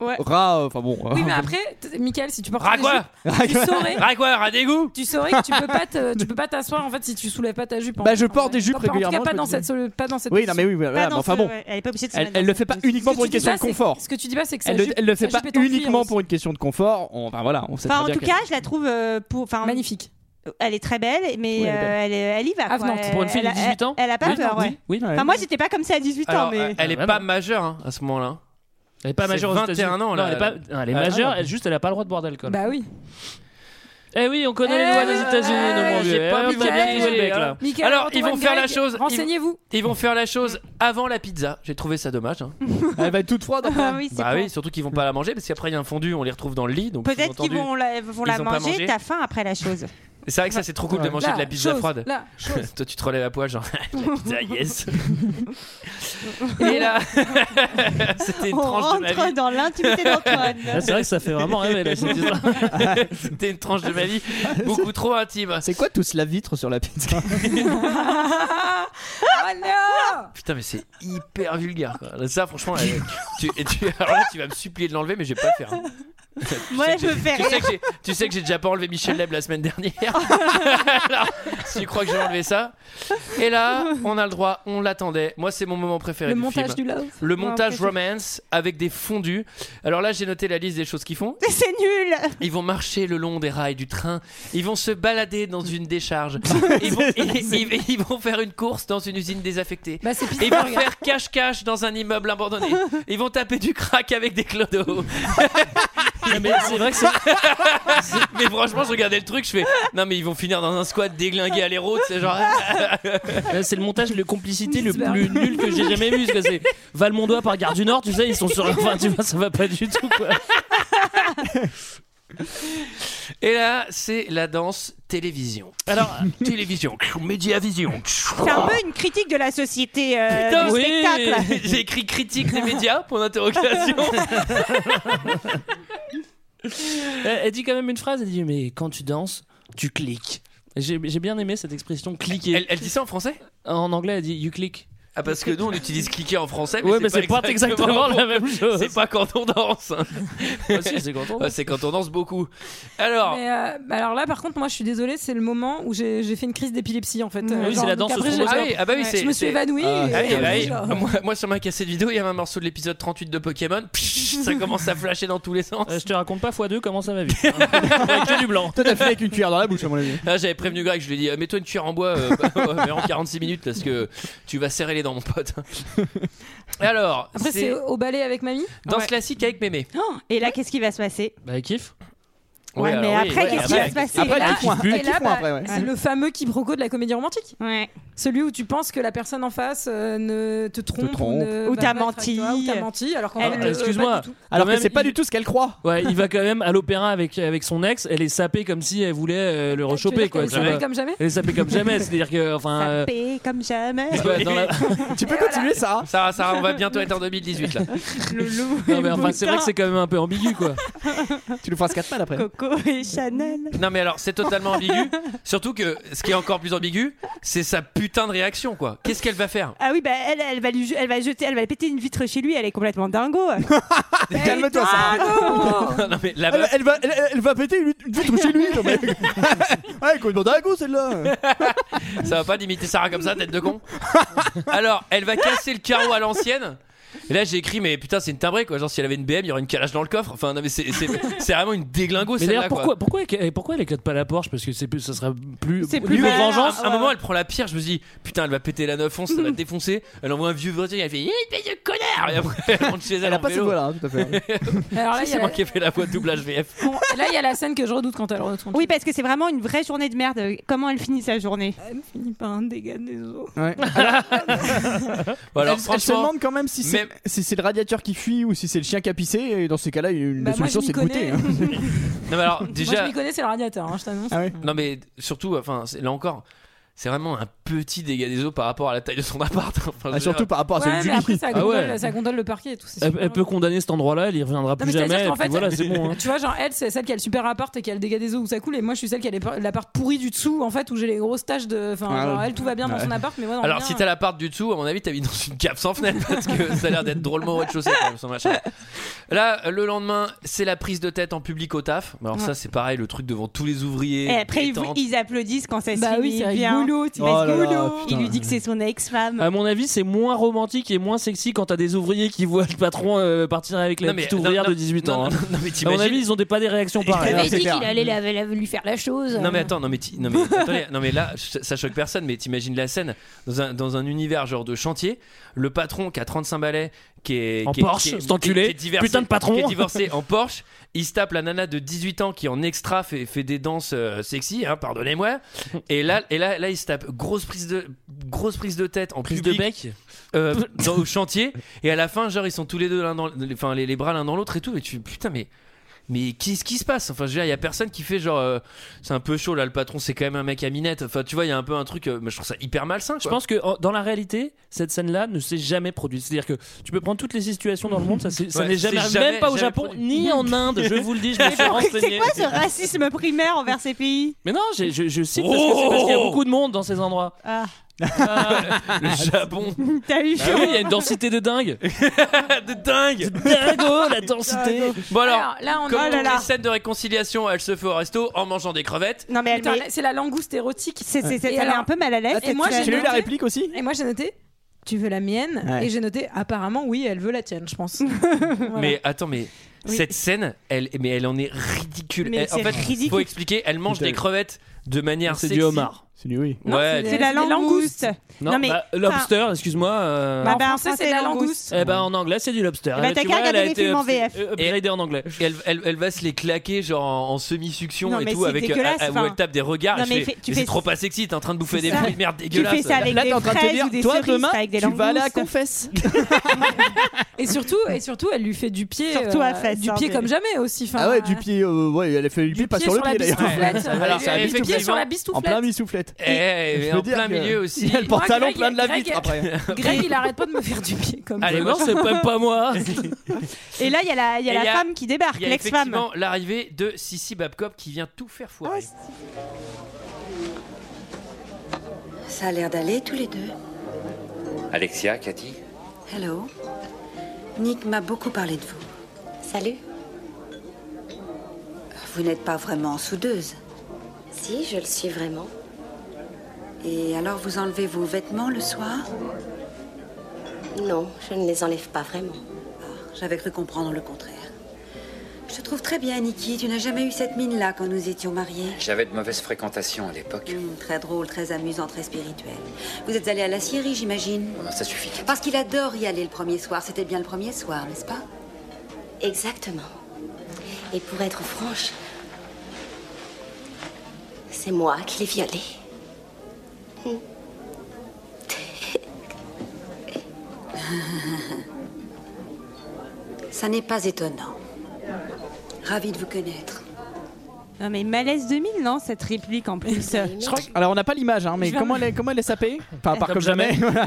[SPEAKER 7] Ouais.
[SPEAKER 8] ras, euh, enfin bon.
[SPEAKER 7] Oui,
[SPEAKER 8] euh,
[SPEAKER 7] mais après, t- Michael, si tu portes.
[SPEAKER 1] Ras
[SPEAKER 7] des
[SPEAKER 1] quoi
[SPEAKER 7] jupes, Tu saurais.
[SPEAKER 1] Ah quoi, à dégoût
[SPEAKER 7] Tu saurais que tu peux pas te- tu peux pas t'asseoir en fait si tu soulèves pas ta jupe. en
[SPEAKER 8] Bah,
[SPEAKER 7] fait,
[SPEAKER 8] je
[SPEAKER 7] en
[SPEAKER 8] porte
[SPEAKER 7] vrai.
[SPEAKER 8] des jupes
[SPEAKER 7] Pas- En
[SPEAKER 8] régulièrement, je
[SPEAKER 7] tout cas, pas
[SPEAKER 8] peux
[SPEAKER 7] dans
[SPEAKER 8] te
[SPEAKER 7] cette sol- pas dans cette.
[SPEAKER 8] Oui, non mais oui, voilà,
[SPEAKER 6] Pas
[SPEAKER 8] mais
[SPEAKER 6] dans
[SPEAKER 8] enfin
[SPEAKER 6] ce-
[SPEAKER 8] bon.
[SPEAKER 6] ouais, elle est pas obligée de se
[SPEAKER 8] Elle,
[SPEAKER 6] mettre
[SPEAKER 8] elle
[SPEAKER 6] dans
[SPEAKER 8] le
[SPEAKER 6] ce-
[SPEAKER 8] fait pas
[SPEAKER 6] dans ce-
[SPEAKER 8] uniquement
[SPEAKER 7] Ce que
[SPEAKER 8] pour une
[SPEAKER 7] tu dis
[SPEAKER 8] question
[SPEAKER 7] pas,
[SPEAKER 8] de
[SPEAKER 7] c'est-
[SPEAKER 8] confort.
[SPEAKER 7] Ce que tu dis pas, c'est que sa
[SPEAKER 8] Elle le,
[SPEAKER 7] jupe-
[SPEAKER 8] elle le
[SPEAKER 7] sa
[SPEAKER 8] fait pas
[SPEAKER 7] jupe est en cuir
[SPEAKER 8] uniquement
[SPEAKER 7] aussi.
[SPEAKER 8] pour une question de confort. On, enfin voilà, on sait
[SPEAKER 6] Enfin, en
[SPEAKER 8] très bien
[SPEAKER 6] tout
[SPEAKER 8] que-
[SPEAKER 6] cas, je la trouve euh, pour,
[SPEAKER 7] Hein.
[SPEAKER 6] enfin,
[SPEAKER 7] Magnifique.
[SPEAKER 6] Elle est très belle, mais
[SPEAKER 8] Oui, elle est
[SPEAKER 6] euh, elle, est- elle y va. quoi.
[SPEAKER 7] Avenante.
[SPEAKER 6] Elle-
[SPEAKER 11] Ah, Pour une fille de
[SPEAKER 6] elle a-
[SPEAKER 11] 18 ans
[SPEAKER 6] Elle, elle a pas
[SPEAKER 11] Oui,
[SPEAKER 6] peur,
[SPEAKER 11] oui,
[SPEAKER 6] ouais.
[SPEAKER 11] oui.
[SPEAKER 6] Enfin, moi, j'étais pas comme ça à 18
[SPEAKER 1] Alors,
[SPEAKER 6] ans,
[SPEAKER 1] euh,
[SPEAKER 6] mais.
[SPEAKER 1] Elle est pas majeure hein, à ce moment-là.
[SPEAKER 11] Elle est pas
[SPEAKER 1] C'est
[SPEAKER 11] majeure aux
[SPEAKER 1] 21
[SPEAKER 11] États-Unis.
[SPEAKER 1] ans,
[SPEAKER 11] Non,
[SPEAKER 1] là,
[SPEAKER 11] elle est
[SPEAKER 1] là.
[SPEAKER 11] pas. non, Elle est
[SPEAKER 1] Ah,
[SPEAKER 11] majeure.
[SPEAKER 1] non.
[SPEAKER 11] Elle juste, elle a pas le droit de boire d'alcool.
[SPEAKER 7] Bah oui.
[SPEAKER 11] Eh oui, on connaît les lois des États-Unis, nos mon
[SPEAKER 1] J'ai
[SPEAKER 11] vieux.
[SPEAKER 1] pas
[SPEAKER 11] Eh,
[SPEAKER 1] mis
[SPEAKER 11] on a bien
[SPEAKER 1] Michael,
[SPEAKER 11] pris le bec,
[SPEAKER 1] hein.
[SPEAKER 11] là.
[SPEAKER 7] Michael,
[SPEAKER 1] Alors,
[SPEAKER 7] Antoine
[SPEAKER 1] ils vont faire
[SPEAKER 7] Greg,
[SPEAKER 1] la chose. ils-
[SPEAKER 7] Renseignez-vous.
[SPEAKER 1] Ils vont faire la chose avant la pizza. J'ai trouvé ça dommage. hein.
[SPEAKER 8] elle va être toute froide.
[SPEAKER 6] Ah oui, c'est
[SPEAKER 1] Bah
[SPEAKER 6] con.
[SPEAKER 1] oui, surtout qu'ils vont pas la manger parce qu'après il y a un fondu, on les retrouve dans le lit. Donc
[SPEAKER 6] Peut-être qu'ils
[SPEAKER 1] sous-entendu-
[SPEAKER 6] vont la, vont la
[SPEAKER 1] Ils ont pas
[SPEAKER 6] manger,
[SPEAKER 1] mangé.
[SPEAKER 6] t'as faim après la chose.
[SPEAKER 1] C'est vrai que ça c'est trop cool de manger
[SPEAKER 7] Là,
[SPEAKER 1] de la pizza
[SPEAKER 7] chose,
[SPEAKER 1] froide.
[SPEAKER 7] là, chose.
[SPEAKER 1] Toi tu te relèves à poil genre la pizza yes. Et là, c'était une
[SPEAKER 6] On
[SPEAKER 1] tranche de ma
[SPEAKER 6] rentre
[SPEAKER 1] vie.
[SPEAKER 6] dans l'intimité
[SPEAKER 11] Ah,
[SPEAKER 6] d'Antoine.
[SPEAKER 11] c'est vrai que ça fait vraiment rêver là, cette histoire.
[SPEAKER 1] C'était une tranche de ma vie beaucoup trop intime.
[SPEAKER 8] C'est quoi tous la vitre sur la pizza
[SPEAKER 7] Oh non
[SPEAKER 1] Putain mais c'est hyper vulgaire quoi. Là, Ça franchement, là, tu, et tu, alors là, tu vas me supplier de l'enlever mais je vais pas le faire. hein.
[SPEAKER 6] Moi, je me fais
[SPEAKER 1] Tu
[SPEAKER 6] rire.
[SPEAKER 1] sais que j'ai- tu sais que j'ai déjà pas enlevé Michel Leb la semaine dernière. Alors, si tu crois que j'ai enlevé ça. Et là, on a le droit, on l'attendait. Moi, c'est mon moment préféré
[SPEAKER 7] Le
[SPEAKER 1] du
[SPEAKER 7] montage
[SPEAKER 1] film.
[SPEAKER 7] du love.
[SPEAKER 1] Le montage
[SPEAKER 6] Ouais,
[SPEAKER 1] romance avec des fondus. Alors là, j'ai noté la liste des choses qu'ils font.
[SPEAKER 6] C'est nul.
[SPEAKER 1] Ils vont marcher le long des rails du train. Ils vont se balader dans une décharge. Ils vont, ils- ils- ils vont faire une course dans une usine désaffectée.
[SPEAKER 7] Bah, c'est pire.
[SPEAKER 1] Ils vont faire cache-cache dans un immeuble abandonné. Ils vont taper du crack avec des clodos.
[SPEAKER 11] Non, mais c'est vrai que c'est.
[SPEAKER 1] Mais franchement, je regardais le truc, je fais non, mais ils vont finir dans un squat déglingué à l'héros, c'est genre ah.
[SPEAKER 11] Là, C'est le montage de complicité le plus nul que j'ai jamais vu. parce que C'est Valmondois par Gare du Nord, tu sais, ils sont sur. Enfin, tu vois, ça va pas du tout, quoi.
[SPEAKER 1] Et là, c'est la danse télévision. Alors, télévision, médiavision.
[SPEAKER 6] C'est un peu une critique de la société euh, du
[SPEAKER 11] oui.
[SPEAKER 6] spectacle.
[SPEAKER 1] J'ai écrit critique des médias pour l'interrogation.
[SPEAKER 11] Elle, elle dit quand même une phrase, elle dit mais quand tu danses, tu cliques. J'ai j'ai bien aimé cette expression cliquer.
[SPEAKER 1] elle, elle dit ça en français
[SPEAKER 11] En anglais, elle dit you click.
[SPEAKER 1] Ah, parce que nous, on utilise cliquer en français.
[SPEAKER 11] Ouais, mais c'est pas exactement la même chose.
[SPEAKER 1] C'est pas quand on danse.
[SPEAKER 11] Ah si, c'est quand on
[SPEAKER 1] Ah,
[SPEAKER 11] danse.
[SPEAKER 1] c'est quand on danse beaucoup. Alors,
[SPEAKER 7] Mais, euh, bah alors là, par contre, moi, je suis désolée, c'est le moment où j'ai j'ai fait une crise d'épilepsie en fait. Euh,
[SPEAKER 11] Ah oui,
[SPEAKER 7] Genre,
[SPEAKER 11] c'est la
[SPEAKER 7] donc
[SPEAKER 11] danse au
[SPEAKER 7] après, j'ai-
[SPEAKER 11] stroboscope.
[SPEAKER 1] Ah oui, ah bah oui, c'est-
[SPEAKER 7] Je me suis
[SPEAKER 1] c'est-
[SPEAKER 7] évanouie.
[SPEAKER 8] Ah,
[SPEAKER 7] et-
[SPEAKER 1] Ah oui,
[SPEAKER 7] et
[SPEAKER 1] ah oui.
[SPEAKER 7] genre-
[SPEAKER 1] Moi, moi, sur ma cassette vidéo, il y avait un morceau de l'épisode 38 de Pokémon. Ça commence à flasher dans tous les sens.
[SPEAKER 11] Euh, je te raconte pas x2 comment ça va vite. hein. Avec que du blanc.
[SPEAKER 8] Toi t'as fait avec une cuillère dans la bouche à mon avis.
[SPEAKER 1] Ah, J'avais prévenu Greg, je lui ai dit euh, mets-toi une cuillère en bois euh, bah, mais en 46 minutes parce que tu vas serrer les dents, mon pote. Alors,
[SPEAKER 7] Après, c'est
[SPEAKER 1] c'est
[SPEAKER 7] au au ballet avec mamie.
[SPEAKER 1] danse classique avec mémé.
[SPEAKER 6] Et là, qu'est-ce qui va se passer
[SPEAKER 11] Bah elle kiffe.
[SPEAKER 6] Ouais, Ouais, mais alors oui, après, ouais, qu'est-ce qui va après, se passer après,
[SPEAKER 7] Et là,
[SPEAKER 6] tu kiffes plus,
[SPEAKER 7] et
[SPEAKER 6] tu
[SPEAKER 7] là,
[SPEAKER 6] kiffes
[SPEAKER 7] bah,
[SPEAKER 6] moins après, ouais.
[SPEAKER 7] C'est le fameux quiproquo de la comédie romantique. Celui où tu penses que la personne en face euh, ne te trompe,
[SPEAKER 6] trompe.
[SPEAKER 7] ne
[SPEAKER 6] Ou
[SPEAKER 7] va
[SPEAKER 6] t'as
[SPEAKER 7] pas être avec
[SPEAKER 6] menti. Eh,
[SPEAKER 7] toi, ou t'as menti, alors qu'en
[SPEAKER 6] Elle
[SPEAKER 7] fait,
[SPEAKER 6] le-
[SPEAKER 7] euh, pas
[SPEAKER 11] Excuse-moi.
[SPEAKER 7] du tout.
[SPEAKER 8] Alors
[SPEAKER 11] Quand
[SPEAKER 8] que
[SPEAKER 11] même,
[SPEAKER 8] c'est pas
[SPEAKER 11] il-
[SPEAKER 8] du tout ce qu'elle croit.
[SPEAKER 11] Ouais, il va quand même à l'opéra avec, avec son ex. Elle est sapée comme si elle voulait euh, le rechoper.
[SPEAKER 6] Ah, dire
[SPEAKER 11] Quoi.
[SPEAKER 6] qu'elle est
[SPEAKER 11] tu vois.
[SPEAKER 6] sapée comme jamais
[SPEAKER 11] Elle est sapée comme jamais. C'est-à-dire que. Enfin, euh,
[SPEAKER 6] Tapé comme jamais.
[SPEAKER 11] tu vois, dans la-
[SPEAKER 8] tu peux continuer ça.
[SPEAKER 1] Sarah, Sarah, on va bientôt être en 2018 là.
[SPEAKER 11] Non, mais enfin, c'est vrai que c'est quand même un peu ambigu quoi.
[SPEAKER 8] tu nous feras 4 mal après.
[SPEAKER 6] Coco et Chanel.
[SPEAKER 1] Non mais alors c'est totalement ambigu. Surtout que ce qui est encore plus ambigu, c'est sa putain de réaction quoi. Qu'est-ce qu'elle va faire
[SPEAKER 6] Ah oui, bah elle, elle va lui, je- elle va jeter, elle va péter une vitre chez lui. Elle est complètement dingo.
[SPEAKER 8] Calme-toi, Sarah.
[SPEAKER 1] Ah Non, mais la
[SPEAKER 8] elle,
[SPEAKER 1] meuf-
[SPEAKER 8] elle va, elle, elle va péter une une vitre chez lui. non, mais- ouais, complètement dingo celle-là.
[SPEAKER 1] Ça va pas d'imiter Sarah comme ça, tête de con Alors, elle va casser le carreau à l'ancienne. Et là, j'ai écrit, mais putain, c'est une timbrée quoi. Genre, si elle avait une BM, il y aurait une calage dans le coffre. Enfin, non, mais c'est c'est- c'est vraiment une déglingo
[SPEAKER 11] Mais
[SPEAKER 1] celle-là
[SPEAKER 11] d'ailleurs,
[SPEAKER 1] quoi.
[SPEAKER 11] pourquoi, pourquoi, elle- pourquoi elle éclate pas la Porsche Parce que c'est plus, ça sera plus.
[SPEAKER 1] C'est
[SPEAKER 11] plus en vengeance.
[SPEAKER 1] À un moment, elle prend la pierre. Je me dis, putain, elle va péter la 9 11 ça va défoncer. Elle envoie un vieux voiture, elle fait, il espèce de connard. Et après, elle rentre chez elle.
[SPEAKER 8] Elle a
[SPEAKER 1] en
[SPEAKER 8] pas cette
[SPEAKER 1] vélo.
[SPEAKER 8] voix-là, hein, tout à fait.
[SPEAKER 7] Alors là, il y
[SPEAKER 1] C'est
[SPEAKER 7] a
[SPEAKER 1] moi qui ai fait la voix de doublage VF.
[SPEAKER 7] Bon, et là, il y a la scène que je redoute quand elle retourne.
[SPEAKER 6] Oui, parce que c'est vraiment une vraie journée de merde. Comment elle finit sa journée
[SPEAKER 7] Elle finit par un dégât des eaux.
[SPEAKER 1] Bon, alors,
[SPEAKER 8] elle, elle se
[SPEAKER 1] franchement,
[SPEAKER 8] demande quand même si c'est
[SPEAKER 1] même-
[SPEAKER 8] si c'est le radiateur qui fuit ou si c'est le chien qui a pissé. Et dans ces cas-là, une-
[SPEAKER 7] Bah,
[SPEAKER 8] la
[SPEAKER 7] moi, je
[SPEAKER 8] solution
[SPEAKER 7] m'y
[SPEAKER 8] c'est de goûter.
[SPEAKER 7] connais.
[SPEAKER 8] hein.
[SPEAKER 1] Non, mais alors,
[SPEAKER 7] Moi, je
[SPEAKER 1] déjà.
[SPEAKER 7] m'y connais, c'est le radiateur, hein, je t'annonce.
[SPEAKER 1] Non mais surtout, enfin c'est- là encore, c'est vraiment un petit dégât des eaux par rapport à la taille de son appart. Enfin, je veux dire-
[SPEAKER 8] hein. Ah, surtout par rapport
[SPEAKER 7] Ouais, mais après, ça
[SPEAKER 11] Ah
[SPEAKER 7] gondole,
[SPEAKER 11] ouais.
[SPEAKER 7] ça gondole le parquet et tout. c'est
[SPEAKER 11] Elle,
[SPEAKER 7] super
[SPEAKER 11] elle peut condamner cet endroit-là, elle y reviendra
[SPEAKER 7] Non,
[SPEAKER 11] plus
[SPEAKER 7] mais
[SPEAKER 11] jamais.
[SPEAKER 7] c'est-à-dire
[SPEAKER 11] et
[SPEAKER 7] qu'en
[SPEAKER 11] puis
[SPEAKER 7] fait,
[SPEAKER 11] voilà, c'est bon. hein.
[SPEAKER 7] tu vois, genre elle, c'est celle qui a le super appart et qui a le dégât des eaux où ça coule, et moi je suis celle qui a les par- l'appart pourri du dessous, en fait, où j'ai les grosses taches de. Enfin,
[SPEAKER 11] Ah.
[SPEAKER 1] Ouais.
[SPEAKER 7] genre, elle, tout va bien dans
[SPEAKER 1] Ouais.
[SPEAKER 7] son appart, mais moi, dans le
[SPEAKER 1] Alors
[SPEAKER 7] mien,
[SPEAKER 1] si t'as l'appart du dessous, à mon avis, t'as mis dans une cave sans fenêtre parce que ça a l'air d'être drôlement au rez-de-chaussée quand même, son machin. Là, le lendemain, c'est la prise de tête en public au taf. Mais Alors
[SPEAKER 6] Ouais.
[SPEAKER 1] ça, c'est pareil, le truc devant tous les ouvriers.
[SPEAKER 6] Et après,
[SPEAKER 1] les
[SPEAKER 6] ils,
[SPEAKER 1] tantes.
[SPEAKER 6] ils applaudissent quand ça se
[SPEAKER 7] Bah oui,
[SPEAKER 6] finit
[SPEAKER 7] c'est
[SPEAKER 6] bien.
[SPEAKER 7] rigolo, tu
[SPEAKER 6] Il
[SPEAKER 11] vois.
[SPEAKER 6] va
[SPEAKER 11] Oh là
[SPEAKER 6] se-
[SPEAKER 11] là,
[SPEAKER 6] Rigolo. Il
[SPEAKER 11] putain. Ah
[SPEAKER 6] lui dit que c'est son ex-femme.
[SPEAKER 11] À mon avis, c'est moins romantique et moins sexy quand t'as des ouvriers qui voient le patron euh, partir avec la
[SPEAKER 1] Non, mais-
[SPEAKER 11] petite ouvrière
[SPEAKER 1] non, non,
[SPEAKER 11] de 18
[SPEAKER 1] non,
[SPEAKER 11] ans. hein.
[SPEAKER 1] non, non, mais
[SPEAKER 11] à mon
[SPEAKER 1] t'imagines-
[SPEAKER 11] avis, ils ont des, pas des réactions pareilles. hein, c'est clair.
[SPEAKER 7] euh,
[SPEAKER 6] la- la- lui faire la chose.
[SPEAKER 1] Non mais attends, non mais, ti- non, mais attendez, non mais là ch- ça choque personne mais t'imagines la scène dans un, dans un univers genre de chantier, le patron qui a 35 balais qui est
[SPEAKER 11] En
[SPEAKER 1] qui est-
[SPEAKER 11] Porsche,
[SPEAKER 1] qui est-
[SPEAKER 11] cet enculé,
[SPEAKER 1] qui est divorcé-
[SPEAKER 11] putain de patron.
[SPEAKER 1] qui est divorcé en Porsche, il se tape la nana de 18 ans qui en extra fait, fait des danses euh, sexy hein, pardonnez-moi et là et là là il se tape grosse prise de grosse prise de tête en
[SPEAKER 11] Prise de
[SPEAKER 1] public
[SPEAKER 11] bec
[SPEAKER 1] euh, dans, au chantier et à la fin genre ils sont tous les deux l'un dans l- enfin les, les bras l'un dans l'autre et tout et tu putain mais mais qu'est-ce qui se passe Enfin, je veux dire, il y a personne qui fait genre, euh, c'est un peu chaud là. Le patron, c'est quand même un mec à minette. Enfin, tu vois, il y a un peu un truc. euh, mais je trouve ça hyper malsain.
[SPEAKER 11] Je pense que en- dans la réalité, cette scène-là ne s'est jamais produite. C'est-à-dire que tu peux prendre toutes les situations dans le monde, ça, s'est- ça
[SPEAKER 1] Ouais,
[SPEAKER 11] n'est jamais,
[SPEAKER 1] c'est jamais-
[SPEAKER 11] même pas au
[SPEAKER 1] jamais
[SPEAKER 11] Japon,
[SPEAKER 1] produit.
[SPEAKER 11] ni en Inde. Je vous le dis, je me suis
[SPEAKER 6] C'est
[SPEAKER 11] renseigné.
[SPEAKER 6] quoi ce racisme primaire envers ces pays
[SPEAKER 11] Mais non, j'ai- je, je cite parce que c'est parce qu'il y a
[SPEAKER 1] Oh
[SPEAKER 11] beaucoup de monde dans ces endroits.
[SPEAKER 6] Ah,
[SPEAKER 1] le Japon.
[SPEAKER 6] t'as eu
[SPEAKER 11] Bah Ah oui, il y a une densité de dingue.
[SPEAKER 1] de dingue.
[SPEAKER 11] Dingo, la densité.
[SPEAKER 1] Bon alors,
[SPEAKER 7] Alors, là, on
[SPEAKER 1] comme
[SPEAKER 7] a-
[SPEAKER 1] toutes
[SPEAKER 7] oh là là.
[SPEAKER 1] les scènes de réconciliation, elle se fait au resto en mangeant des crevettes.
[SPEAKER 6] Non mais elle
[SPEAKER 7] Putain,
[SPEAKER 6] met-
[SPEAKER 7] là, c'est la langouste érotique.
[SPEAKER 6] c'est- c'est-
[SPEAKER 7] Et
[SPEAKER 6] c'est- elle est
[SPEAKER 7] alors-
[SPEAKER 6] un peu mal à l'aise.
[SPEAKER 7] Et moi,
[SPEAKER 6] cette
[SPEAKER 7] j'ai
[SPEAKER 6] scène.
[SPEAKER 7] lu la
[SPEAKER 8] réplique aussi
[SPEAKER 7] Et moi j'ai noté, tu veux la mienne
[SPEAKER 1] Ouais.
[SPEAKER 7] Et j'ai noté, apparemment, oui, elle veut la tienne, je pense.
[SPEAKER 1] Mais attends, mais cette scène, elle, mais elle en est ridicule.
[SPEAKER 7] Mais
[SPEAKER 1] Elle- en
[SPEAKER 7] c'est
[SPEAKER 1] fait,
[SPEAKER 7] ridicule.
[SPEAKER 1] faut expliquer, elle mange des crevettes de manière.
[SPEAKER 11] C'est du
[SPEAKER 1] sexy.
[SPEAKER 11] homard.
[SPEAKER 8] C'est du oui.
[SPEAKER 7] Non,
[SPEAKER 1] Ouais.
[SPEAKER 6] C'est la
[SPEAKER 7] C'est des langoustes.
[SPEAKER 6] langouste.
[SPEAKER 11] Non,
[SPEAKER 6] mais
[SPEAKER 11] bah, lobster, excuse-moi. euh,
[SPEAKER 6] Bah,
[SPEAKER 7] En
[SPEAKER 6] bah, en
[SPEAKER 7] français, c'est
[SPEAKER 6] français,
[SPEAKER 7] de la
[SPEAKER 6] langouste.
[SPEAKER 7] langouste.
[SPEAKER 11] Eh ben en anglais c'est du lobster.
[SPEAKER 6] bah,
[SPEAKER 11] Eh ben,
[SPEAKER 6] t'as
[SPEAKER 11] tu
[SPEAKER 6] qu'à
[SPEAKER 11] vois, elle a
[SPEAKER 6] regarder les
[SPEAKER 11] été
[SPEAKER 6] films en
[SPEAKER 11] up-
[SPEAKER 6] VF.
[SPEAKER 11] euh, upgradée en anglais.
[SPEAKER 1] Et Elle, elle, elle va se les claquer genre en, en semi-suction
[SPEAKER 6] Non,
[SPEAKER 1] et
[SPEAKER 6] mais
[SPEAKER 1] tout
[SPEAKER 6] c'est
[SPEAKER 1] avec
[SPEAKER 6] dégueulasse,
[SPEAKER 1] à- à- où
[SPEAKER 6] enfin.
[SPEAKER 1] elle tape des regards.
[SPEAKER 6] Non,
[SPEAKER 1] et je
[SPEAKER 6] mais
[SPEAKER 1] fais,
[SPEAKER 6] fais- tu
[SPEAKER 1] mais
[SPEAKER 6] fais-
[SPEAKER 1] c'est trop pas sexy, t'es en train de bouffer
[SPEAKER 6] C'est
[SPEAKER 1] des
[SPEAKER 6] ça.
[SPEAKER 1] fruits de merde
[SPEAKER 6] Tu
[SPEAKER 1] dégueulasse.
[SPEAKER 6] fais ça avec
[SPEAKER 8] Là,
[SPEAKER 6] des
[SPEAKER 8] t'es en train de te
[SPEAKER 6] fraises
[SPEAKER 8] dire,
[SPEAKER 6] ou des
[SPEAKER 8] toi,
[SPEAKER 6] cerises,
[SPEAKER 8] demain,
[SPEAKER 6] pas avec des
[SPEAKER 8] tu vas aller à la
[SPEAKER 6] langoustes.
[SPEAKER 8] confesse.
[SPEAKER 7] Et surtout, et surtout, elle lui fait du pied, euh,
[SPEAKER 6] Surtout à fesses,
[SPEAKER 7] du
[SPEAKER 6] hein,
[SPEAKER 7] pied
[SPEAKER 6] mais-
[SPEAKER 7] comme jamais aussi. Enfin,
[SPEAKER 8] Ah ouais, du pied. euh, ouais, elle a fait du pied, pas
[SPEAKER 7] pied
[SPEAKER 8] sur le
[SPEAKER 7] sur la
[SPEAKER 8] pied d'ailleurs.
[SPEAKER 7] bistouflette.
[SPEAKER 8] Ouais.
[SPEAKER 7] Elle a
[SPEAKER 8] Alors, c'est
[SPEAKER 7] eu
[SPEAKER 8] la
[SPEAKER 7] le pied
[SPEAKER 8] bistouflette.
[SPEAKER 7] sur la
[SPEAKER 8] En
[SPEAKER 7] bistouflette.
[SPEAKER 8] plein bistouflette.
[SPEAKER 1] Eh,
[SPEAKER 8] Je
[SPEAKER 1] et
[SPEAKER 8] veux
[SPEAKER 1] en
[SPEAKER 8] dire
[SPEAKER 1] plein
[SPEAKER 8] que-
[SPEAKER 1] milieu aussi.
[SPEAKER 8] Il a le
[SPEAKER 7] Moi,
[SPEAKER 8] pantalon
[SPEAKER 7] Greg,
[SPEAKER 8] plein de la
[SPEAKER 7] Greg-
[SPEAKER 8] vitre après.
[SPEAKER 7] Greg, il arrête pas de me faire du pied comme
[SPEAKER 1] Allez,
[SPEAKER 11] Mais
[SPEAKER 7] ça.
[SPEAKER 11] non, c'est même pas moi.
[SPEAKER 6] Et là, il y a la, il y a
[SPEAKER 1] Et
[SPEAKER 6] la
[SPEAKER 1] il y a-
[SPEAKER 6] femme qui débarque,
[SPEAKER 1] Il y a
[SPEAKER 6] l'ex-femme.
[SPEAKER 1] effectivement l'arrivée de Sissi Babcock qui vient tout faire foirer.
[SPEAKER 7] Oh,
[SPEAKER 16] Ça a l'air d'aller tous les deux.
[SPEAKER 15] Alexia, Cathy
[SPEAKER 16] Hello. Nick m'a beaucoup parlé de vous. Salut. Vous n'êtes pas vraiment soudeuse. Si, je le suis vraiment. Et alors vous enlevez vos vêtements le soir
[SPEAKER 12] Non, je ne les enlève pas vraiment.
[SPEAKER 16] J'avais cru comprendre le contraire. Je te trouve très bien, Nikki. Tu n'as jamais eu cette mine-là quand nous étions mariés.
[SPEAKER 15] J'avais de mauvaises fréquentations à l'époque.
[SPEAKER 16] Hum, très drôle, très amusant, très spirituel. Vous êtes allé à la scierie, j'imagine
[SPEAKER 15] Oh Non, ça suffit.
[SPEAKER 16] Parce qu'il adore y aller le premier soir. C'était bien le premier soir, n'est-ce pas
[SPEAKER 12] Exactement. Et pour être franche, c'est moi qui l'ai violée.
[SPEAKER 16] Ça n'est pas étonnant. Ravi de vous connaître.
[SPEAKER 6] Non mais malaise 2000, non cette réplique en plus.
[SPEAKER 8] Je crois que- Alors on n'a pas l'image, hein, mais
[SPEAKER 6] Je vais
[SPEAKER 8] comment
[SPEAKER 6] en-
[SPEAKER 8] elle, est, comment elle est sapée Enfin,
[SPEAKER 1] Comme
[SPEAKER 8] par comme, jamais. voilà.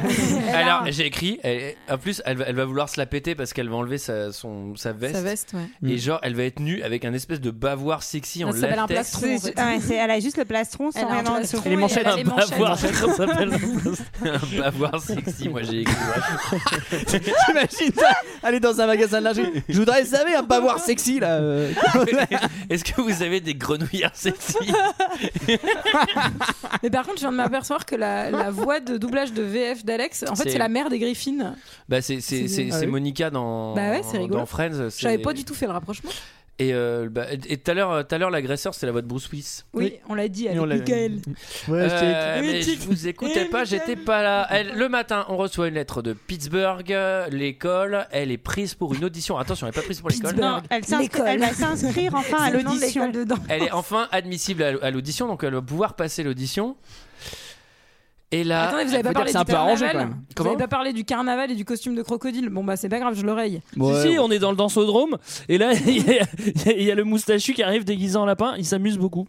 [SPEAKER 1] Alors, j'ai écrit, elle- en plus, elle va, elle va vouloir se la péter parce qu'elle va enlever sa, son, sa veste.
[SPEAKER 7] Sa veste, ouais.
[SPEAKER 8] Mm.
[SPEAKER 1] Et genre, elle va être nue avec un espèce de bavoir sexy en
[SPEAKER 7] Ça s'appelle un
[SPEAKER 1] latex.
[SPEAKER 7] plastron, en fait.
[SPEAKER 6] C'est- ouais, c'est- elle a juste le plastron sans
[SPEAKER 7] Elle a un
[SPEAKER 6] rien en
[SPEAKER 7] plastron
[SPEAKER 6] dessous.
[SPEAKER 7] Et les et- manchettes.
[SPEAKER 1] Un
[SPEAKER 7] Les manchettes.
[SPEAKER 1] bavoir,
[SPEAKER 7] Les
[SPEAKER 1] ça s'appelle un plastron. Un bavoir sexy, moi j'ai écrit.
[SPEAKER 8] T'imagines ça Aller dans un magasin de lingerie. Je voudrais, vous savez, un bavoir sexy là. euh.
[SPEAKER 1] Est-ce que vous avez des grenouillères sexy
[SPEAKER 7] Mais par contre, je viens de m'apercevoir que la, la voix de doublage de VF d'Alex, en fait,
[SPEAKER 1] C'est-
[SPEAKER 7] c'est la mère des Griffins.
[SPEAKER 1] Bah, c'est c'est-
[SPEAKER 7] C'est-
[SPEAKER 1] c'est-
[SPEAKER 7] Ah
[SPEAKER 1] c'est
[SPEAKER 7] oui.
[SPEAKER 1] Monica dans,
[SPEAKER 7] bah ouais, c'est rigolo.
[SPEAKER 1] dans Friends. c'est-
[SPEAKER 7] J'avais pas du tout fait le rapprochement.
[SPEAKER 1] Et euh, bah, et- et tout à l'heure, euh, tout à l'heure, l'agresseur, c'est la voix de Bruce Willis.
[SPEAKER 7] Oui, on l'a dit
[SPEAKER 1] Et on l'a-
[SPEAKER 7] avec Michael.
[SPEAKER 8] Ouais, je
[SPEAKER 1] Euh,
[SPEAKER 8] t'ai-
[SPEAKER 1] mais je vous écoutais
[SPEAKER 7] Eh,
[SPEAKER 1] pas,
[SPEAKER 7] Michael.
[SPEAKER 1] j'étais pas là. Elle- le matin, on reçoit une lettre de Pittsburgh, euh, l'école. Elle est prise pour une audition. Attention, elle est pas prise pour l'école.
[SPEAKER 6] Non, elle, s'inscrit-
[SPEAKER 7] L'école.
[SPEAKER 6] elle va s'inscrire enfin à
[SPEAKER 7] C'est le nom de
[SPEAKER 6] l'audition.
[SPEAKER 7] l'école
[SPEAKER 1] Elle est enfin admissible à- à l'audition, donc elle va pouvoir passer l'audition. Et là,
[SPEAKER 7] Attendez, vous avez
[SPEAKER 1] elle
[SPEAKER 7] pas
[SPEAKER 1] peut
[SPEAKER 7] parlé
[SPEAKER 1] dire
[SPEAKER 7] du
[SPEAKER 1] c'est un peu arrangé,
[SPEAKER 7] carnaval
[SPEAKER 1] quand même.
[SPEAKER 7] Vous
[SPEAKER 1] Comment
[SPEAKER 7] avez pas parlé du carnaval et du costume de crocodile Bon bah c'est pas grave, je l'oreille.
[SPEAKER 11] Si, si, on est dans le dansodrome. Et là, il y, a- il y a le moustachu qui arrive déguisé en lapin. Il s'amuse beaucoup.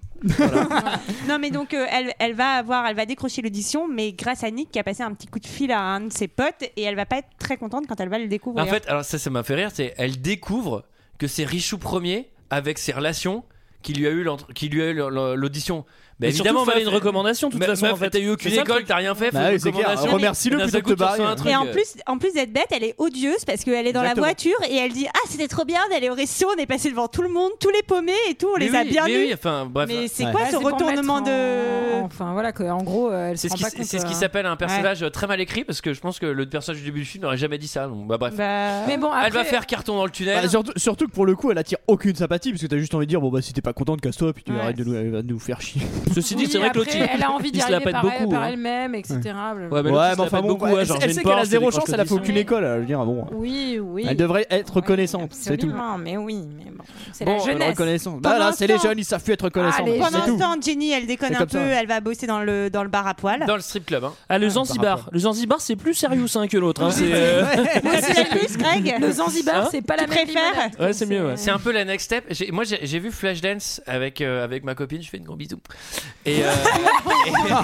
[SPEAKER 6] Non mais donc euh, elle, elle va avoir, elle va décrocher l'audition, mais grâce à Nick qui a passé un petit coup de fil à un de ses potes et elle va pas être très contente quand elle va le découvrir.
[SPEAKER 1] En fait, alors ça, ça m'a fait rire. C'est elle découvre que c'est Richou premier avec ses relations qui lui a eu l'entre- qui lui a eu l'en- l'en- l'audition. Bah,
[SPEAKER 11] Mais surtout,
[SPEAKER 1] évidemment,
[SPEAKER 11] il fallait
[SPEAKER 1] meuf,
[SPEAKER 11] une recommandation, de toute
[SPEAKER 1] meuf,
[SPEAKER 11] façon,
[SPEAKER 1] meuf,
[SPEAKER 11] en fait.
[SPEAKER 1] T'as eu
[SPEAKER 11] C'est
[SPEAKER 1] aucune
[SPEAKER 11] ça, le
[SPEAKER 1] écoole,
[SPEAKER 11] truc.
[SPEAKER 1] t'as rien fait.
[SPEAKER 8] Bah
[SPEAKER 1] faut
[SPEAKER 8] oui,
[SPEAKER 1] une
[SPEAKER 8] c'est clair.
[SPEAKER 1] recommandation.
[SPEAKER 8] Remercie-le
[SPEAKER 1] D'un
[SPEAKER 8] plutôt
[SPEAKER 1] seul
[SPEAKER 8] que
[SPEAKER 1] coup,
[SPEAKER 8] de te
[SPEAKER 1] tu reçois un
[SPEAKER 8] barrer.
[SPEAKER 1] truc. euh,
[SPEAKER 6] et en plus, en plus d'être bête, elle est odieuse parce qu'elle est dans
[SPEAKER 1] Exactement.
[SPEAKER 6] la voiture et elle dit ah c'était trop bien d'aller au resto, on est passé devant tout le monde, tous les paumés et tout, on
[SPEAKER 1] Mais
[SPEAKER 6] les a
[SPEAKER 1] oui,
[SPEAKER 6] bien
[SPEAKER 1] mais
[SPEAKER 6] vus.
[SPEAKER 1] oui, enfin, bref.
[SPEAKER 6] Mais c'est
[SPEAKER 1] Ouais.
[SPEAKER 6] quoi
[SPEAKER 1] Ah,
[SPEAKER 6] ce
[SPEAKER 1] c'est pour
[SPEAKER 6] retournement
[SPEAKER 7] Bah, mettre
[SPEAKER 6] de
[SPEAKER 7] Enfin voilà, que, en gros, euh, elle
[SPEAKER 1] C'est
[SPEAKER 7] se
[SPEAKER 1] ce
[SPEAKER 7] rend
[SPEAKER 1] qui,
[SPEAKER 7] pas compte.
[SPEAKER 1] c'est ce qui
[SPEAKER 7] euh,
[SPEAKER 1] s'appelle un
[SPEAKER 7] ouais.
[SPEAKER 1] personnage euh, très mal écrit parce que je pense que le personnage du début du film n'aurait jamais dit ça. Donc, bah, bref.
[SPEAKER 7] Mais bon,
[SPEAKER 1] Elle va
[SPEAKER 7] après-
[SPEAKER 1] faire carton dans le tunnel.
[SPEAKER 8] Bah, surtout, surtout que pour le coup, elle attire aucune sympathie parce que t'as juste envie de dire bon bah si t'es pas contente, casse-toi puis tu
[SPEAKER 7] Ouais.
[SPEAKER 8] arrêtes de nous, de nous faire chier.
[SPEAKER 11] Ceci dit,
[SPEAKER 7] Oui,
[SPEAKER 11] c'est vrai que l'autre,
[SPEAKER 7] après,
[SPEAKER 11] il-
[SPEAKER 7] elle a envie
[SPEAKER 11] il
[SPEAKER 7] d'y
[SPEAKER 11] se la
[SPEAKER 7] arriver
[SPEAKER 11] pète
[SPEAKER 7] par,
[SPEAKER 11] beaucoup,
[SPEAKER 7] par
[SPEAKER 11] hein.
[SPEAKER 7] elle-même, etc. blablabla.
[SPEAKER 11] Ouais, mais l'autre, il se la pète beaucoup, hein,
[SPEAKER 8] elle,
[SPEAKER 11] genre,
[SPEAKER 8] elle
[SPEAKER 11] j'ai
[SPEAKER 8] sait
[SPEAKER 11] une
[SPEAKER 8] qu'elle a
[SPEAKER 11] porte,
[SPEAKER 8] zéro
[SPEAKER 11] décroche
[SPEAKER 8] chance, elle a fait
[SPEAKER 11] l'audition.
[SPEAKER 8] aucune école. Elle, dire, ah, bon,
[SPEAKER 7] Oui, oui.
[SPEAKER 8] elle devrait être reconnaissante, c'est tout.
[SPEAKER 7] Absolument, mais oui, mais bon, c'est
[SPEAKER 8] Bon,
[SPEAKER 7] la
[SPEAKER 8] euh,
[SPEAKER 7] jeunesse.
[SPEAKER 8] reconnaissance.
[SPEAKER 6] Pendant
[SPEAKER 8] Bah, là,
[SPEAKER 6] ce
[SPEAKER 8] c'est les
[SPEAKER 6] temps-
[SPEAKER 8] jeunes, ils savent plus être reconnaissants.
[SPEAKER 6] Allez,
[SPEAKER 8] c'est
[SPEAKER 6] Pendant
[SPEAKER 8] tout.
[SPEAKER 6] ce temps, Jenny, elle déconne
[SPEAKER 8] C'est
[SPEAKER 6] un
[SPEAKER 8] comme
[SPEAKER 6] peu,
[SPEAKER 8] ça.
[SPEAKER 6] elle va bosser dans le, dans le bar à poil.
[SPEAKER 1] Dans le strip club. Hein.
[SPEAKER 11] Ah, le Zanzibar. Le Zanzibar, c'est plus sérieux hein, que l'autre. hein, c'est, euh,
[SPEAKER 6] Moi aussi, la plus, Greg.
[SPEAKER 7] Le Zanzibar,
[SPEAKER 11] Hein
[SPEAKER 7] c'est pas la
[SPEAKER 6] Tu
[SPEAKER 7] même
[SPEAKER 6] préfères
[SPEAKER 7] limonade.
[SPEAKER 11] Ouais, c'est mieux. ouais.
[SPEAKER 1] C'est un peu la next step. J'ai- Moi, j'ai j'ai vu Flashdance avec, euh, avec ma copine. Je fais une gros bisou. Et, euh,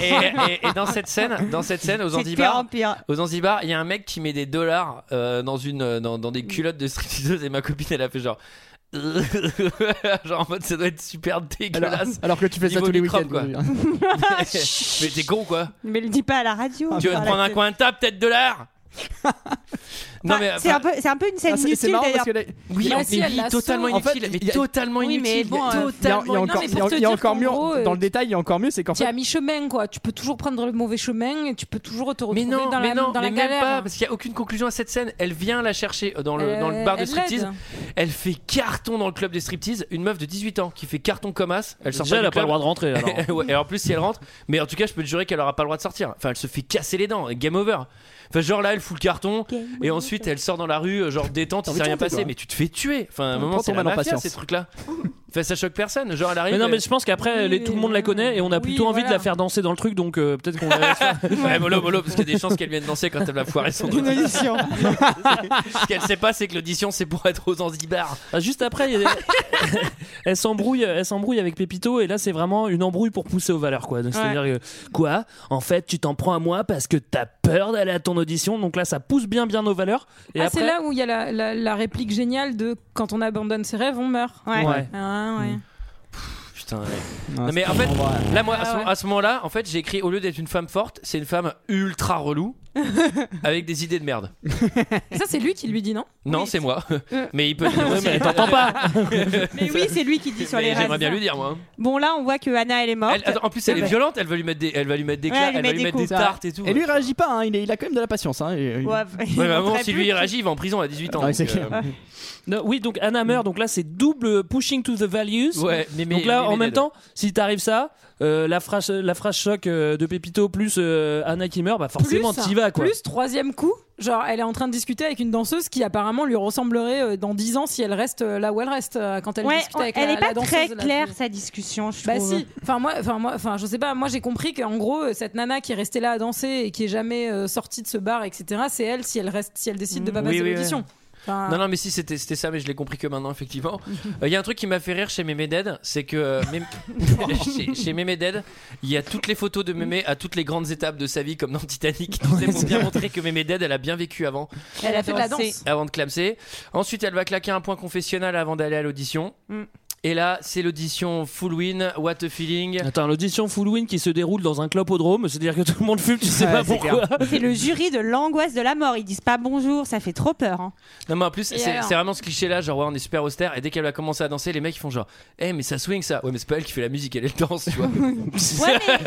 [SPEAKER 1] et, et- et- et dans cette scène, dans cette scène, aux
[SPEAKER 6] C'est de pire en
[SPEAKER 1] Zanzibar,
[SPEAKER 6] pire.
[SPEAKER 1] aux Zanzibar, il y a un mec qui met des dollars euh, dans une euh, dans, dans des culottes de stripteaseuse et ma copine, elle a fait genre. genre en mode ça doit être super
[SPEAKER 8] Alors,
[SPEAKER 1] dégueulasse.
[SPEAKER 8] alors que tu fais ça
[SPEAKER 1] Niveau
[SPEAKER 8] tous les
[SPEAKER 1] microbe,
[SPEAKER 8] week-ends. Ah,
[SPEAKER 1] quoi.
[SPEAKER 8] je veux dire.
[SPEAKER 1] Mais t'es con quoi
[SPEAKER 6] Mais le dis pas à la radio.
[SPEAKER 1] Tu veux te
[SPEAKER 6] Enfin,
[SPEAKER 1] prendre
[SPEAKER 6] là,
[SPEAKER 1] un coin de table, peut-être de l'art Non mais euh,
[SPEAKER 6] C'est
[SPEAKER 1] enfin,
[SPEAKER 6] un, peu- c'est un peu une scène
[SPEAKER 8] Ah, c'est-
[SPEAKER 6] inutile
[SPEAKER 8] C'est marrant parce
[SPEAKER 6] d'ailleurs.
[SPEAKER 8] que là-
[SPEAKER 1] oui,
[SPEAKER 7] Là,
[SPEAKER 1] mais
[SPEAKER 7] si, elle
[SPEAKER 1] oui,
[SPEAKER 7] la
[SPEAKER 1] totalement
[SPEAKER 7] saute.
[SPEAKER 1] inutile,
[SPEAKER 8] En fait,
[SPEAKER 1] mais
[SPEAKER 8] il y a-
[SPEAKER 1] totalement
[SPEAKER 7] Oui,
[SPEAKER 1] inutile.
[SPEAKER 7] mais bon, euh,
[SPEAKER 8] Il y a-
[SPEAKER 1] totalement
[SPEAKER 8] il y a encore-
[SPEAKER 7] mais
[SPEAKER 8] il y
[SPEAKER 7] pour
[SPEAKER 8] a-
[SPEAKER 7] te
[SPEAKER 8] il y a
[SPEAKER 7] dire
[SPEAKER 8] encore
[SPEAKER 7] qu'en
[SPEAKER 8] mieux.
[SPEAKER 7] gros, euh,
[SPEAKER 8] Dans le détail, il y a encore mieux, c'est qu'en
[SPEAKER 7] Tu es à
[SPEAKER 8] fait.
[SPEAKER 7] mi-chemin, quoi. Tu peux toujours prendre le mauvais chemin et tu peux toujours te retrouver
[SPEAKER 1] Mais non,
[SPEAKER 7] dans
[SPEAKER 1] mais
[SPEAKER 7] la,
[SPEAKER 1] non,
[SPEAKER 7] dans la
[SPEAKER 1] mais même
[SPEAKER 7] galère. hein.
[SPEAKER 1] pas, parce qu'il n'y a aucune conclusion à cette scène. Elle vient la chercher dans le,
[SPEAKER 7] Euh,
[SPEAKER 1] dans le bar de
[SPEAKER 7] elle
[SPEAKER 1] striptease.
[SPEAKER 7] l'aide.
[SPEAKER 1] Elle fait carton dans le club des striptease. Une meuf de 18 ans qui fait carton comme as. Elle sort
[SPEAKER 11] Déjà, elle
[SPEAKER 1] du
[SPEAKER 11] a pas
[SPEAKER 1] club.
[SPEAKER 11] le droit de rentrer. alors.
[SPEAKER 1] Ouais, et en plus, si elle rentre, mais en tout cas, je peux te jurer qu'elle aura pas le droit de sortir. Enfin, elle se fait casser les dents. Game over. Enfin, genre là, elle fout le carton
[SPEAKER 6] Bah,
[SPEAKER 1] et ensuite elle sort dans la rue, euh, genre détente, il
[SPEAKER 8] envie
[SPEAKER 1] s'est
[SPEAKER 8] de
[SPEAKER 1] rien
[SPEAKER 8] chanter,
[SPEAKER 1] passé.
[SPEAKER 8] toi.
[SPEAKER 1] Mais tu te fais tuer. Enfin, à un
[SPEAKER 8] Prends
[SPEAKER 1] moment,
[SPEAKER 8] ton
[SPEAKER 1] c'est la
[SPEAKER 8] mal en
[SPEAKER 1] mafia,
[SPEAKER 8] patience.
[SPEAKER 1] ces trucs-là. Enfin, ça choque personne. Genre, elle arrive.
[SPEAKER 11] Mais non,
[SPEAKER 1] euh,
[SPEAKER 11] mais je pense qu'après, les- tout le monde la connaît et on a
[SPEAKER 7] Oui,
[SPEAKER 11] plutôt envie de
[SPEAKER 7] voilà.
[SPEAKER 11] la faire danser dans le truc, donc euh, peut-être qu'on va la faire.
[SPEAKER 1] Ouais, mollo, mollo, parce qu'il y a des chances qu'elle vienne danser quand elle va foirer son
[SPEAKER 6] Une audition.
[SPEAKER 1] Ce qu'elle sait pas, c'est que l'audition, c'est pour être aux Zanzibar.
[SPEAKER 11] Ah, Juste après, il y a- elle s'embrouille, elle s'embrouille avec Pépito et là c'est vraiment une embrouille pour pousser aux valeurs quoi. Donc, C'est-à-dire que, quoi En fait, tu t'en prends à moi parce que t'as peur d'aller à ton audition. Donc là, ça pousse bien bien nos valeurs. Et
[SPEAKER 7] Ah,
[SPEAKER 11] après,
[SPEAKER 7] c'est là où il y a la, la- la réplique géniale de quand on abandonne ses rêves, on meurt.
[SPEAKER 6] Ouais.
[SPEAKER 11] Ouais.
[SPEAKER 7] Ah, ouais.
[SPEAKER 1] Mm. Putain. ouais. Non, mais en fait, là, moi, à ce,
[SPEAKER 7] Ah ouais.
[SPEAKER 1] à ce moment-là, en fait, j'ai écrit au lieu d'être une femme forte, c'est une femme ultra relou avec des idées de merde.
[SPEAKER 7] Et Ça, c'est lui qui lui dit non.
[SPEAKER 1] Non, c'est moi. mais il peut. euh,
[SPEAKER 11] Ouais, mais t'entends pas.
[SPEAKER 6] Mais oui, c'est lui qui dit sur
[SPEAKER 1] Mais
[SPEAKER 6] les
[SPEAKER 1] J'aimerais
[SPEAKER 6] rêves.
[SPEAKER 1] bien lui dire, moi. hein.
[SPEAKER 6] Bon, là, on voit que Anna, elle est morte.
[SPEAKER 1] Elle- attends, en plus, elle est violente. Elle va lui mettre des, elle va lui mettre des,
[SPEAKER 6] Hein Ouais,
[SPEAKER 1] cla-
[SPEAKER 6] elle
[SPEAKER 1] elle
[SPEAKER 6] lui
[SPEAKER 1] va
[SPEAKER 6] met
[SPEAKER 1] lui
[SPEAKER 6] des
[SPEAKER 1] mettre des
[SPEAKER 6] coups.
[SPEAKER 1] tartes et tout.
[SPEAKER 8] Et lui, il réagit pas, hein, il, est- il a quand même de la patience. Hein, et-
[SPEAKER 6] Ouais,
[SPEAKER 1] Ouais, mais à un moment,
[SPEAKER 6] montrait
[SPEAKER 1] si
[SPEAKER 6] plus
[SPEAKER 1] lui il
[SPEAKER 6] que-
[SPEAKER 1] réagit, il va en prison à 18 ans.
[SPEAKER 8] Ouais, Ah, c'est
[SPEAKER 1] donc,
[SPEAKER 8] clair.
[SPEAKER 1] euh,
[SPEAKER 11] Non, oui, donc Anna meurt. Donc là, c'est double pushing to the values.
[SPEAKER 1] Ouais, mais, mais-
[SPEAKER 11] donc là,
[SPEAKER 1] mais-
[SPEAKER 11] en
[SPEAKER 1] mais-
[SPEAKER 11] même temps, si t'arrives ça, euh, la phrase, la phrase choc euh, de Pépito plus euh, Anna qui meurt, bah forcément
[SPEAKER 7] Plus,
[SPEAKER 11] t'y vas quoi.
[SPEAKER 7] Plus, troisième coup, Genre, elle est en train de discuter avec une danseuse qui apparemment lui ressemblerait euh, dans 10 ans si elle reste euh, là où elle reste euh, quand elle
[SPEAKER 6] Ouais,
[SPEAKER 7] discute avec
[SPEAKER 6] elle
[SPEAKER 7] la,
[SPEAKER 6] est pas
[SPEAKER 7] la danseuse,
[SPEAKER 6] très
[SPEAKER 7] là.
[SPEAKER 6] claire sa discussion, je
[SPEAKER 7] Bah
[SPEAKER 6] trouve.
[SPEAKER 7] si, enfin moi, enfin moi, enfin je sais pas, moi j'ai compris qu'en gros euh, cette nana qui est restée là à danser et qui est jamais euh, sortie de ce bar, etc. C'est elle si elle reste, si elle décide de pas
[SPEAKER 1] Oui,
[SPEAKER 7] passer
[SPEAKER 1] Mm. oui, oui.
[SPEAKER 7] l'audition. Enfin,
[SPEAKER 11] hein.
[SPEAKER 1] Non, non, mais si, c'était c'était ça, mais je l'ai compris que maintenant, effectivement. Euh, Il y a un truc qui m'a fait rire chez Mémé Dead, c'est que euh, Mém- chez, chez Mémé Dead, il y a toutes les photos de Mémé à toutes les grandes étapes de sa vie, comme dans Titanic, tu sais, pour bien montrer que Mémé Dead, elle a bien vécu avant.
[SPEAKER 7] Elle a fait de la danse.
[SPEAKER 1] Avant de clamser. Ensuite, elle va claquer un point confessionnal avant d'aller à l'audition.
[SPEAKER 6] Mm.
[SPEAKER 1] Et là, c'est l'audition full win, what a feeling.
[SPEAKER 11] Attends, l'audition full win qui se déroule dans un clopodrome, c'est-à-dire que tout le monde fume, tu sais
[SPEAKER 1] Ouais,
[SPEAKER 11] pas
[SPEAKER 1] c'est
[SPEAKER 11] pourquoi.
[SPEAKER 1] clair.
[SPEAKER 6] C'est le jury de l'angoisse de la mort. Ils disent pas bonjour, ça fait trop peur. hein.
[SPEAKER 1] Non, mais en plus,
[SPEAKER 6] Et
[SPEAKER 1] c'est
[SPEAKER 6] alors
[SPEAKER 1] c'est vraiment ce cliché-là, genre, ouais, on est super austère, et dès qu'elle va commencer à danser, les mecs, ils font genre, eh, mais ça swing ça. Ouais, mais c'est pas elle qui fait la musique, elle, elle danse, tu vois.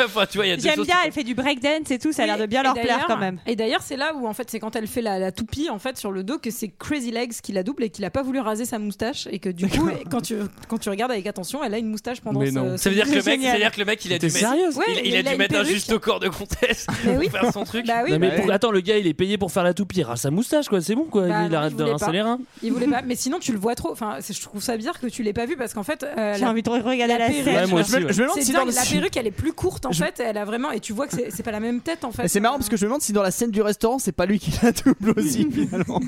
[SPEAKER 1] enfin, tu vois, il y a deux
[SPEAKER 6] J'aime
[SPEAKER 1] choses.
[SPEAKER 6] bien, elle fait du breakdance et tout, ça a l'air de bien
[SPEAKER 7] et
[SPEAKER 6] leur plaire
[SPEAKER 7] d'ailleurs-
[SPEAKER 6] quand même.
[SPEAKER 7] Et d'ailleurs, c'est là où en fait, c'est quand elle fait la, la toupie en fait sur le dos que c'est Crazy Legs qui la double et qu'il a pas voulu raser sa moustache et que du coup, quand tu quand tu regardes avec attention, elle a une moustache pendant.
[SPEAKER 1] Mais
[SPEAKER 7] ce-
[SPEAKER 1] non.
[SPEAKER 7] ce
[SPEAKER 1] Ça veut dire que le mec,
[SPEAKER 7] génial.
[SPEAKER 1] ça veut dire que le mec, il a dû
[SPEAKER 11] T'es
[SPEAKER 1] mettre,
[SPEAKER 11] sérieux
[SPEAKER 1] il, il a dû
[SPEAKER 7] une
[SPEAKER 1] mettre un
[SPEAKER 7] perruque.
[SPEAKER 1] juste au corps de comtesse
[SPEAKER 7] Mais oui.
[SPEAKER 1] pour faire son truc.
[SPEAKER 7] Bah oui.
[SPEAKER 11] Non, mais
[SPEAKER 7] Bah
[SPEAKER 11] pour-
[SPEAKER 7] oui.
[SPEAKER 11] attends, le gars il est payé pour faire la toupie, rase sa moustache quoi, c'est bon quoi,
[SPEAKER 7] Bah
[SPEAKER 11] lui, il
[SPEAKER 7] non,
[SPEAKER 11] arrête de
[SPEAKER 7] voulait
[SPEAKER 11] rincer
[SPEAKER 7] pas.
[SPEAKER 11] les reins.
[SPEAKER 7] Il voulait pas. Mais sinon, tu le vois trop. Enfin, c'est- je trouve ça bizarre que tu l'aies pas vu parce qu'en fait, euh,
[SPEAKER 6] J'ai
[SPEAKER 7] la-
[SPEAKER 6] envie de regarder la
[SPEAKER 7] perruque-
[SPEAKER 6] scène.
[SPEAKER 8] Ouais, moi aussi, Je me- ouais. je me demande
[SPEAKER 7] C'est
[SPEAKER 8] si
[SPEAKER 7] dingue,
[SPEAKER 8] dans le-
[SPEAKER 7] la perruque, elle est plus courte en fait. Elle a vraiment et tu vois que c'est c'est pas la même tête en fait.
[SPEAKER 8] Et c'est marrant parce que je me demande si dans la scène du restaurant, c'est pas lui qui la double aussi finalement.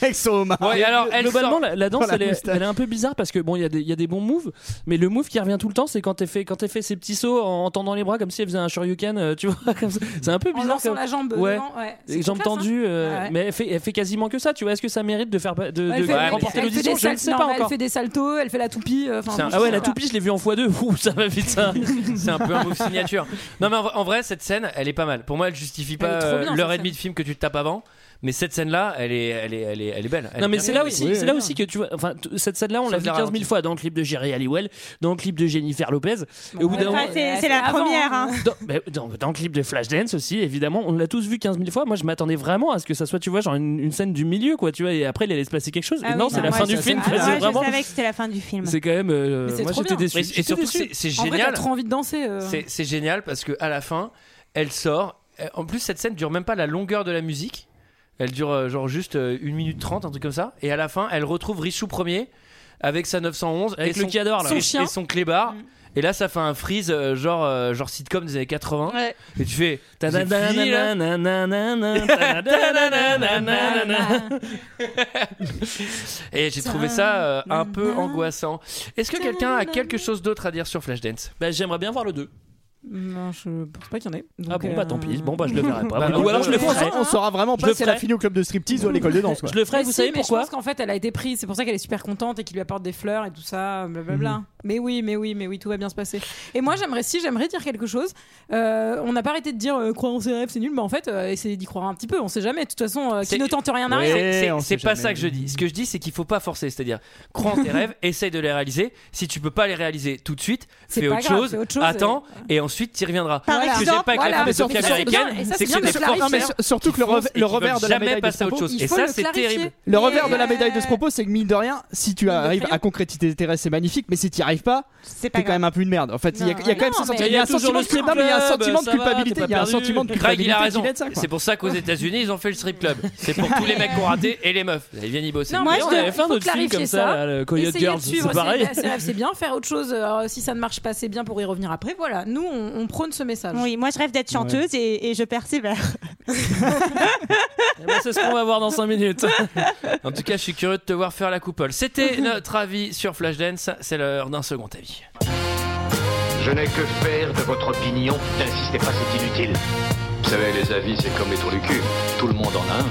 [SPEAKER 8] Avec son homard.
[SPEAKER 11] Ouais, et alors, globalement, la, la danse,
[SPEAKER 8] Dans la
[SPEAKER 11] elle, est,
[SPEAKER 8] moustache.
[SPEAKER 11] elle est un peu bizarre parce que bon, il y, a des- il y a des bons moves, mais le move qui revient tout le temps, c'est quand elle fait quand elle fait ses petits sauts en, en tendant les bras comme si elle faisait un shoryuken, euh, tu vois, comme ça. c'est un peu
[SPEAKER 7] En
[SPEAKER 11] bizarre.
[SPEAKER 7] lançant
[SPEAKER 11] comme-
[SPEAKER 7] la jambe.
[SPEAKER 11] ouais.
[SPEAKER 7] devant, ouais. C'est
[SPEAKER 11] Les jambes
[SPEAKER 7] classe, hein.
[SPEAKER 11] tendues, euh,
[SPEAKER 7] Ah ouais.
[SPEAKER 11] mais elle fait, elle fait quasiment que ça, tu vois. Est-ce que ça mérite de faire pa- de,
[SPEAKER 7] Elle
[SPEAKER 11] de
[SPEAKER 7] fait- elle-
[SPEAKER 11] remporter
[SPEAKER 7] elle fait
[SPEAKER 11] l'audition
[SPEAKER 7] des
[SPEAKER 11] Je ne
[SPEAKER 7] sal-
[SPEAKER 11] sais
[SPEAKER 7] non,
[SPEAKER 11] pas
[SPEAKER 7] mais Elle
[SPEAKER 11] encore.
[SPEAKER 7] fait des saltos, elle fait la toupie. euh, enfin,
[SPEAKER 1] C'est un-
[SPEAKER 7] bon,
[SPEAKER 11] Ah ouais, la
[SPEAKER 7] voilà.
[SPEAKER 11] toupie, je l'ai vue en x2. Ouh, ça va vite ça.
[SPEAKER 1] C'est un peu un move signature. Non, mais en, en vrai, cette scène, elle est pas mal. Pour moi, elle justifie
[SPEAKER 11] est
[SPEAKER 1] pas
[SPEAKER 11] trop
[SPEAKER 1] euh,
[SPEAKER 11] bien,
[SPEAKER 1] l'heure
[SPEAKER 11] cette
[SPEAKER 1] et demie de film que tu te tapes avant. Mais cette scène-là, elle est, elle est, elle est, elle est belle. Elle
[SPEAKER 11] Non
[SPEAKER 1] est
[SPEAKER 11] mais
[SPEAKER 1] bien
[SPEAKER 11] c'est
[SPEAKER 1] faite.
[SPEAKER 11] là aussi, c'est là aussi que tu vois. Enfin, t- cette scène-là, on l'a vu
[SPEAKER 1] la
[SPEAKER 11] 15 000 fois dans le clip de Jerry Halliwell, dans le clip de Jennifer Lopez. Et au bout d'un
[SPEAKER 6] Enfin,
[SPEAKER 11] moment,
[SPEAKER 6] c'est c'est la
[SPEAKER 7] avant,
[SPEAKER 6] première. hein.
[SPEAKER 11] dans, mais dans- dans le clip de Flashdance aussi, évidemment, on l'a tous vu 15 000 fois. Moi, je m'attendais vraiment à ce que ça soit, tu vois, genre une, une scène du milieu, quoi, tu vois, et après, il allait se passer quelque chose.
[SPEAKER 6] Ah
[SPEAKER 11] et non,
[SPEAKER 6] oui,
[SPEAKER 11] c'est la
[SPEAKER 6] moi,
[SPEAKER 11] fin du
[SPEAKER 6] je-
[SPEAKER 11] film,
[SPEAKER 6] ah
[SPEAKER 11] quoi,
[SPEAKER 6] ouais,
[SPEAKER 11] c'est vraiment.
[SPEAKER 6] Je savais que c'était la fin du film.
[SPEAKER 11] C'est quand même. euh,
[SPEAKER 7] Mais c'est
[SPEAKER 11] moi,
[SPEAKER 7] trop
[SPEAKER 11] j'étais
[SPEAKER 7] bien.
[SPEAKER 11] déçu.
[SPEAKER 1] Et- Et,
[SPEAKER 11] J'étais
[SPEAKER 1] surtout,
[SPEAKER 11] déçu.
[SPEAKER 1] c'est c'est
[SPEAKER 7] En vrai, t'as
[SPEAKER 1] génial.
[SPEAKER 7] trop envie de danser. euh.
[SPEAKER 1] C'est c'est génial parce que à la fin, elle sort. Euh, En plus, cette scène dure même pas la longueur de la musique. Elle dure euh, genre juste euh, 1 minute 30, un truc comme ça. Et à la fin, elle retrouve Richou premier avec sa 911
[SPEAKER 11] Avec
[SPEAKER 1] et
[SPEAKER 11] le
[SPEAKER 1] son-
[SPEAKER 11] cador, là.
[SPEAKER 1] et-
[SPEAKER 11] Son chien. Mm.
[SPEAKER 1] et son clébard. Et là, ça fait un freeze euh, genre euh, genre sitcom des années 80.
[SPEAKER 7] Ouais.
[SPEAKER 1] Et tu fais
[SPEAKER 11] Ta-
[SPEAKER 1] c'est
[SPEAKER 11] ta- ta-
[SPEAKER 1] fini, là
[SPEAKER 11] na- na- na- na- na- ta- ta- na- na- na- na- na- na.
[SPEAKER 1] Et j'ai trouvé ça euh, un peu angoissant. Est-ce que quelqu'un a quelque chose d'autre à dire sur Flashdance
[SPEAKER 11] Bah, J'aimerais bien voir le 2.
[SPEAKER 7] Non, je pense pas qu'il y en ait. Donc,
[SPEAKER 11] Ah bon,
[SPEAKER 7] euh,
[SPEAKER 11] bah tant pis. Bon, bah je le verrai pas.
[SPEAKER 1] Bah,
[SPEAKER 11] Ou alors je le
[SPEAKER 8] On
[SPEAKER 11] ferai.
[SPEAKER 8] saura- On saura vraiment
[SPEAKER 11] Je
[SPEAKER 8] pas
[SPEAKER 11] le
[SPEAKER 8] si elle a
[SPEAKER 11] ferai.
[SPEAKER 8] fini au club de striptease ou à l'école de danse. quoi.
[SPEAKER 11] Je le ferai,
[SPEAKER 7] Mais
[SPEAKER 11] vous
[SPEAKER 7] si,
[SPEAKER 11] savez
[SPEAKER 7] mais
[SPEAKER 11] pourquoi
[SPEAKER 7] Je pense qu'en fait, elle a été prise. C'est pour ça qu'elle est super contente et qu'il lui apporte des fleurs et tout ça. Blablabla.
[SPEAKER 11] Mhm.
[SPEAKER 7] Mais oui, mais oui, mais oui, tout va bien se passer. Et moi, j'aimerais si, j'aimerais dire quelque chose. Euh, on n'a pas arrêté de dire euh, croire en ses rêves, c'est nul. Mais en fait, euh, essayez d'y croire un petit peu. On sait jamais. De toute façon, euh, qui
[SPEAKER 1] C'est-
[SPEAKER 7] ne tente rien n'a
[SPEAKER 1] C'est-
[SPEAKER 7] rien.
[SPEAKER 1] c'est-
[SPEAKER 8] on
[SPEAKER 1] C'est
[SPEAKER 8] sait
[SPEAKER 1] pas
[SPEAKER 8] jamais.
[SPEAKER 1] ça que je dis. Ce que je dis, c'est qu'il faut pas forcer. C'est-à-dire, crois en tes rêves, essaye de les réaliser. Si tu peux pas les réaliser tout de suite,
[SPEAKER 7] C'est
[SPEAKER 1] fais
[SPEAKER 7] pas
[SPEAKER 1] autre,
[SPEAKER 7] grave,
[SPEAKER 1] chose,
[SPEAKER 7] fais autre chose,
[SPEAKER 1] attends, et ensuite tu y reviendras.
[SPEAKER 6] Par
[SPEAKER 1] Ce que
[SPEAKER 6] exemple,
[SPEAKER 1] j'aime pas avec
[SPEAKER 7] voilà,
[SPEAKER 1] la
[SPEAKER 7] mais
[SPEAKER 1] philosophie
[SPEAKER 7] ça, c'est
[SPEAKER 1] américaine,
[SPEAKER 7] bien, et ça,
[SPEAKER 1] c'est
[SPEAKER 7] c'est
[SPEAKER 1] que
[SPEAKER 7] bien
[SPEAKER 1] c'est
[SPEAKER 7] de
[SPEAKER 1] des
[SPEAKER 7] se clarifier.
[SPEAKER 1] forceurs
[SPEAKER 7] Non, mais
[SPEAKER 8] sur- surtout que
[SPEAKER 1] qui
[SPEAKER 8] le
[SPEAKER 1] foncent
[SPEAKER 8] revers-
[SPEAKER 1] et
[SPEAKER 8] le
[SPEAKER 1] qui
[SPEAKER 8] revers
[SPEAKER 1] veulent
[SPEAKER 8] de la
[SPEAKER 1] jamais
[SPEAKER 8] médaille de
[SPEAKER 1] passer à autre
[SPEAKER 8] Strasbourg,
[SPEAKER 1] chose.
[SPEAKER 7] il
[SPEAKER 1] Et
[SPEAKER 7] faut
[SPEAKER 1] ça,
[SPEAKER 7] le
[SPEAKER 1] c'est
[SPEAKER 7] clarifier.
[SPEAKER 1] terrible.
[SPEAKER 8] Le
[SPEAKER 7] Et,
[SPEAKER 8] revers de la
[SPEAKER 7] euh,
[SPEAKER 8] médaille de Stropo, c'est que mine de rien, si tu arrives à concrétiser tes rêves, c'est magnifique, mais si tu n'y arrives pas,
[SPEAKER 6] c'est
[SPEAKER 8] quand même un peu une merde. En fait, il y a, il y a quand même
[SPEAKER 7] Non,
[SPEAKER 8] ce
[SPEAKER 7] mais
[SPEAKER 8] sentiment,
[SPEAKER 7] il
[SPEAKER 11] y a
[SPEAKER 8] un
[SPEAKER 11] toujours le
[SPEAKER 8] sentiment de
[SPEAKER 11] strip
[SPEAKER 8] culpa- non, mais il y a un
[SPEAKER 11] club,
[SPEAKER 8] sentiment de
[SPEAKER 11] ça va,
[SPEAKER 8] culpabilité.
[SPEAKER 11] t'es pas
[SPEAKER 8] Il y a un
[SPEAKER 11] perdu.
[SPEAKER 8] sentiment de
[SPEAKER 1] Greg,
[SPEAKER 8] culpabilité.
[SPEAKER 1] il a
[SPEAKER 8] qui
[SPEAKER 1] raison.
[SPEAKER 8] naît de ça, quoi.
[SPEAKER 1] C'est pour ça qu'aux États-Unis, ils ont fait le strip club. C'est pour tous les mecs qui ont raté et les meufs. Ils viennent y bosser.
[SPEAKER 7] Non,
[SPEAKER 11] Moi,
[SPEAKER 7] mais
[SPEAKER 11] je
[SPEAKER 7] on
[SPEAKER 11] devrais-
[SPEAKER 7] avait fait un
[SPEAKER 11] faut
[SPEAKER 7] autre film
[SPEAKER 11] clarifier
[SPEAKER 7] comme
[SPEAKER 11] ça.
[SPEAKER 7] ça, là, le Coyote
[SPEAKER 11] Essayez
[SPEAKER 7] Girls,
[SPEAKER 11] de suivre
[SPEAKER 7] c'est
[SPEAKER 11] ses-
[SPEAKER 7] pareil.
[SPEAKER 11] ses rêves,
[SPEAKER 7] c'est bien, faire autre chose. euh, si ça ne marche pas, c'est bien pour y revenir après. Voilà, nous, on, on prône ce message.
[SPEAKER 6] Oui, moi je rêve d'être chanteuse et, et je persévère.
[SPEAKER 11] Eh ben, C'est ce qu'on va voir dans 5 minutes.
[SPEAKER 1] En tout cas, je suis curieux de te voir faire la coupole. C'était notre avis sur Flashdance. C'est l'heure d'un second avis.
[SPEAKER 2] Je n'ai que faire de votre opinion. N'insistez pas, c'est inutile.
[SPEAKER 5] Vous savez, les avis, c'est comme les trous du cul. Tout le monde en a un.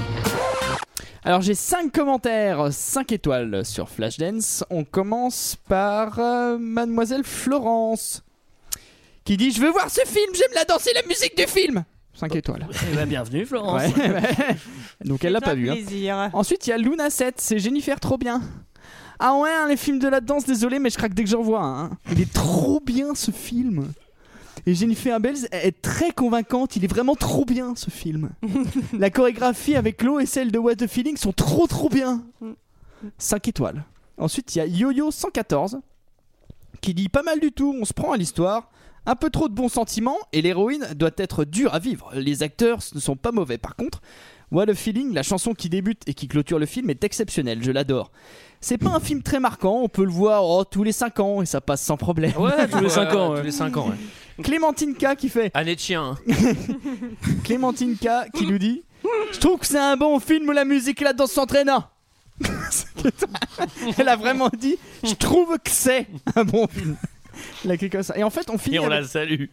[SPEAKER 8] Alors j'ai 5 commentaires, 5 étoiles sur Flashdance. On commence par euh, mademoiselle Florence qui dit je veux voir ce film, j'aime la danse et la musique du film. 5 étoiles.
[SPEAKER 11] Eh ben, bienvenue, Florence.
[SPEAKER 8] Oh. Ouais, ouais. Donc elle l'a
[SPEAKER 6] Fais-toi
[SPEAKER 8] pas vu. hein.
[SPEAKER 6] plaisir.
[SPEAKER 8] Ensuite il y a Luna 7, c'est Jennifer trop bien. Ah ouais, hein, les films de la danse, désolé mais je craque dès que j'en vois un. hein. Il est trop bien ce film. Et Jennifer Abels est très convaincante, il est vraiment trop bien ce film. La chorégraphie avec l'eau et celle de What the Feeling sont trop trop bien. 5 étoiles. Ensuite, il y a YoYo114 qui dit pas mal du tout, on se prend à l'histoire. Un peu trop de bons sentiments et l'héroïne doit être dure à vivre. Les acteurs ne sont pas mauvais par contre. What a Feeling, la chanson qui débute et qui clôture le film, est exceptionnelle, je l'adore. C'est pas un film très marquant, on peut le voir oh, tous les 5 ans et ça passe sans problème.
[SPEAKER 1] Ouais, tous les 5 ans. Tous les 5 ans, ouais.
[SPEAKER 8] Clémentine K qui fait.
[SPEAKER 1] Année de chien. hein.
[SPEAKER 8] Clémentine K qui nous dit Je trouve que c'est un bon film où la musique et la danse s'entraînent. hein. Elle a vraiment dit Je trouve que c'est un bon film. Elle a écrit comme ça. Et en fait, on finit,
[SPEAKER 1] Et on la
[SPEAKER 8] avec,
[SPEAKER 1] salue.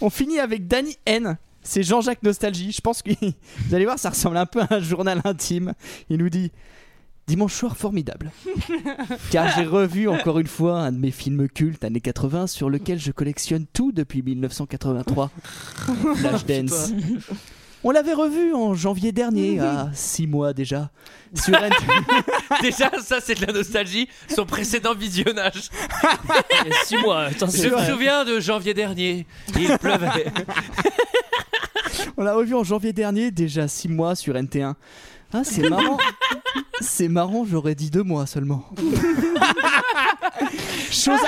[SPEAKER 8] on finit avec Danny N. C'est Jean-Jacques Nostalgie. Je pense que vous allez voir, ça ressemble un peu à un journal intime. Il nous dit Dimanche soir formidable. Car j'ai revu encore une fois un de mes films cultes années 80 sur lequel je collectionne tout depuis 1983. Flashdance.
[SPEAKER 2] Putain.
[SPEAKER 8] On l'avait revu en janvier dernier, à 6 mois déjà. Sur un-
[SPEAKER 1] Déjà, ça, c'est de la nostalgie. Son précédent visionnage.
[SPEAKER 11] Il y a 6 mois. Attends,
[SPEAKER 1] Je
[SPEAKER 11] c'est
[SPEAKER 1] me
[SPEAKER 11] vrai.
[SPEAKER 1] souviens de janvier dernier. Il pleuvait.
[SPEAKER 8] On l'a revu en janvier dernier, déjà 6 mois sur NT1. Ah, c'est marrant. c'est marrant, j'aurais dit 2 mois seulement. Chose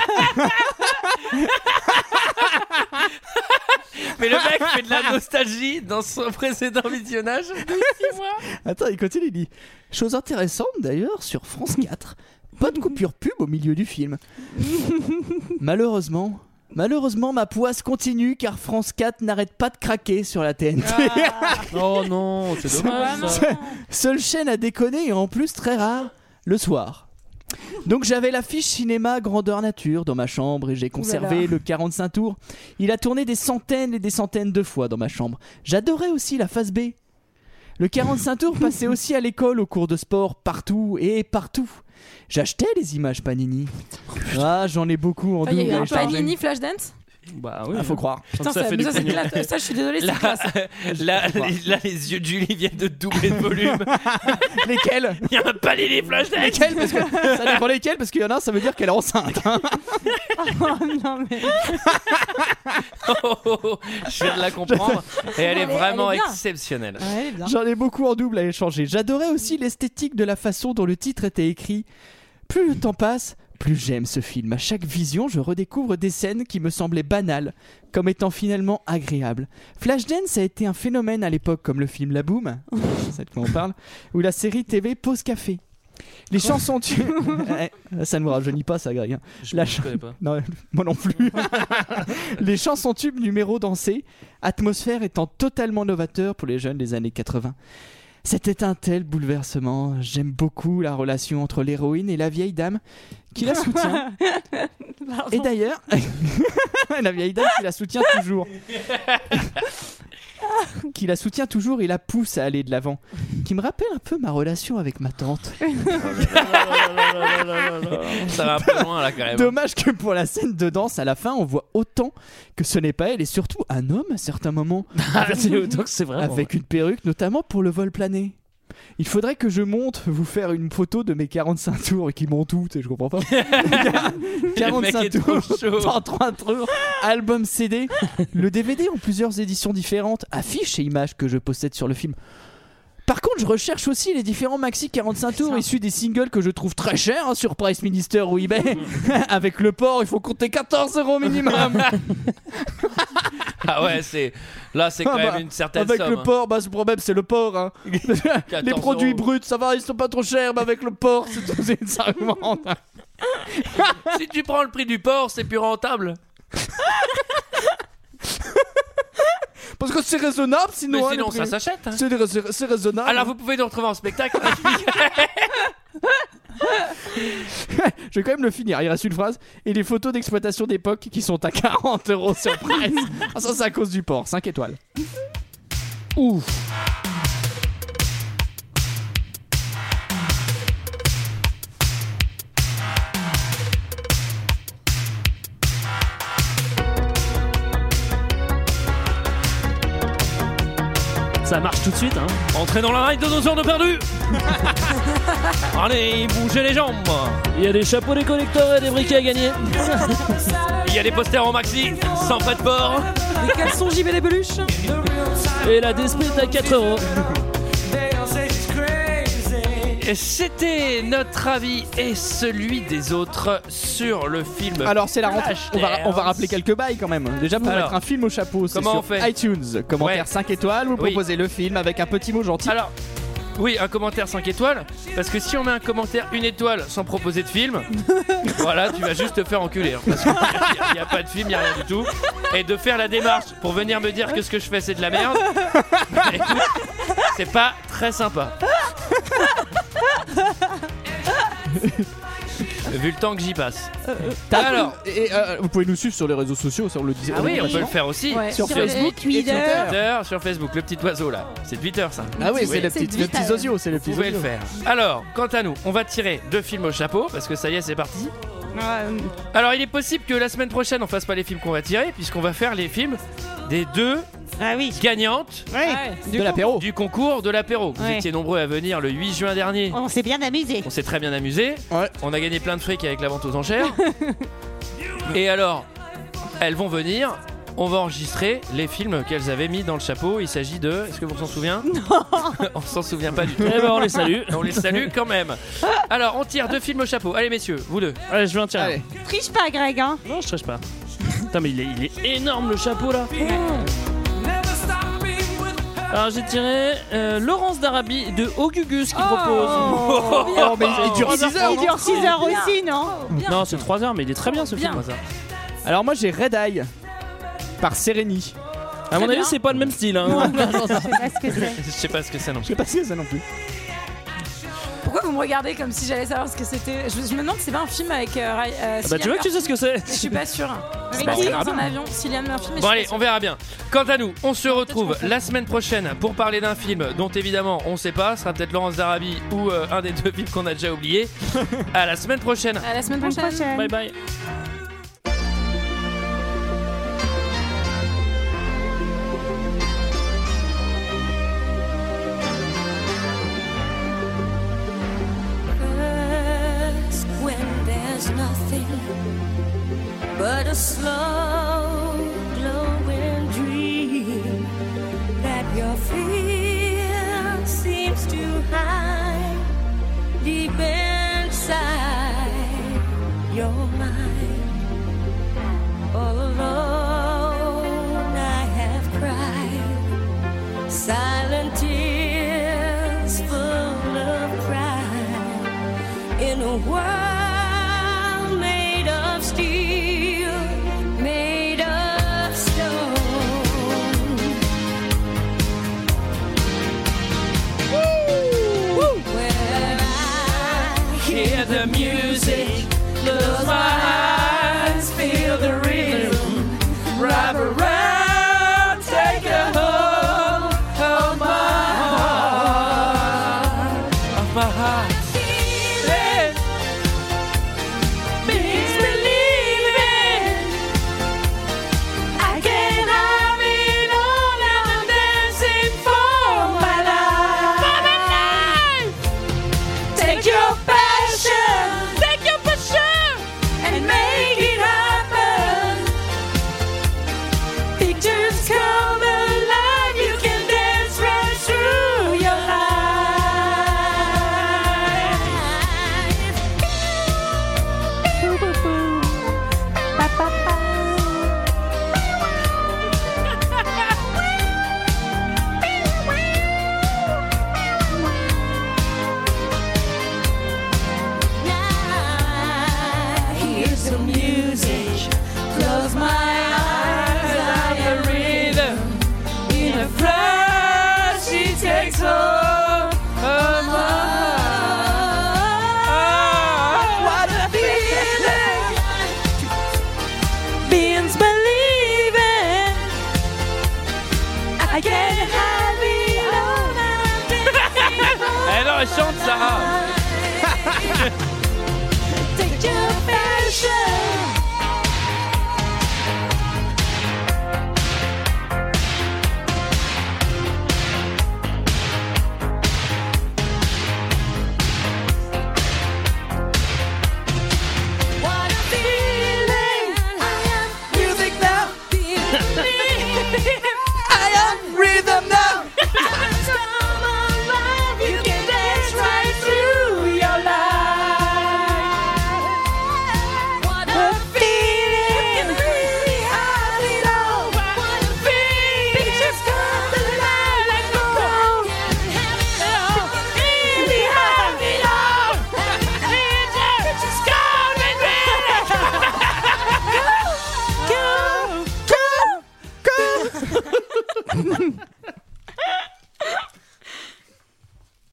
[SPEAKER 1] Mais le mec fait de la nostalgie dans son précédent visionnage.
[SPEAKER 8] Attends, il continue, il dit Chose intéressante d'ailleurs, sur France 4, pas de coupure pub au milieu du film. malheureusement, malheureusement, ma poisse continue car France 4 n'arrête pas de craquer sur la TNT.
[SPEAKER 11] Oh non, c'est dommage. ça.
[SPEAKER 8] Se- Seule chaîne à déconner et en plus très rare, le soir. Donc j'avais l'affiche cinéma grandeur nature dans ma chambre et j'ai conservé
[SPEAKER 11] Ouh là là.
[SPEAKER 8] le 45 tours. Il a tourné des centaines et des centaines de fois dans ma chambre. J'adorais aussi la phase B. Le 45 tours passait aussi à l'école, aux cours de sport, partout et partout. J'achetais les images Panini. Ah, j'en ai beaucoup en
[SPEAKER 7] Ah, Il y
[SPEAKER 8] double.
[SPEAKER 7] a eu un
[SPEAKER 8] et chargé.
[SPEAKER 7] Panini Flashdance
[SPEAKER 8] Bah oui. faut croire.
[SPEAKER 7] Putain, ça, mais ça, c'est classe. Ça, je suis désolée, c'est classe.
[SPEAKER 1] Là, là, les yeux de Julie viennent de doubler de volume.
[SPEAKER 8] Lesquels
[SPEAKER 1] Il y a un palais des flash
[SPEAKER 8] Lesquels Parce que ça dépend lesquels, parce qu'il y en a, un, ça veut dire qu'elle est enceinte. hein.
[SPEAKER 7] Oh non, mais.
[SPEAKER 1] Oh, Je viens de la comprendre. Et elle est
[SPEAKER 8] Elle est-
[SPEAKER 1] vraiment
[SPEAKER 8] elle est bien.
[SPEAKER 1] exceptionnelle.
[SPEAKER 8] J'en ai beaucoup en double à échanger. J'adorais aussi l'esthétique de la façon dont le titre était écrit. Plus le temps passe, plus j'aime ce film. À chaque vision, je redécouvre des scènes qui me semblaient banales, comme étant finalement agréables. Flashdance a été un phénomène à l'époque, comme le film La Boom, c'est de quoi on parle, ou la série TV Pause Café. Les chansons tu... Eh, ça ne me rajeunit pas, ça, Greg. hein. La
[SPEAKER 11] je
[SPEAKER 8] chan-
[SPEAKER 11] connais pas.
[SPEAKER 8] Non, moi non plus. les chansons tubes numéro dansé, atmosphère étant totalement novateur pour les jeunes des années 80. C'était un tel bouleversement. J'aime beaucoup la relation entre l'héroïne et la vieille dame qui la soutient. et d'ailleurs, la vieille dame qui la soutient toujours. qui la soutient toujours et la pousse à aller de l'avant. Qui me rappelle un peu ma relation avec ma tante.
[SPEAKER 1] Ça va un peu loin là quand même.
[SPEAKER 8] Dommage que pour la scène de danse à la fin, on voit autant que ce n'est pas elle et surtout un homme à certains moments.
[SPEAKER 11] c'est autant que c'est
[SPEAKER 2] Ah,
[SPEAKER 11] vraiment,
[SPEAKER 8] Avec une perruque, notamment pour le vol plané. Il faudrait que je monte vous faire une photo de mes 45 tours et qui montent tout, je comprends pas.
[SPEAKER 2] mec
[SPEAKER 8] 45
[SPEAKER 2] est trop
[SPEAKER 8] tours,
[SPEAKER 2] chaud.
[SPEAKER 8] 33 tours, album CD, le DVD en plusieurs éditions différentes, affiches et images que je possède sur le film. Par contre, je recherche aussi les différents maxi 45 tours issus des singles que je trouve très chers hein, sur Price Minister ou eBay. Avec le port, il faut compter 14 euros minimum.
[SPEAKER 1] Ah ouais, c'est là c'est quand
[SPEAKER 8] Ah
[SPEAKER 1] même
[SPEAKER 8] bah,
[SPEAKER 1] une certaine
[SPEAKER 8] Avec
[SPEAKER 2] hein.
[SPEAKER 1] somme. hein.
[SPEAKER 8] le port, bah, ce problème c'est le port. hein. les produits
[SPEAKER 1] euros.
[SPEAKER 8] bruts, ça va, ils sont pas trop chers, mais avec le port, c'est- c'est- ça augmente.
[SPEAKER 1] hein. si tu prends le prix du port, c'est plus rentable.
[SPEAKER 8] Parce que c'est raisonnable, sinon.
[SPEAKER 1] Mais
[SPEAKER 8] hein,
[SPEAKER 1] sinon,
[SPEAKER 8] les prix.
[SPEAKER 1] ça s'achète, hein.
[SPEAKER 8] C'est des- C'est c'est raisonnable.
[SPEAKER 1] Alors vous pouvez nous retrouver en spectacle.
[SPEAKER 8] Je vais quand même le finir. Il reste une phrase. Et les photos d'exploitation d'époque qui sont à 40 euros sur presse. Ah, ça, c'est à cause du port. 5 étoiles. Ouf.
[SPEAKER 11] Ça marche tout de suite, hein.
[SPEAKER 1] Entrez dans la ride de nos heures de perdu. Allez, bougez les jambes.
[SPEAKER 11] Il y a des chapeaux, des collecteurs et des briquets à gagner.
[SPEAKER 1] Il y a des posters en maxi, sans pas de port.
[SPEAKER 11] Les caleçons JB des peluches. Et la desprite à 4 euros.
[SPEAKER 1] C'était notre avis et celui des autres sur le film.
[SPEAKER 8] Alors c'est la rentrée.
[SPEAKER 1] Flashdance.
[SPEAKER 8] On va, on va rappeler quelques bails quand même. Déjà pour
[SPEAKER 1] Euh, Alors.
[SPEAKER 8] mettre un film au chapeau, c'est
[SPEAKER 1] Comment
[SPEAKER 8] sur
[SPEAKER 1] on fait
[SPEAKER 8] iTunes. Commentaire 5 étoiles, vous
[SPEAKER 1] Oui.
[SPEAKER 8] proposez le film avec un petit mot gentil.
[SPEAKER 1] Alors, oui, un commentaire 5 étoiles, parce que si on met un commentaire une étoile sans proposer de film, voilà, tu vas juste te faire enculer. hein, parce qu'il n'y a, pas de film, il n'y a rien du tout. Et de faire la démarche pour venir me dire que ce que je fais c'est de la merde, écoute, c'est pas très sympa. Vu le temps que j'y passe.
[SPEAKER 8] T'as-
[SPEAKER 1] Alors.
[SPEAKER 8] et, euh, vous pouvez nous suivre sur les réseaux sociaux, sur le
[SPEAKER 1] Ah oui, on peut le faire aussi
[SPEAKER 8] Sur, Facebook, et sur
[SPEAKER 1] Twitter, sur Facebook, le petit oiseau là. C'est Twitter ça.
[SPEAKER 8] Ah oui, c'est le petit, le petit zozio, c'est le petit
[SPEAKER 1] Vous pouvez le
[SPEAKER 8] zozio.
[SPEAKER 1] faire. Alors, quant à nous, on va tirer deux films au chapeau parce que ça y est, c'est parti. Alors, il est possible que la semaine prochaine, on fasse pas les films qu'on va tirer, puisqu'on va faire les films des deux
[SPEAKER 6] Ah
[SPEAKER 1] gagnantes
[SPEAKER 8] De l'apéro.
[SPEAKER 1] du concours de l'apéro. Vous
[SPEAKER 6] Ouais.
[SPEAKER 1] étiez nombreux à venir le 8 juin dernier.
[SPEAKER 6] On s'est bien amusé.
[SPEAKER 1] On s'est très bien amusé. On a gagné plein de fric avec la vente aux enchères. Et alors, elles vont venir. On va enregistrer les films qu'elles avaient mis dans le chapeau. Il s'agit de. Est-ce que vous s'en souvient On s'en souvient pas du tout.
[SPEAKER 11] Eh ben, on les salue.
[SPEAKER 1] On les salue quand même. Alors, on tire deux films au chapeau. Allez, messieurs, vous deux.
[SPEAKER 11] Allez, je vais en tirer.
[SPEAKER 6] Triche pas, Greg, hein.
[SPEAKER 11] Non, je triche pas. Putain, mais il est, il est énorme le chapeau là. Alors j'ai tiré euh, Laurence Darabi de Ogugus qui propose.
[SPEAKER 8] Oh, mais il dure six heures,
[SPEAKER 6] Il dure 6 heures aussi, non
[SPEAKER 11] Non, c'est 3 heures, mais il est très bien ce
[SPEAKER 6] Bien.
[SPEAKER 11] film.
[SPEAKER 8] Alors moi j'ai Red Eye par Sereni.
[SPEAKER 11] À mon avis, c'est pas le même style. Hein.
[SPEAKER 1] Je sais pas ce que c'est non.
[SPEAKER 8] Je sais pas si c'est ça non plus.
[SPEAKER 17] Pourquoi vous me regardez comme si j'allais savoir ce que c'était je, je me demande si c'est pas un film avec. euh, Ry- euh, Cillian
[SPEAKER 1] bah, tu vois que tu sais ce que c'est.
[SPEAKER 17] Mais Je suis pas sûre.
[SPEAKER 1] C'est
[SPEAKER 17] Avec
[SPEAKER 1] pas
[SPEAKER 17] qui
[SPEAKER 1] grave.
[SPEAKER 17] dans un avion Cillian Murphy. mais je
[SPEAKER 1] Bon
[SPEAKER 17] suis
[SPEAKER 1] allez,
[SPEAKER 17] pas
[SPEAKER 1] on verra bien. Quant à nous, on se retrouve la semaine prochaine pour parler d'un film dont évidemment on sait pas, ce sera peut-être Laurence Darabi ou euh, un des deux films qu'on a déjà oublié. à la semaine prochaine.
[SPEAKER 7] Euh,
[SPEAKER 17] sûre. À la semaine prochaine.
[SPEAKER 11] Bye bye.
[SPEAKER 7] hurts when there's nothing but a slow glowing dream that your fear seems to hide deep inside your mind. All alone, I have cried silent tears full of pride in a world made of steel, made of stone. Where I hear the music, close my eyes, feel the rhythm, wrap around, take a hold of my heart, of my heart. Feeling means believing. I can't have it all. Now I'm dancing for my life. Take your passion, take your passion, and make it happen. Pictures come alive. You can dance right through your life. hear some music. Close my eyes, I am rhythm. In a flash, she takes hold of my heart. What a feeling! Beings believing. I can't have it all. I'm dancing for
[SPEAKER 1] Eh non, elle chante Sarah
[SPEAKER 7] Take your passion